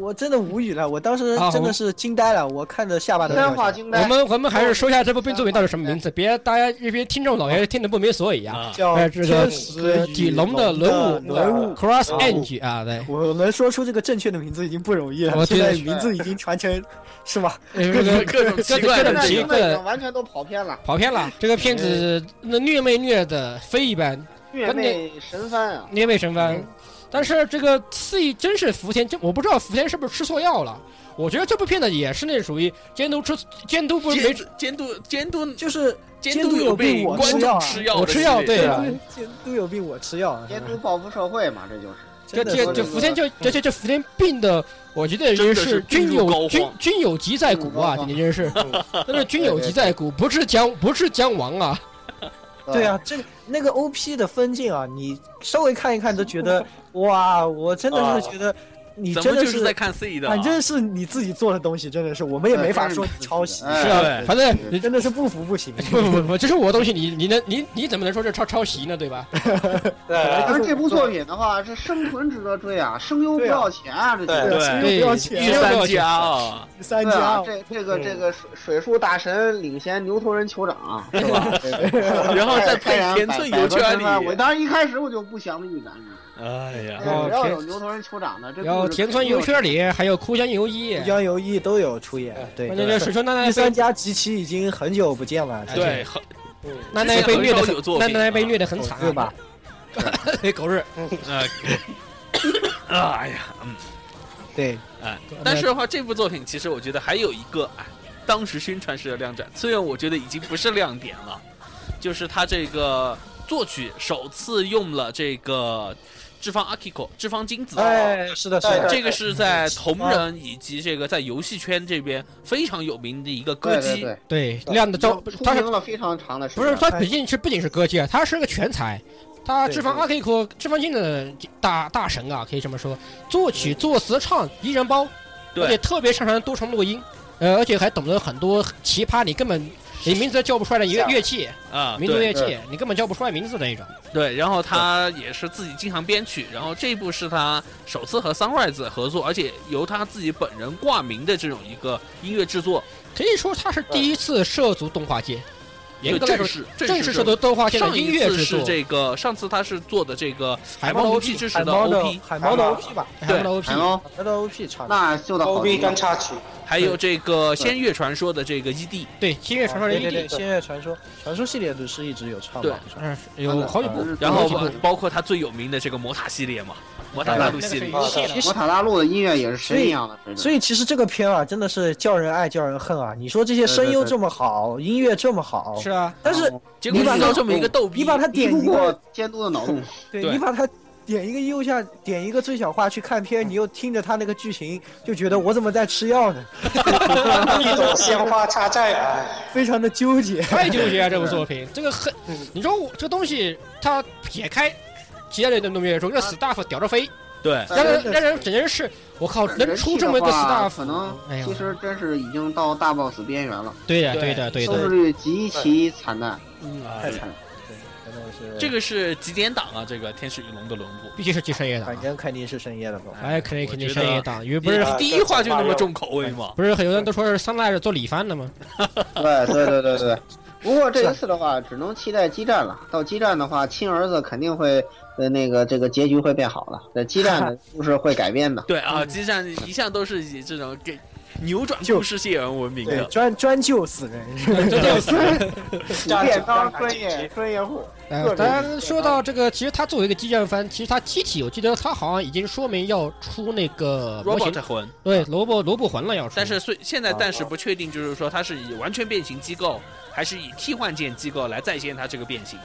S4: 我真的无语了，我当时
S1: 啊
S4: 真的是惊呆了，我看着下巴都
S3: 天
S4: 掉
S3: 化
S4: 下来。
S3: 惊
S1: 我
S3: 呆，
S1: 们我们还是说一下这部作品到底什么名字，别大家这些听众老爷听得不明所以啊。
S2: 啊，
S4: 叫
S1: 哎
S4: 《
S1: 这个
S4: 天使
S1: 底龙的轮舞
S4: 轮舞。
S1: Cross
S4: 啊
S1: Edge 啊，对，
S4: 我能说出这个正确的名字已经不容易
S1: 我
S4: 了，
S1: 觉
S4: 现
S1: 得
S4: 在名字已经传承是吧？
S1: 这个
S2: 各种奇怪
S1: 各种
S2: 的
S3: 那
S1: 奇
S3: 你
S1: 怪
S2: 这
S3: 们已经完全都跑偏了，
S1: 跑偏了。这个片子那虐妹虐的非一般，
S3: 越妹神番啊，
S1: 捏妹神番。但是这个刺真是福田，真我不知道福田是不是吃错药了。我觉得这部片子也是那属于监督吃监督不是没
S2: 监监督监督
S4: 就是
S2: 监督有被
S4: 监督有被我
S2: 观
S4: 吃
S2: 众
S4: 药啊
S2: 吃药的
S1: 我吃药
S2: 心理
S1: 对啊
S4: 监督有病我吃药啊，
S3: 监督报复社会嘛，这就是。
S1: 这
S4: 真的
S1: 这这
S4: 是
S1: 福田就这这这福田病的，我觉得
S2: 真
S1: 也
S2: 的是病
S1: 均
S2: 入膏
S1: 有
S2: 肓
S1: 均均有疾在骨啊，
S3: 病入膏肓
S1: 你真是， (laughs) 真是均有疾在骨，不是将不是将亡啊。
S4: 对啊，这那个 O P 的分镜啊，你稍微看一看都觉 (laughs) 得哇，我真的是觉得你
S2: 怎
S4: 真
S2: 么
S4: 的
S2: 就是在看 C 的啊？
S4: 反正是你自己做的东西，真的是我们也没法说你抄袭，
S3: 哎
S1: 是啊
S2: 对
S1: 反正你
S4: 真的是不服不行。 (laughs)
S1: 不不不不，这是我的东西，你你能你你怎么能说这抄抄袭呢？对吧？
S5: 对啊，
S3: 而这部作品的话，这生存值得追啊，声优不要钱啊，这
S5: 对
S3: 就
S2: 对
S3: 是。
S4: 又不要钱
S2: 御三家啊，
S4: 三
S3: 对啊
S4: 家，，
S3: 这这个
S4: 嗯
S3: 这个水水树大神领衔牛头人酋长啊是吧？
S2: 然后再配田村游圈
S3: 里。我
S2: 里，
S3: 当时一开始我就不祥的预感，
S2: 哎呀
S1: 然，后
S3: 只要
S1: 田
S3: 有牛头人酋长的，这
S1: 然后
S3: 故事
S1: 田村
S3: 肯定
S1: 游圈里还有哭江游一，
S4: 江游一都有出演，对
S1: 关。键这水川奈
S4: 第
S1: 奈
S4: 三
S1: 被
S4: 家集齐已经很久不见了，
S2: 对，很
S1: 奈奈被虐的
S2: 之前很少有作
S1: 很
S2: 品
S1: 奈
S2: 啊
S1: 奈被虐的很惨啊，
S4: 对吧？？
S1: (laughs) 对狗日，
S2: 呃，啊哎呀，嗯，
S4: 对，
S2: 哎，但是的话，这部作品其实我觉得还有一个哎，当时宣传时的亮点，虽然我觉得已经不是亮点了，就是它这个作曲首次用了这个志方 Akiko 志方金子。啊
S4: 哎，是的，是
S5: 对
S4: 的，
S2: 这个是在同人以及这个在游戏圈这边非常有名的一个歌
S3: 对对
S2: 姬，
S3: 对，
S1: 对，亮的招，
S3: 出
S1: 他是
S3: 名了非常长的时
S1: 不
S3: 间。
S2: 啊
S1: 是他
S4: 哎
S1: 毕竟是不仅是歌姬啊，他是个全才。他
S4: 对
S1: 志方
S4: 对
S1: 阿 K 科志方金的大大神啊，可以这么说，作曲、作词、唱一人包，
S2: 对
S1: 而且特别擅长多重录音，呃，而且还懂得很多奇葩你根本你名字都叫不出来的乐乐器，
S2: 啊，
S1: 民族
S2: 对
S1: 乐器，你根本叫不出来名字的那种。
S2: 对，然后他也是自己经常编曲，然后这一部是他首次和 Sunrise 合作，而且由他自己本人挂名的这种一个音乐制作，
S1: 可以说他是第一次涉足动画界，严
S2: 就
S1: 格来说
S2: 正，式
S1: 正式
S2: 式
S1: 涉足动画界的
S2: 上
S1: 音
S2: 一
S1: 乐
S2: 次
S1: 制
S2: 是
S1: 作，
S2: 这个，上次他是做的这个《海
S1: 海
S2: 猫
S1: 猫
S2: 游
S1: 的
S2: 戏
S1: OP，
S2: 之时
S4: 海
S2: 的
S4: 猫的
S2: OP，
S4: 海猫的 OP 吧，
S1: 海猫的 OP，
S3: 海猫，
S4: 海猫的 OP 唱的。
S3: 哎那就到好
S5: O
S3: 地
S5: B
S3: 方
S5: 跟插曲，
S2: 还有这个《仙乐传说》的这个 E ED，
S1: 对，新月传说的
S4: 对
S1: ED，
S4: 对对，仙乐传说，传说系列不是一直有唱
S2: 对
S4: 吗？好像
S1: 嗯，有好几部，
S2: 然后
S1: 有好几部
S2: 包括他最有名的这个《魔塔》系列嘛，《魔塔大陆》系列，
S4: 其实
S3: 摩塔大陆的音乐也是神一样的，真的
S4: 所以其实这个片啊，真的是叫人爱叫人恨啊！你说这些声优这么好，音乐这么好，
S1: 是啊，
S4: 但是
S2: 结果
S4: 你把
S2: 遇到
S4: 它
S2: 这么一个逗逼，
S4: 你把它
S3: 敌
S4: 点
S3: 嗯不
S4: 一个
S3: 过，监督的脑洞。
S4: 对
S2: 对
S4: 你把它点一个右下，点一个最小化去看片，你又听着他那个剧情，就觉得我怎么在吃药呢？
S5: 一朵鲜花插在哎。
S4: 非常的纠结。
S1: 太纠结啊！这部作品，这个很，你说我这个东西，它撇开其他人的东西来说，这 staff 屌着飞，
S2: 对
S1: 让人
S4: 真的是
S1: 让人整人是，我靠，能
S3: 人
S1: 出
S3: 气
S1: 这
S3: 的
S1: 么一个
S3: 话
S1: staff，
S3: 可能
S1: 哎呀
S3: 其实真是已经到大 boss 边缘了，
S1: 对呀，
S2: 对
S1: 对的，对
S3: 收视
S1: 的，
S3: 率极其惨淡。
S4: 嗯
S2: 啊
S4: 太惨了，对，真的是
S2: 这个是几点档啊？这个《天使与龙的轮毂》。
S1: 必须是进深夜档
S4: 反，正肯定是深夜的吧。
S1: 哎，肯定肯定
S2: 我觉
S1: 深
S2: 得
S1: 夜档，因为不是
S5: 啊
S2: 第一话就那么重口味吗？
S1: 不是很多人都说是 Sunlight 做李帆的吗？
S3: 对对对对对。不过这一次的话，只能期待激战了。到激战的话，亲儿子肯定会，呃，那个这个结局会变好的。这激战的故事会改编的。
S2: 对啊，激战一向都是以这种给扭转
S4: 就
S2: 故事线而闻名
S4: 对，
S2: 的。
S4: 专专救死人，
S1: 哎
S5: (laughs)
S3: 普
S5: 战
S3: 遍
S5: 警当
S3: 当专业专业户，
S1: 呃，当然说到这个，其实他作为一个激战番，其实他机体，我记得他好像已经说明要出那个模型
S2: robot 魂，
S1: 对，萝卜萝卜魂了要出，
S2: 但是虽现在
S4: 啊
S2: 暂时不确定，就是说它是以完全变形机构，还是以替换件机构来再现它这个变形。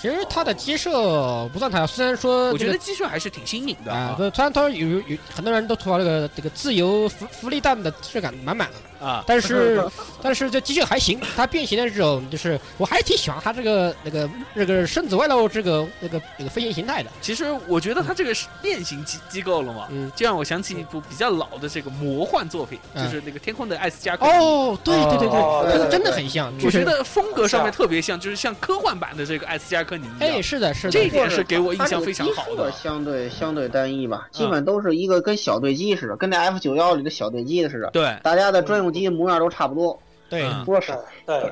S1: 其实它的鸡舍不算太好，虽然说
S2: 我
S1: 这
S2: 觉
S1: 个
S2: 得技术还是挺新颖的
S1: 啊，
S2: 呃啊
S1: 对，虽然他有有有很多人都吐槽这个这个自由福福利蛋的质感满满，
S2: 啊！
S1: 但是但是这机械还行，它变形的这种就是我还挺喜欢它这个那个这个身子外露这个那个那个飞行形态的，
S2: 其实我觉得它这个是变形机机构了嘛，
S1: 嗯。
S2: 就让我想起一部比较老的这个魔幻作品，
S1: 嗯
S2: 就是那个《天空的艾斯加克》。
S1: 哦，对对对
S5: 哦
S1: 对，这
S3: 对
S1: 个
S3: 对
S1: 真的
S3: 对
S1: 很像，
S2: 我
S1: 就
S2: 觉
S1: 是
S2: 得风格上面特别像，就是像啊科幻版的这个艾斯加克尼一
S1: 哎，
S2: 样。
S1: 是的，是
S2: 这一
S1: 的，
S2: 点是给我印象非常好的。
S3: 啊相对相对单一吧，基本都是一个跟小对机似的，跟那 F 九幺里的小对机似的，
S2: 对，
S3: 大家的专用机模样都差不多，
S1: 对，
S2: 嗯
S3: 除了
S5: 对
S3: 色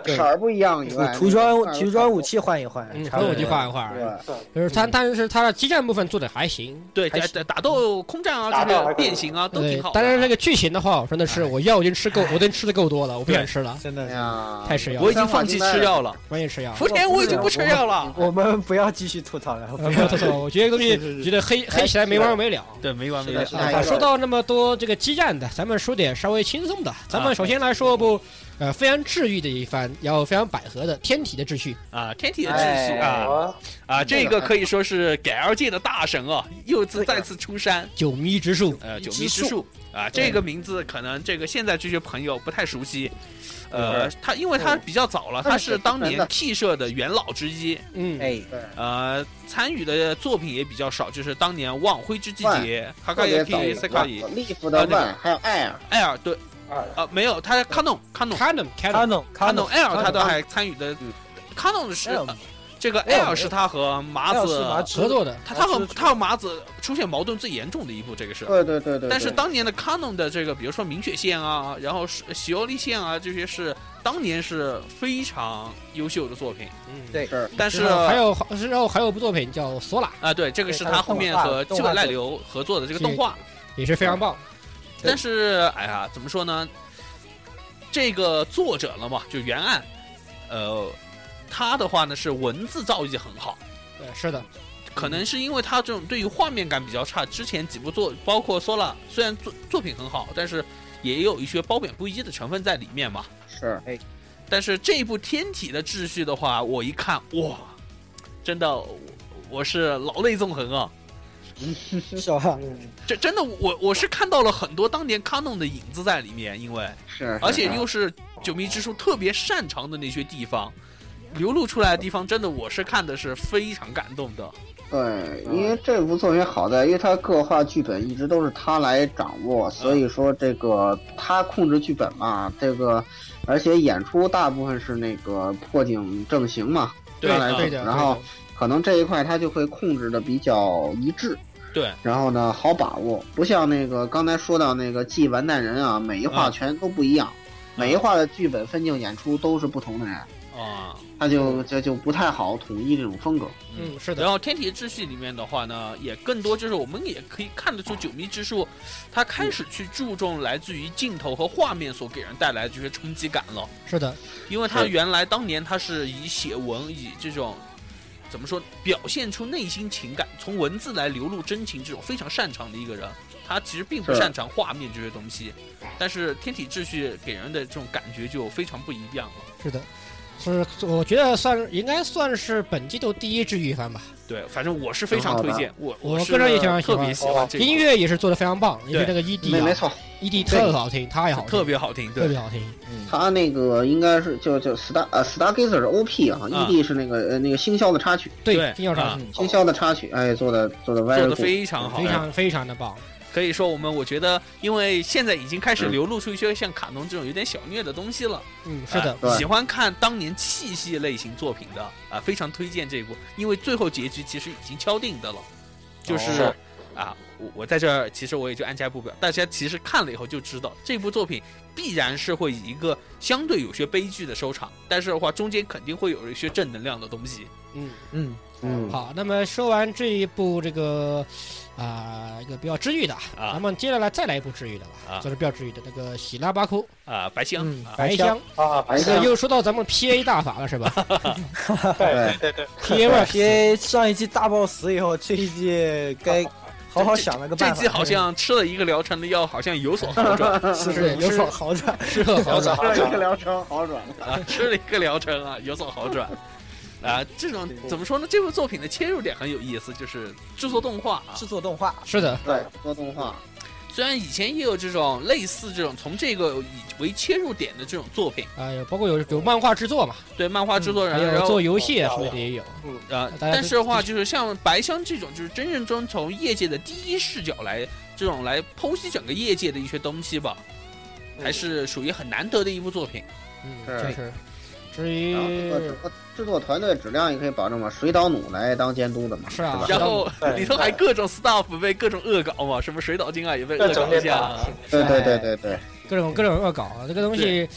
S5: 对
S3: 色儿不一样以外，
S4: 涂装
S3: 那个
S4: 涂装武器换一换，
S1: 嗯，
S4: 差
S1: 可
S4: 不
S1: 能
S4: 多
S1: 我就画一画而已。
S3: 对，
S5: 对，
S1: 就是它，但是它的激战部分做的还行，
S2: 对，
S1: 还
S2: 打
S1: 行
S2: 打打斗、空战啊，
S5: 打
S2: 这
S5: 斗还
S2: 个
S5: 可以
S2: 变形啊，都
S1: 对
S2: 挺好。，
S1: 当然这
S2: 个
S1: 个剧情的话，我真的是我药已经吃够，我已经吃的够多了，我不想吃了，
S4: 真的
S3: 哎
S4: 是。
S3: 呀，
S1: 太吃药了，
S2: 我已经放弃吃药了，
S1: 我也吃药。
S2: (laughs) 福田我已经不吃药了。
S4: 我们不要继续吐槽了，
S1: 呃，
S4: 不
S1: 不要
S4: 要
S1: 吐槽，我觉得这东西觉得黑黑起来没完没了。
S2: (laughs) 对，没完没
S3: 是的
S2: 了
S3: 是。的
S1: 啊，说到那么多这个激战的，咱们说点稍微轻松的。咱们首先来说部，呃，非常治愈的一番，然后非常百合的《天体的秩序》。
S2: 啊，天体的秩序
S4: 哎
S2: 啊
S5: 我
S2: 啊，这个可以说是改 L 界的大神啊，又次再次出山。
S1: 九迷之术，
S2: 呃，九迷之术啊，
S1: 对
S2: 这个名字可能这个现在这些朋友不太熟悉。呃，他因为他比较早了，
S3: 对
S2: 他是当
S3: 是
S2: 年
S3: 的
S2: T 社的元老之一，
S1: 嗯，
S4: 哎，
S2: 呃，参与的作品也比较少，就是当年《望灰之季节》、《哈卡
S3: 特
S2: 耶
S3: 别
S2: 皮
S3: 早
S2: 塞卡伊》、《
S3: 利夫的万还有艾尔，
S2: 艾尔》对，
S5: 啊，
S2: 呃，没有，他卡农卡农
S1: 卡农卡
S4: 卡
S1: 农，
S4: 农
S2: 卡
S4: 卡
S2: 农
S4: 农
S2: 艾尔，他都还参与的
S3: 嗯。
S2: 卡农是呃
S4: 哎
S2: 这个艾尔是他和麻
S4: 要
S2: 子
S4: 是麻汁
S1: 合作的，
S2: 他他和
S4: 麻汁
S2: 他和麻子出现矛盾最严重的一部，这个是。
S3: 对对对对，
S2: 但是当年的 Canon 的这个，比如说明雪线啊，然后是喜欧利线啊，这些是当年是非常优秀的作品。
S1: 嗯
S4: 对
S3: 是
S2: 但是
S1: 然后还
S2: 啊、
S1: 有，然后还有部作品叫《索拉》，
S2: 对，这个是
S4: 对
S2: 他后面
S4: 它
S2: 和
S4: 是动画动
S2: 这
S4: 画
S2: 个赖
S4: 作品
S2: 流合作的这个动画。
S1: 也是非常棒。
S4: 对
S2: 但是哎呀，怎么说呢？这个作者了嘛，就原案，呃，他的话呢是文字造诣很好，
S1: 对，是的，
S2: 可能是因为他这种对于画面感比较差，之前几部作包括 Sola，虽然作作品很好，但是也有一些褒贬不一的成分在里面嘛。
S3: 是
S2: 但是这一部《天体的秩序》的话，我一看，哇，真的，我我是老泪纵横啊！
S4: 是吧？
S2: 这真的，我我是看到了很多当年卡农的影子在里面，因为 (laughs)
S3: 是，
S2: 而且又是九迷之术特别擅长的那些地方，流露出来的地方，真的我是看的是非常感动的。
S3: 对，因为这部作品好在，因为他各话剧本一直都是他来掌
S2: 嗯
S3: 握，所以说这个他控制剧本嘛，这个而且演出大部分是那个破警正行嘛，
S2: 对
S3: 他来
S2: 啊
S3: 主
S1: 对的。
S3: 然后可能这一块他就会控制的比较一致。
S2: 对，
S3: 然后呢，好把握，不像那个刚才说到那个记完蛋人啊，每一话
S2: 嗯
S3: 全都不一样，每一话的剧本分镜演出都是不同的人，
S2: 啊，
S3: 他就就就不太好统一这种风格。
S1: 嗯，是的
S2: 啊然，后《天体秩序》里面的话呢，也更多就是我们也可以看得出九迷之术，它开始去注重来自于镜头和画面所给人带来的这些冲击感了。
S1: 是的，
S2: 因为他
S3: 是
S2: 原来当年他是以写文，以这种怎么说表现出内心情感，从文字来流露真情，这种非常擅长的一个人。他其实并不
S3: 是
S2: 擅长画面这些东西，但是《天体秩序》给人的这种感觉就非常不一样了。
S1: 是的，是，我觉得算是应该算是本季度第一治愈番吧。
S2: 对，反正我是非常
S3: 挺好
S2: 推
S3: 的
S2: 荐，我
S1: 我
S2: 是
S1: 个人也非常喜
S2: 特
S1: 欢
S2: 别喜欢这个
S1: 音乐也是做的非常棒，因为
S2: 对
S1: 那个
S3: 没没
S1: ED 啊
S3: 错，
S1: ，ED 特好听，太好听，
S2: 特别好听，
S1: 特
S2: 对
S1: 别好听。
S3: 他那个应该是就就 Star 呃 Stargazer 是 OP 啊
S2: 啊
S3: ，ED 是那个呃那个星霄的插曲，
S1: 对
S2: 对，
S1: 金曜
S2: 啊
S1: 上
S3: 星霄的插曲，哎，做的做的 very
S2: 做的
S3: good，
S2: 非常好
S1: 非。常非常的棒。
S2: 可以说我们我觉得，因为现在已经
S3: 嗯
S2: 开始流露出一些像卡农这种有点小虐的东西了。
S1: 嗯，是的，
S2: 啊
S3: 对
S2: 喜欢看当年气系类型作品的啊，非常推荐这一部，因为最后结局其实已经敲定的了，就是、
S3: 哦
S2: 啊，我我在这儿其实我也就按下不表，大家其实看了以后就知道这部作品必然是会以一个相对有些悲剧的收场，但是的话中间肯定会有一些正能量的东西。
S1: 嗯。
S4: 嗯，
S3: 嗯，
S1: 好，那么说完这一部这个啊、一个比较治愈的，
S2: 啊
S1: 咱们接下来再来一部治愈的吧，
S2: 啊
S1: 就是比较治愈的那个喜拉巴库
S2: 啊，白香、
S4: 嗯
S2: 啊，
S1: 白
S4: 白香
S1: 香，
S5: 啊，
S3: 哎
S5: 白
S1: 这
S5: 香，
S1: 又说到咱们 P A 大法了是吧
S3: (laughs)
S5: 对对对
S1: ？P A
S4: 因为上一季大 boss 死以后，这一季该好好想了个
S2: 这
S4: 办法。
S2: 季好像吃了一个疗程的药，好像有所好转
S4: 是不是有所好转？
S1: 适合好转，
S3: 这个疗程好转了。
S2: 啊， (laughs) 吃了一个疗程啊，有所好转。啊，这种怎么说呢？这部作品的切入点很有意思，就是制作动画啊
S4: 制。作动画，
S1: 是的，
S3: 对，做动画，
S2: 虽然以前也有这种类似这种从这个以为切入点的这种作品，
S1: 啊、有包括有有漫画制作嘛，
S2: 对漫画制作
S1: 嗯
S2: 人，
S1: 还有
S2: 然后
S1: 做游戏啊什么的也有，
S2: 呃，
S1: 大家
S2: 但
S1: 都
S2: 是的话就是像白香这种，就是真正中从业界的第一视角来这种来剖析整个业界的一些东西吧，
S5: 嗯
S2: 还是属于很难得的一部作品。
S1: 嗯，
S3: 是
S1: 确实。至
S3: 然后这
S1: 于
S3: 个啊制作制作团队质量也可以保证嘛，水岛努来当监督的嘛，
S1: 是
S3: 是
S1: 啊
S3: 吧？
S2: 然后
S5: 嗯对
S2: 里头还各种 staff 被各种恶搞嘛，什么水岛精啊也被恶
S5: 各种
S2: 搞一下啊，
S3: 对对对对
S2: 哎
S3: 对，
S1: 各种各种恶搞，啊这个东西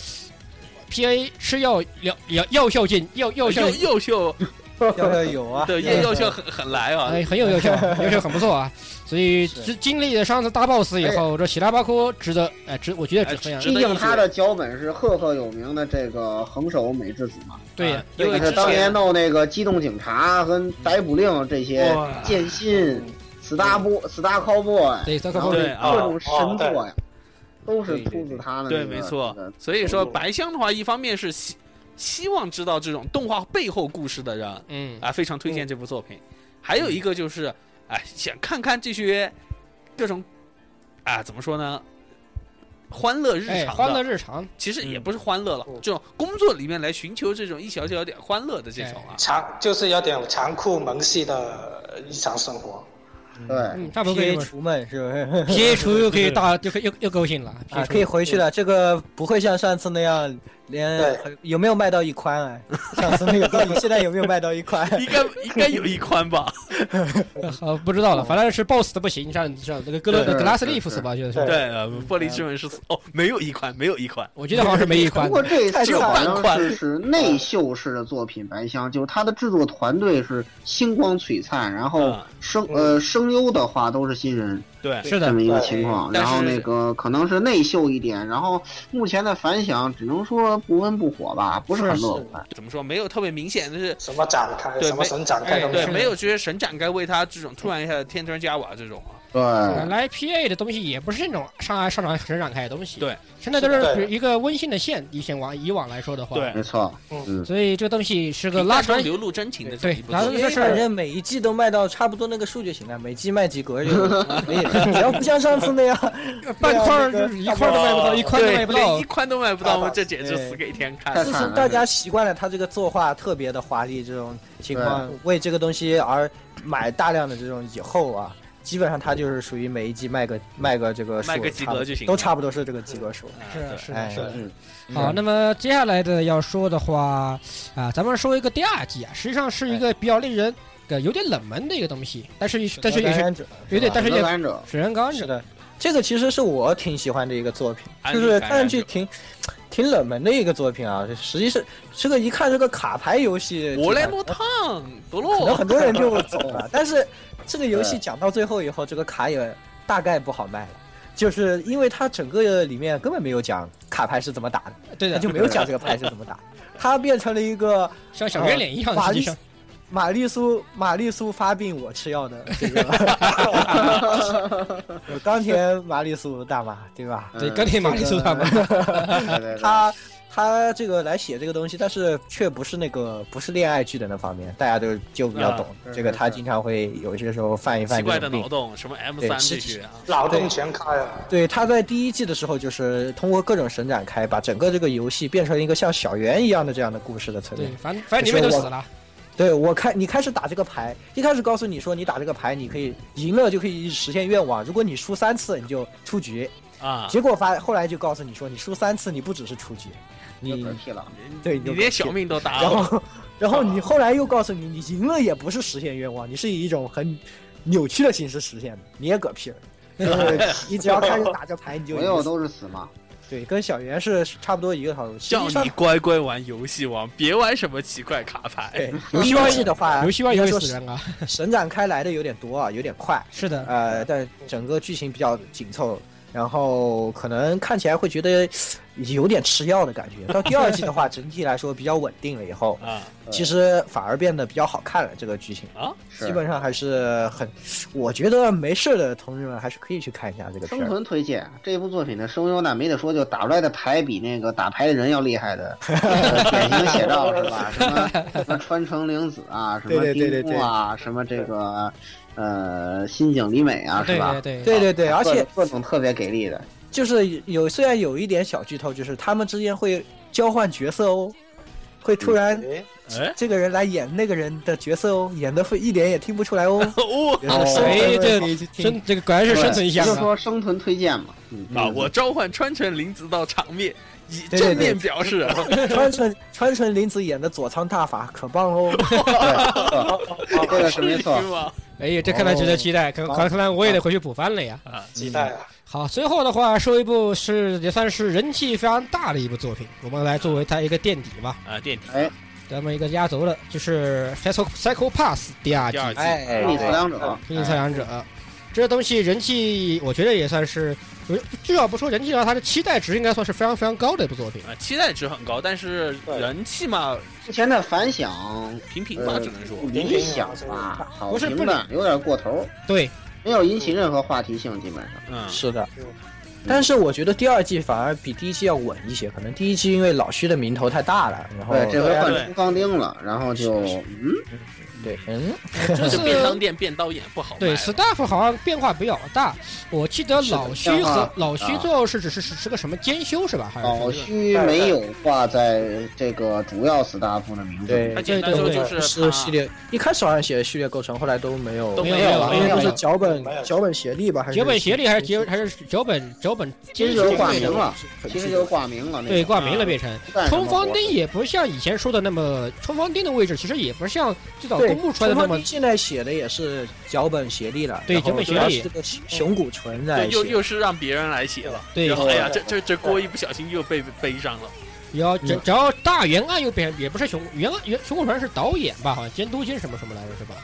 S1: ，P A 吃药疗疗药效尽，药药效
S2: 又又秀
S4: 要要有
S2: (laughs)
S4: 啊，
S2: 对
S4: 要
S2: 又
S4: (laughs)
S2: 秀很很来啊，
S1: 哎，很有优秀，优秀很不错啊。所以
S4: 是
S1: 经经历了上次大 boss 以后，这喜拉巴科值得，哎，值我觉得
S2: 哎
S1: 值非常
S2: 值
S3: 毕竟他的脚本是赫赫有名的这个横手美智子嘛，
S1: 对
S2: 啊
S1: 呀，
S2: 因为
S3: 他
S2: 之
S3: 当年
S2: 前
S3: 弄那个机动警察和逮捕令这些
S2: 哇
S3: 剑心、Star Boy、Star Cowboy，
S1: 对，三颗
S3: 然后
S1: 后
S2: 对
S1: 面
S2: 啊
S3: 各种神作呀，都是出自他的那个。
S2: 对，没错
S3: 那个。
S2: 所以说，白香的话，一方面是希希望知道这种动画背后故事的人
S1: 嗯，
S2: 啊，非常推荐这部作品。还有一个就是，哎，想看看这些各种啊，怎么说呢？欢乐日
S1: 哎，
S2: 常
S1: 欢乐嗯
S2: 的，
S1: 日常，
S2: 其实也不是欢乐了，这种工作里面来寻求这种一小小点欢乐的这种啊，
S5: 残就是有点残酷萌系的日常生活。
S3: 对，
S1: 嗯，差不多可以
S4: 撇
S1: 这么说。
S4: 除们是不是？
S1: 撇除又可以大，又可以又又高兴了，
S4: 啊，
S1: 撇除
S4: 可以回去了。这个不会像上次那样，连
S5: 对
S4: 有没有卖到一宽啊？上次那个到底现在有没有卖到一宽？
S1: 哎
S2: 应该应该有一
S1: (laughs)
S2: 宽吧？
S1: 呃，不知道了，反正是 boss 的不行，像像那个格罗
S3: 对
S1: 格拉斯
S3: 是
S1: 利夫斯吧，就是
S2: 对，呃玻璃之门是哦，没有一宽，没有一宽。
S1: 我记得好像是没一
S3: 不
S1: 款
S3: 过这
S4: 太
S3: 次好
S2: 惨了
S3: 像是啊是内秀式的作品，《白香》就是他的制作团队是星光璀璨，然后
S2: 嗯
S3: 声呃声优的话都是新人，
S2: 对，
S1: 是
S3: 这
S1: 的
S3: 么，一个情况。
S2: 但
S3: 然
S2: 是
S3: 后那个可能是内秀一点，然后目前的反响只能说不温不火吧，不是很乐观。
S2: 怎么说？没有特别明显的是，
S5: 什么展开，
S2: 对
S5: 什么神展开都没
S2: 对，
S5: 有。
S2: 没有这些神展该为他这种突然一下添砖加瓦这种啊。
S3: 对，
S4: 嗯
S1: 本来 P A 的东西也不是那种上来上场很展开的东西，
S2: 对，
S1: 现在都是
S5: 对
S1: 比如一个温馨的线，以前往以往来说的话，
S2: 对
S3: 没错，嗯，
S1: 所以这个东西是个拉长
S2: 流露真情的这
S1: 对
S2: 一部
S1: 拿
S2: 作
S1: 出
S2: 品
S1: 这事
S4: 反
S1: 儿，
S4: 正每一季都卖到差不多那个数就行了，每季卖几格就可以了，只要不像上次那样
S1: 半块儿
S4: 对啊那
S1: 就
S4: 个
S1: 是一块儿都卖不到，一块儿都卖不到
S2: 哦对连一，宽都卖不到，
S5: 对
S2: 这简直死给天看 (laughs)
S3: 太
S4: 自
S3: 惨了
S4: 从大家习惯了他这个作画特别的华丽这种情况，为这个东西而买大量的这种以后啊，基本上他就是属于每一季卖个卖个这个数，
S2: 卖个及格就行了
S4: 都差不多是这个及格数。
S2: 啊
S1: 是的
S2: 对
S1: 是
S4: 哎
S1: 的，是的。
S4: 嗯
S1: 好，那么接下来的要说的话，啊，咱们说一个第二季啊，实际上是
S4: 哎
S1: 一个比较令人呃有点冷门的一个东西，但是但是也
S4: 感
S1: 是
S4: 染者
S1: 有点，但是
S3: 乐
S1: 也
S3: 观者，
S1: 水人刚
S4: 哎是
S1: 是
S4: 的，这个其实是我挺喜欢的一个作品，
S2: 安利
S4: 就是
S2: 感
S4: 看
S2: 染
S4: 上
S2: 者
S4: 去挺挺冷门的一个作品啊。实际是这个一看这个卡牌游戏，
S2: 我来
S4: 这
S2: 摸
S4: 个
S2: 烫，不
S4: 可能
S2: 落。
S4: 很多人就走了。但是这个游
S2: 嗯
S4: 戏讲到最后以后，这个卡也大概不好卖了。就是因为它整个里面根本没有讲卡牌是怎么打的，
S1: 对
S2: 啊
S4: 它
S1: 的
S4: 哎就，没有讲这个牌是怎么打，它变成了一个
S1: 像
S4: 哦
S1: 小圆脸一样，
S4: 玛
S1: 实
S4: 丽
S1: 际上
S4: 玛丽苏玛丽苏发病我吃药的这
S2: (laughs)
S4: 个，有钢铁玛丽苏大妈对吧？
S1: 对
S3: 嗯
S1: 钢铁玛丽苏他们，
S4: 嗯
S3: 对对对
S4: (laughs) 他他这个来写这个东西，但是却不是那个不是恋爱剧的那方面，大家都就比较
S2: 啊
S4: 懂。
S3: 是
S4: 这个
S3: 是
S4: 他
S3: 是
S4: 经常会有些时候犯一
S2: 奇
S4: 犯
S2: 怪
S4: 这
S2: 的
S4: 种
S2: 脑
S4: 病。
S2: 洞，什么 M
S4: 对
S2: 三
S4: 吃
S2: 这些啊，
S5: 脑洞全开啊了，
S4: 对，他在第一季的时候，就是通过各种神展开，把整个这个游戏变成一个像小圆一样的这样的故事的存在
S1: 对，。反反正里面都死了，
S4: 对我看你开始打这个牌，一开始告诉你说你打这个牌，你可以赢了就可以实现愿望，如果你输三次你就出局。
S2: 啊，
S4: 结果发后来就告诉你说，你输三次你不只是出局，
S3: 就
S4: 你
S3: 嗝屁了。
S4: 对
S2: 你连小命都搭
S4: (laughs) 然
S2: 了。 (laughs)
S4: 后，然后你后来又告诉你，你赢了也不是实现愿望，你是以一种很扭曲的形式实现的，你也嗝
S2: (laughs)
S4: 屁了。就是你只要开始打这牌，你就
S3: 所有都是死嘛。
S4: 对，跟小圆是差不多一个套路。实
S2: 叫
S4: 际上
S2: 你乖乖玩游戏王，别玩什么奇怪卡牌
S4: 对。游戏游戏的话，
S1: 游戏外也
S4: 应
S1: 会
S4: 该说
S1: 死人啊。嗯
S4: 神展开来的有点多啊，有点快。
S1: 是的，
S4: 呃，但整个剧情比较紧凑，然后可能看起来会觉得有点吃药的感觉。到第二季的话，整体来说比较稳定了以后，
S2: 啊
S4: 其实反而变得比较好看了。这个剧情
S2: 啊，
S4: 基本上还是很，我觉得没事儿的同志们还是可以去看一下这个片
S3: 生
S4: 儿。
S3: 存推荐这部作品的声优呢，没得说，就打出来的牌比那个打牌的人要厉害
S4: (laughs)
S3: 的，呃典型写照是吧？什么什么川城玲子啊，什么
S4: 对对对对
S3: 丁木啊，什么这个呃新井里美啊，是
S1: 对
S3: 吧？
S1: 对对
S4: 对对对，
S3: 啊
S4: 而且
S3: 各各种特别给力的，
S4: 就是有虽然有一点小剧透，就是他们之间会交换角色哦，会突然
S5: 哎，
S2: 哎，
S4: 这个人来演那个人的角色哦，演的会一点也听不出来
S2: (laughs)
S4: 哦。
S2: 哦
S4: (laughs) 也是
S1: 哎这
S4: 可以去听
S1: 生这个果然是生存一
S3: 就
S1: 项
S3: 是
S1: 啊。
S3: 说生存推荐嘛。嗯
S2: 啊，我召唤川城绫子到场面，以
S4: 对对
S2: 正
S4: 对
S2: 面表示啊。 (laughs)
S4: 川城川城林子演的佐仓大法可
S2: (laughs)
S4: 棒哦。
S3: (laughs) 对
S4: (laughs)
S3: 这个是没错
S2: 至于。吗
S1: 哎呀，这看来值得期待，可
S4: 哦好
S1: 看看来我也得回去补番了呀。
S2: 啊，
S5: 期待啊！
S1: 好，最后的话说一部是也算是人气非常大的一部作品，我们来作为它一个垫底吧，
S2: 啊，垫底
S3: 哎
S1: 咱们一个压轴的，就是《Psycho Psycho Pass》第二季
S2: 第
S1: 《
S2: 二季哎
S4: 哎，
S3: 心理测量者，
S1: 黑影测量者》这东西人气，我觉得也算是，不至少不说人气的话，它的期待值应该算是非常非常高的一部作品。
S2: 啊，期待值很高，但是
S5: 对
S2: 人气嘛，
S3: 之前的反响
S2: 平平吧，
S3: 呃
S2: 只能说
S3: 理想吧，好
S1: 不是
S3: 评的有点过头，
S1: 对，
S3: 没有引起任何话题性，基本上。
S2: 嗯，
S4: 是的。但是我觉得第二季反而比第一季要稳一些，可能第一季因为老虚的名头太大了，然后
S3: 对，这回
S4: 大家
S3: 换出钢钉了，然后就嗯，
S4: 对，嗯，
S1: 这
S2: 就便当
S1: 次
S2: 店便当眼不好卖啊
S1: 对
S2: 了
S1: staff 好像变化比较大，我记得
S3: 是的
S1: 老虚
S3: 变化
S1: 和老虚
S3: 啊
S1: 最后是只是是是个什么兼修是吧？还
S2: 哦
S1: 是
S3: 老
S1: 哎是
S3: 虚没有挂在这个主要 staff 的名字里
S4: 对
S2: 他，简单
S1: 对
S2: 说
S1: 对
S2: 就
S4: 不
S2: 他
S4: 是系列一开始好像写的序列构成，后来都没有，
S2: 都
S1: 没有
S2: 有，啊
S1: 了
S4: 因为都
S3: 没
S4: 是
S3: 有
S4: 脚本
S5: 没有
S4: 脚本协力吧，还是
S1: 脚本协力还是脚还是脚本脚本
S3: 其
S1: 兼
S3: 实
S1: 修
S3: 就是
S1: 这个
S3: 挂名了，
S4: 很
S3: 其实
S4: 激
S3: 就
S4: 动
S3: 是挂名了那
S1: 对，
S3: 个。
S1: 挂名了变成。
S3: 干什么
S1: 冲锋
S3: 活
S1: 钉也不像以前说的那么，冲锋钉的位置其实也不像最早
S4: 对，
S1: 公布出来的那
S4: 陈
S1: 么
S4: 方。现在写的也是脚本协力了，
S1: 对
S4: 然后
S1: 脚本协
S4: 主要
S1: 力
S4: 是这个熊谷纯在
S2: 对又
S4: 写
S2: 又是让别人来写了，
S1: 对
S2: 然后哎呀，这这这锅一不小心又被背上了，
S1: 只要只
S4: 嗯
S1: 只要大原案又变成，也不是熊原案原熊谷传是导演吧，好像监督金什么什么来着是吧？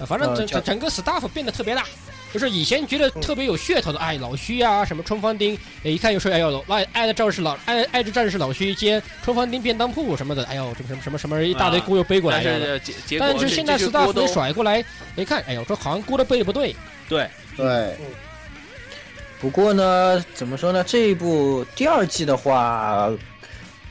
S1: 啊，反正
S4: 呃
S1: 整
S4: 叫
S1: 整整个 staff 变得特别大，就是以前觉得特别有噱头的，哎，老虚啊，什么冲锋钉，哎，一看就说，哎呦，老爱爱的战士老爱爱的战士老虚兼冲锋钉便当铺什么的，哎呦，这什么什么什么一大堆
S2: 啊
S1: 锅又背过来
S2: 但
S1: 了。
S2: 是结结果
S1: 但是
S2: 这
S1: 现在
S2: 这个
S1: staff
S2: 锅都
S1: 一甩过来，一看，哎呦，这好像锅都背的不对，
S2: 对，
S3: 对，
S4: 不过呢，怎么说呢？这一部第二季的话，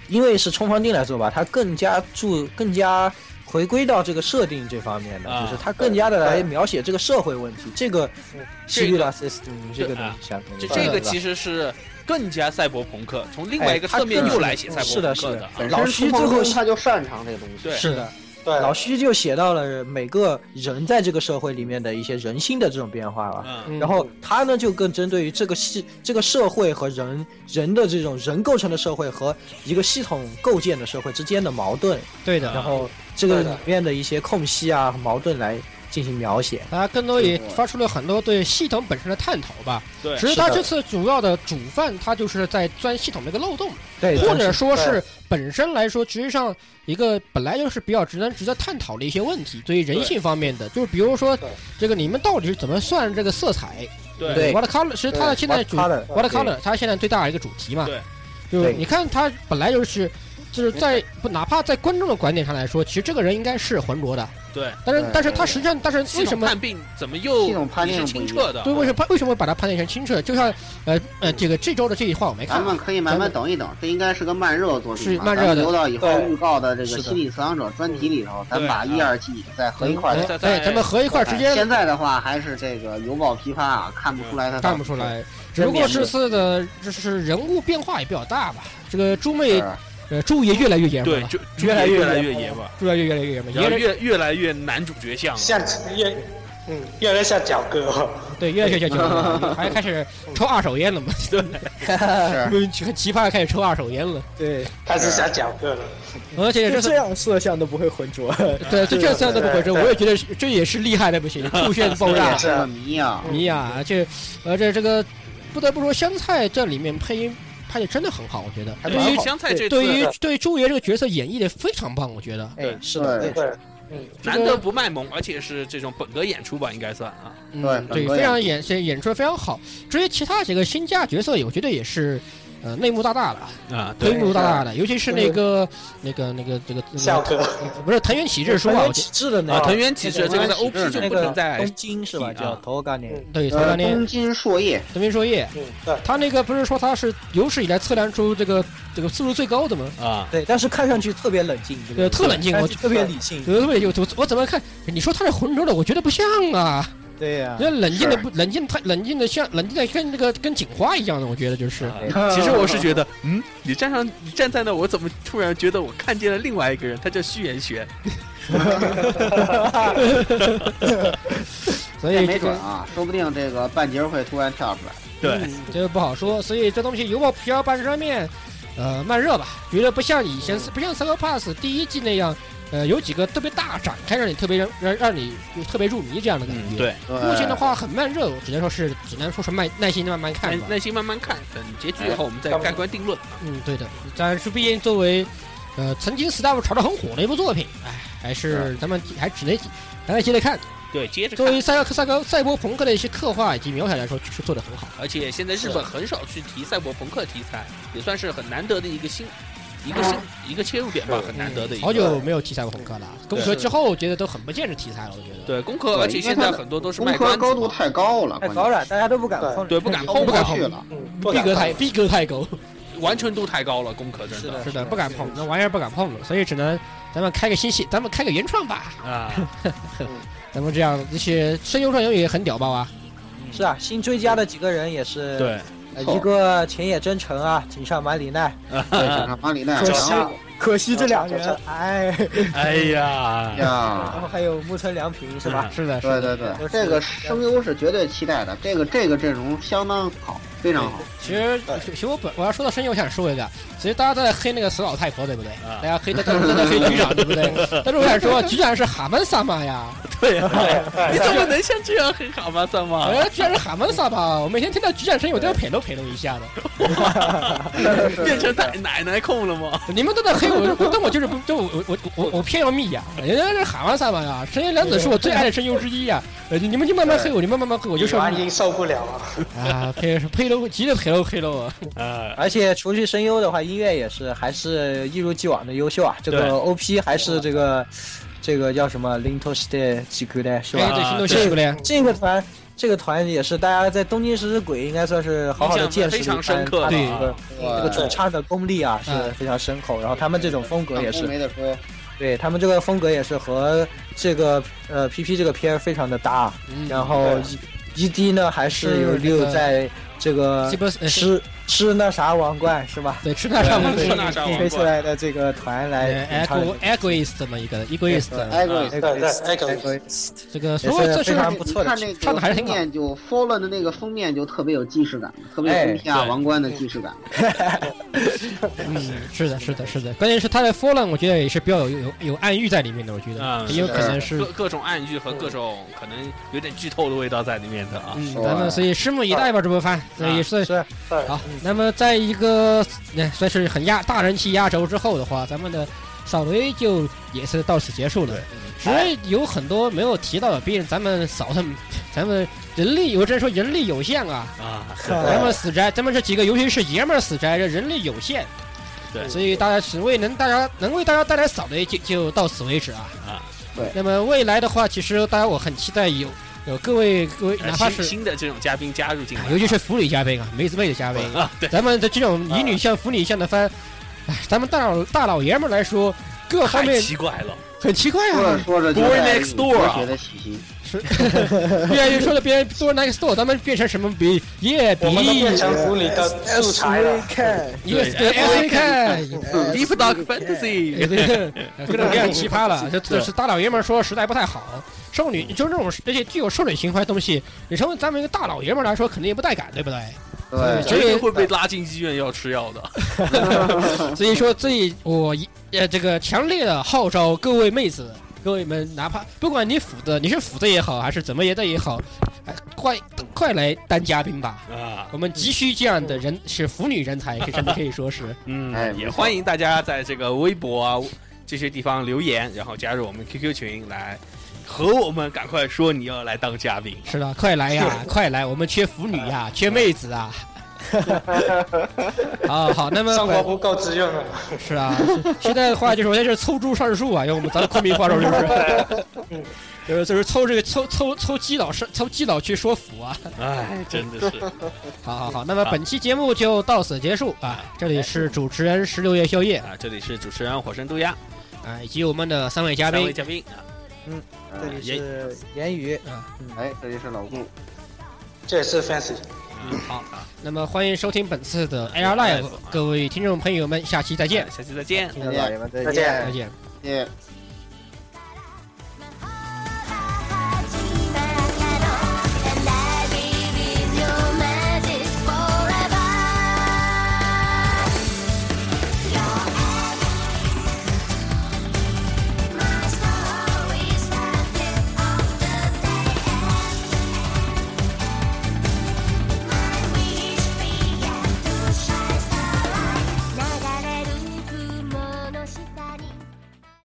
S4: 因为是冲锋钉来做吧，它更加注更加回归到这个设定这方面的，
S2: 啊
S4: 就是它更加的来描写这个社会问题，这个
S5: 嗯
S4: 西律拉 system 这个东
S2: 啊
S4: 西相关
S2: 这
S4: 的，
S2: 这个
S4: 对吧
S2: 其实是更加赛博朋克，从另外一个侧面
S4: 哎它
S2: 又来写赛博
S4: 是的
S2: 朋
S4: 是
S2: 克
S4: 的
S2: 啊
S3: 本
S4: 老
S3: 身
S4: 徐
S3: 冲锋
S4: 最后
S3: 钉他就擅长这个东西。
S2: 对
S4: 是的，
S5: 对，
S4: 老徐就写到了每个人在这个社会里面的一些人性的这种变化吧。
S2: 嗯，
S1: 嗯
S4: 然后他呢就更针对于这个系这个社会和人人的这种人构成的社会和一个系统构建的社会之间的矛盾，
S2: 嗯
S1: 对的
S4: 然，后这个
S5: 对的
S4: 里面的一些空隙啊和矛盾来进行描写。
S1: 他更多也发出了很多对系统本身的探讨吧。
S2: 对
S1: 其实他
S4: 是的
S1: 这次主要的主犯，他就是在钻系统的一个漏洞，
S4: 对，
S1: 或者
S4: 但是
S1: 说是本身来说，实际上一个本来就是比较值得值得探讨的一些问题，对于人性方面的，就是比如说
S5: 对
S1: 这个你们到底是怎么算这个色彩
S2: 对
S4: 对
S1: w h a t color？其实他的现在
S4: What
S1: 主
S4: color？
S1: What Color，它现在最大的一个主题嘛，
S2: 对，
S1: 就是
S4: 对
S1: 你看他本来就是，就是在不哪怕在观众的观点上来说，其实这个人应该是浑浊的，
S2: 对，
S1: 但是
S3: 对
S1: 但是他实际上，但是为
S2: 系
S1: 什
S2: 统
S1: 么
S2: 判定怎么又
S3: 系统判
S2: 你
S3: 定
S2: 是
S3: 不一
S2: 清
S3: 样
S2: 澈的？啊
S1: 对为什么判为什么把它判定成清澈？就像呃呃这个这周的这一话我没看
S3: 咱，们可以慢慢等一等，这应该是个慢热作品
S1: 是
S3: 吧，
S1: 慢热的
S3: 咱们留到以后
S5: 对
S3: 预告的这
S4: 是
S3: 个
S4: 的
S3: 心理测量者专题里头，咱
S2: 对
S3: 把一
S2: 啊
S3: 二季再合
S1: 咱
S3: 一块儿
S1: 哎
S2: 再
S3: 聊。
S1: 对，咱们合一块儿直接
S3: 现在的话还是这个犹抱琵琶啊，看不出来他
S1: 看不出来。只
S3: 真
S1: 不过
S3: 面目
S1: 这次的就是人物变化也比较大吧，这个猪妹
S3: 是
S1: 呃，注意越来越严
S2: 对
S1: 了，吧，
S2: 就
S1: 越来越
S2: 越来
S1: 严
S2: 越
S1: 了
S2: 野吧，
S1: 注意越来越严了，
S2: 然
S1: 越
S2: 后
S1: 来
S2: 越越来越男主角像了。
S5: 像越嗯越来越像角哥、哦，
S1: 对越来越严了，还开始抽二手烟了嘛，就很奇葩，开始抽二手烟了。
S6: 对，
S5: 开始像角哥了。
S1: 而且这
S6: 就这
S1: 次
S6: 样色相都不会浑浊，
S1: 对这这次都不回事，
S5: 对
S1: 我也觉得是这也是厉害的不行，酷炫爆炸
S3: 也。是个谜啊！
S1: 你呀，这呃这这个不得不说，香菜这里面配音拍的真的很好，我觉得。
S6: 还
S1: 对
S6: 蛮
S1: 于
S6: 好
S2: 香菜这
S1: 对于
S2: 次
S1: 对朱爷这个角色演绎的非常棒，我觉得。
S4: 哎，是
S3: 的对
S4: 的，
S5: 对，
S2: 难得不卖萌，而且是这种本格演出吧，应该算啊。
S1: 嗯
S3: 对本
S1: 对，
S3: 格
S1: 非常
S3: 演
S1: 演演演出的非常好。至于其他几个新加角色，我觉得也是。呃，内幕大大的，
S2: 啊，
S1: 推
S2: 对，
S1: 幕大大的，尤其是那个、那个、那个、这个、那
S5: 笑
S1: 个，
S5: 哥，
S1: 不是藤原启志说啊，我觉
S4: 启智的
S2: 啊，
S4: 那
S2: 藤
S4: 个，
S2: 原启志这个在 OP 就
S4: 那
S2: 不能
S4: 个
S2: 再
S4: 东京是吧？
S2: 提啊
S4: 叫头干年，
S5: 嗯
S1: 对，头
S3: 呃，
S1: 当年
S3: 东京硕业，
S1: 藤原硕业，
S5: 嗯，对，
S1: 他那个不是说他是有史以来测量出这个这个次数最高的吗？
S4: (laughs)
S2: 啊，
S4: 对，但是看上去特别冷静，这
S1: 对
S4: 个
S1: 特冷静
S4: 但
S1: 我
S4: 是特别理性，
S1: 对对，有我我怎么看？你说他是浑浊的，我觉得不像啊，
S4: 对呀，
S1: 那冷静的不冷静，他冷静的像冷静的跟那个跟警花一样的，我觉得就是。
S2: 啊其实我是觉得，嗯，你站上你站在那，我怎么突然觉得我看见了另外一个人，他叫虚言玄，
S1: 所
S3: 这
S1: 以哎
S3: 没
S1: 这
S3: 准
S1: 个
S3: 啊，说不定这个半截儿会突然跳出来。
S2: 对，
S1: 这个不好说，所以这东西油爆皮儿半遮面，呃，慢热吧，觉得不像以前不像《Psycho Pass》第一季那样，呃，有几个特别大展开，让你特别让让让你就特别入迷这样的感觉。
S2: 嗯，。对，
S3: 对
S1: 目前的话很慢热，我只能说是只能说是慢耐心的慢慢
S2: 耐
S1: 看吧。
S2: 耐心慢慢看，等结局以后我们再盖棺定论。
S1: 嗯，对的，但是毕竟作为呃曾经 staff 炒得很火的一部作品，哎，还是咱们还只能咱们接着看。
S2: 对，接着
S1: 作为
S2: 看。
S1: 赛克赛高赛博朋克的一些刻画以及描写来说，是做的很好。
S2: 而且现在日本很少去提赛博朋克题材，也算是很难得的一个新一个新一个切入点吧，很难得的一
S1: 好
S2: 个。
S1: 久没有题材朋克了，攻壳之后我觉得都很不见是题材了，我觉得。
S2: 对，工科，
S3: 对
S2: 而且现在很多都是
S3: 工
S2: 卖
S3: 科
S2: 关子
S3: 高度
S2: 嘛
S3: 太高了，
S4: 太
S3: 关键
S4: 高了，大家都不敢
S5: 对
S4: 碰，
S2: 对，不敢
S3: 高
S2: 碰，
S1: 不
S3: 不
S1: 敢
S3: 去
S1: 碰
S3: 了。
S5: 嗯，不
S1: 逼
S5: 敢
S1: 格
S5: 碰
S1: 太逼格太高，
S2: 完成度太高了，工科真
S4: 是的
S1: 是的，
S4: 是
S1: 不敢碰那玩意儿，不敢碰了，所以只能咱们开个新戏，咱们开个原创吧，
S2: 啊，
S1: 咱们这样，这些声优上游也很屌吧哇？
S4: 是啊，新追加的几个人也是，
S2: 对，
S4: 呃一个前野真诚啊，井上麻里奈，
S3: 对，想看马里奈，
S4: 可
S3: 然
S4: 惜
S3: 后
S4: (laughs) 可惜这两
S5: 这这
S4: 人，啊哎，
S2: 哎 (laughs) 呀，
S4: 然
S3: 呀，
S4: 后还有木村良平是
S5: 啊
S4: 吧？
S1: 是的，是
S3: 对
S1: 的，
S3: 对对，这个声优是绝对期待的，这个这个阵容相当好，非常好。
S1: 其实，其实我本我要说到声优，我想说一个，其实大家都在黑那个死老太婆，对不对？
S2: 啊
S1: 大家黑的都都在黑局长，对不对？但是我想说，局长是蛤蟆萨玛呀，
S2: 对啊，
S5: 哎
S2: (laughs) 你怎么能像这样黑蛤蟆
S1: (laughs)
S2: 三吗？
S1: 哎，居然是蛤蟆萨玛！我每天听到局长声音，我都要陪都陪弄一下的。
S2: 变成奶奶奶控了吗？
S1: 你们都在黑我，我但我就是不，就我我我我我偏要密呀！人家是蛤蟆萨玛呀，神原良子是我最爱的声优之一呀。呃，你们就慢慢黑我，你们慢慢黑我，我就是要
S5: 玩
S1: 密
S5: 音受不了啊！
S1: 啊，陪陪了，急得陪了黑了我。
S2: 啊，
S4: 而且除去声优的话，音乐也是还是一如既往的优秀啊。这个
S2: 对
S4: OP 还是这个这个叫什么 Linto s t e 几个的是
S1: 哎，
S4: 吧？
S1: 对，行动
S4: 这
S1: 是不嘞？
S4: 这个团这个团也是大家在东京食尸鬼应该算是好好的
S2: 印象
S4: 见
S2: 非
S4: 识了一
S2: 常
S4: 番
S2: 深刻
S4: 他
S2: 的
S4: 的
S1: 对
S4: 这个这个主唱的功力啊是非常深厚，然后他们这种风格
S3: 都
S4: 也是
S3: 没得说，
S4: 对他们这个风格也是和这个呃 PP 这个片儿非常的搭，
S1: 嗯
S4: 然后 ED 呢还是有
S1: 是那个
S4: 六在这个
S1: 这不是呃是
S4: 吃吃那啥王冠是吧？
S1: 对吃大上
S2: 对
S1: 吗？
S2: 吃那
S4: (laughs)
S2: 啥王冠
S4: 推出来的这个团来唱
S1: ego egoist 嘛一个 egoist，
S3: 艾瑞
S4: 这
S5: 对
S4: 个
S5: 对
S4: Egoist，
S5: ，Egoist
S1: 这个
S4: 也
S1: 所有
S4: 是
S1: 这
S4: 非
S1: 是
S4: 常不错的
S3: 看。那
S1: 唱得
S3: 个
S1: 还是
S3: 封
S1: 挺好
S3: 面就 Fallen 的那个封面就特别有既视感，特别有
S4: 哎
S3: 东西亚
S2: 对
S3: 王冠的既视感。
S1: 嗯，是的，是的，是的，关键是他的 Fallen，我觉得也是比较有有有暗喻在里面的，我觉得
S2: 嗯
S1: 很有可能
S2: 各
S1: 啊是，
S2: 各种暗喻和各种可能有点剧透的味道在里面的啊。
S1: 嗯，
S3: 说
S1: 咱们所以拭目以待吧，这部番，所以是
S4: 是
S5: 对
S1: 好。那么在一个那算是很压大人气压轴之后的话，咱们的扫雷就也是到此结束了。其实有很多没有提到的，毕竟咱们扫他们，咱们人力，我只能说人力有限啊，
S2: 啊，
S1: 咱
S4: (laughs)
S1: 们死宅，咱们这几个尤其是爷们儿死宅，这人力有限，
S2: 对
S1: 所以大家只为能大家能为大家带来扫雷就就到此为止啊
S2: 啊，
S3: 对
S1: 那么未来的话，其实大家我很期待有有各位各位，
S2: 呃
S1: 哪怕
S2: 新
S1: 是
S2: 新的这种嘉宾加入进
S1: 啊
S2: 来，
S1: 尤其是腐女嘉宾啊，梅子妹的嘉宾，
S2: 啊，对，啊
S1: 咱们的这种以女向腐女向的番，哎，咱们大老大老爷们儿来说，各方
S2: 太
S1: 面
S2: 奇怪了，
S1: 很奇怪
S3: 说着
S1: 啊，
S3: 说着就
S2: Boy
S3: 在
S2: Next Door 啊
S3: 觉得喜新，
S1: 是越来越说的别人做 next door，咱们变成什么比耶比
S5: 我们都变成腐女的素材了。
S1: US
S2: 哎
S1: 对 S K，
S2: Deep Dark Fantasy，
S1: 各种各样奇葩了。这这是大老爷们儿说实在不太好，少女就是这种这些具有少女情怀的东西，你成为咱们一个大老爷们儿来说，肯定也不带感，对不对？
S2: (laughs)
S3: 对，
S1: 所以
S2: 绝对会被拉进医院要吃药的。
S1: 所以说，这一我一呃，这个强烈的号召各位妹子，各位们，哪怕不管你腐的，你是腐的也好，还是怎么也的也好，哎，快快来当嘉宾吧！
S2: 啊，
S1: 我们急需这样的人，是腐女人才，可以真的可以说是。
S2: 嗯，
S3: 哎
S2: 也
S3: 没错
S2: 欢迎大家在这个微博啊这些地方留言，然后加入我们 QQ 群来和我们赶快说你要来当嘉宾。
S1: 是的，快来呀，快来！我们缺腐女呀，缺妹子啊！啊，好，那么
S5: 生活不够滋润了，
S1: 是啊，是现在的话就是我在这凑猪上树啊，用我们咱们昆明话说
S2: (laughs)
S1: 就是， (laughs) 就是就是凑这个凑凑凑基佬上凑基佬去说服啊。
S2: 哎，真的是，
S1: 好好好，那么本期节目就到此结束啊！这
S2: 哎
S1: 里是主持人十六夜宵夜
S2: 啊，这里是主持人火神渡鸦，
S1: 啊，以及我们的三位嘉
S2: 三位
S1: 宾。
S2: 嘉宾啊，
S4: 这里是言语，
S3: 哎，这里是老顾，
S5: 这也是 fancy。
S2: 嗯好啊，
S1: 那么欢迎收听本次的 Air
S2: 哎
S1: Live，各位听众朋友们，下期再见，
S2: 啊下期再见。
S4: 听众老爷们再
S5: 再
S4: 见
S1: 再
S2: 哎
S5: 见。
S1: 见。
S3: 谢谢。
S1: 嗯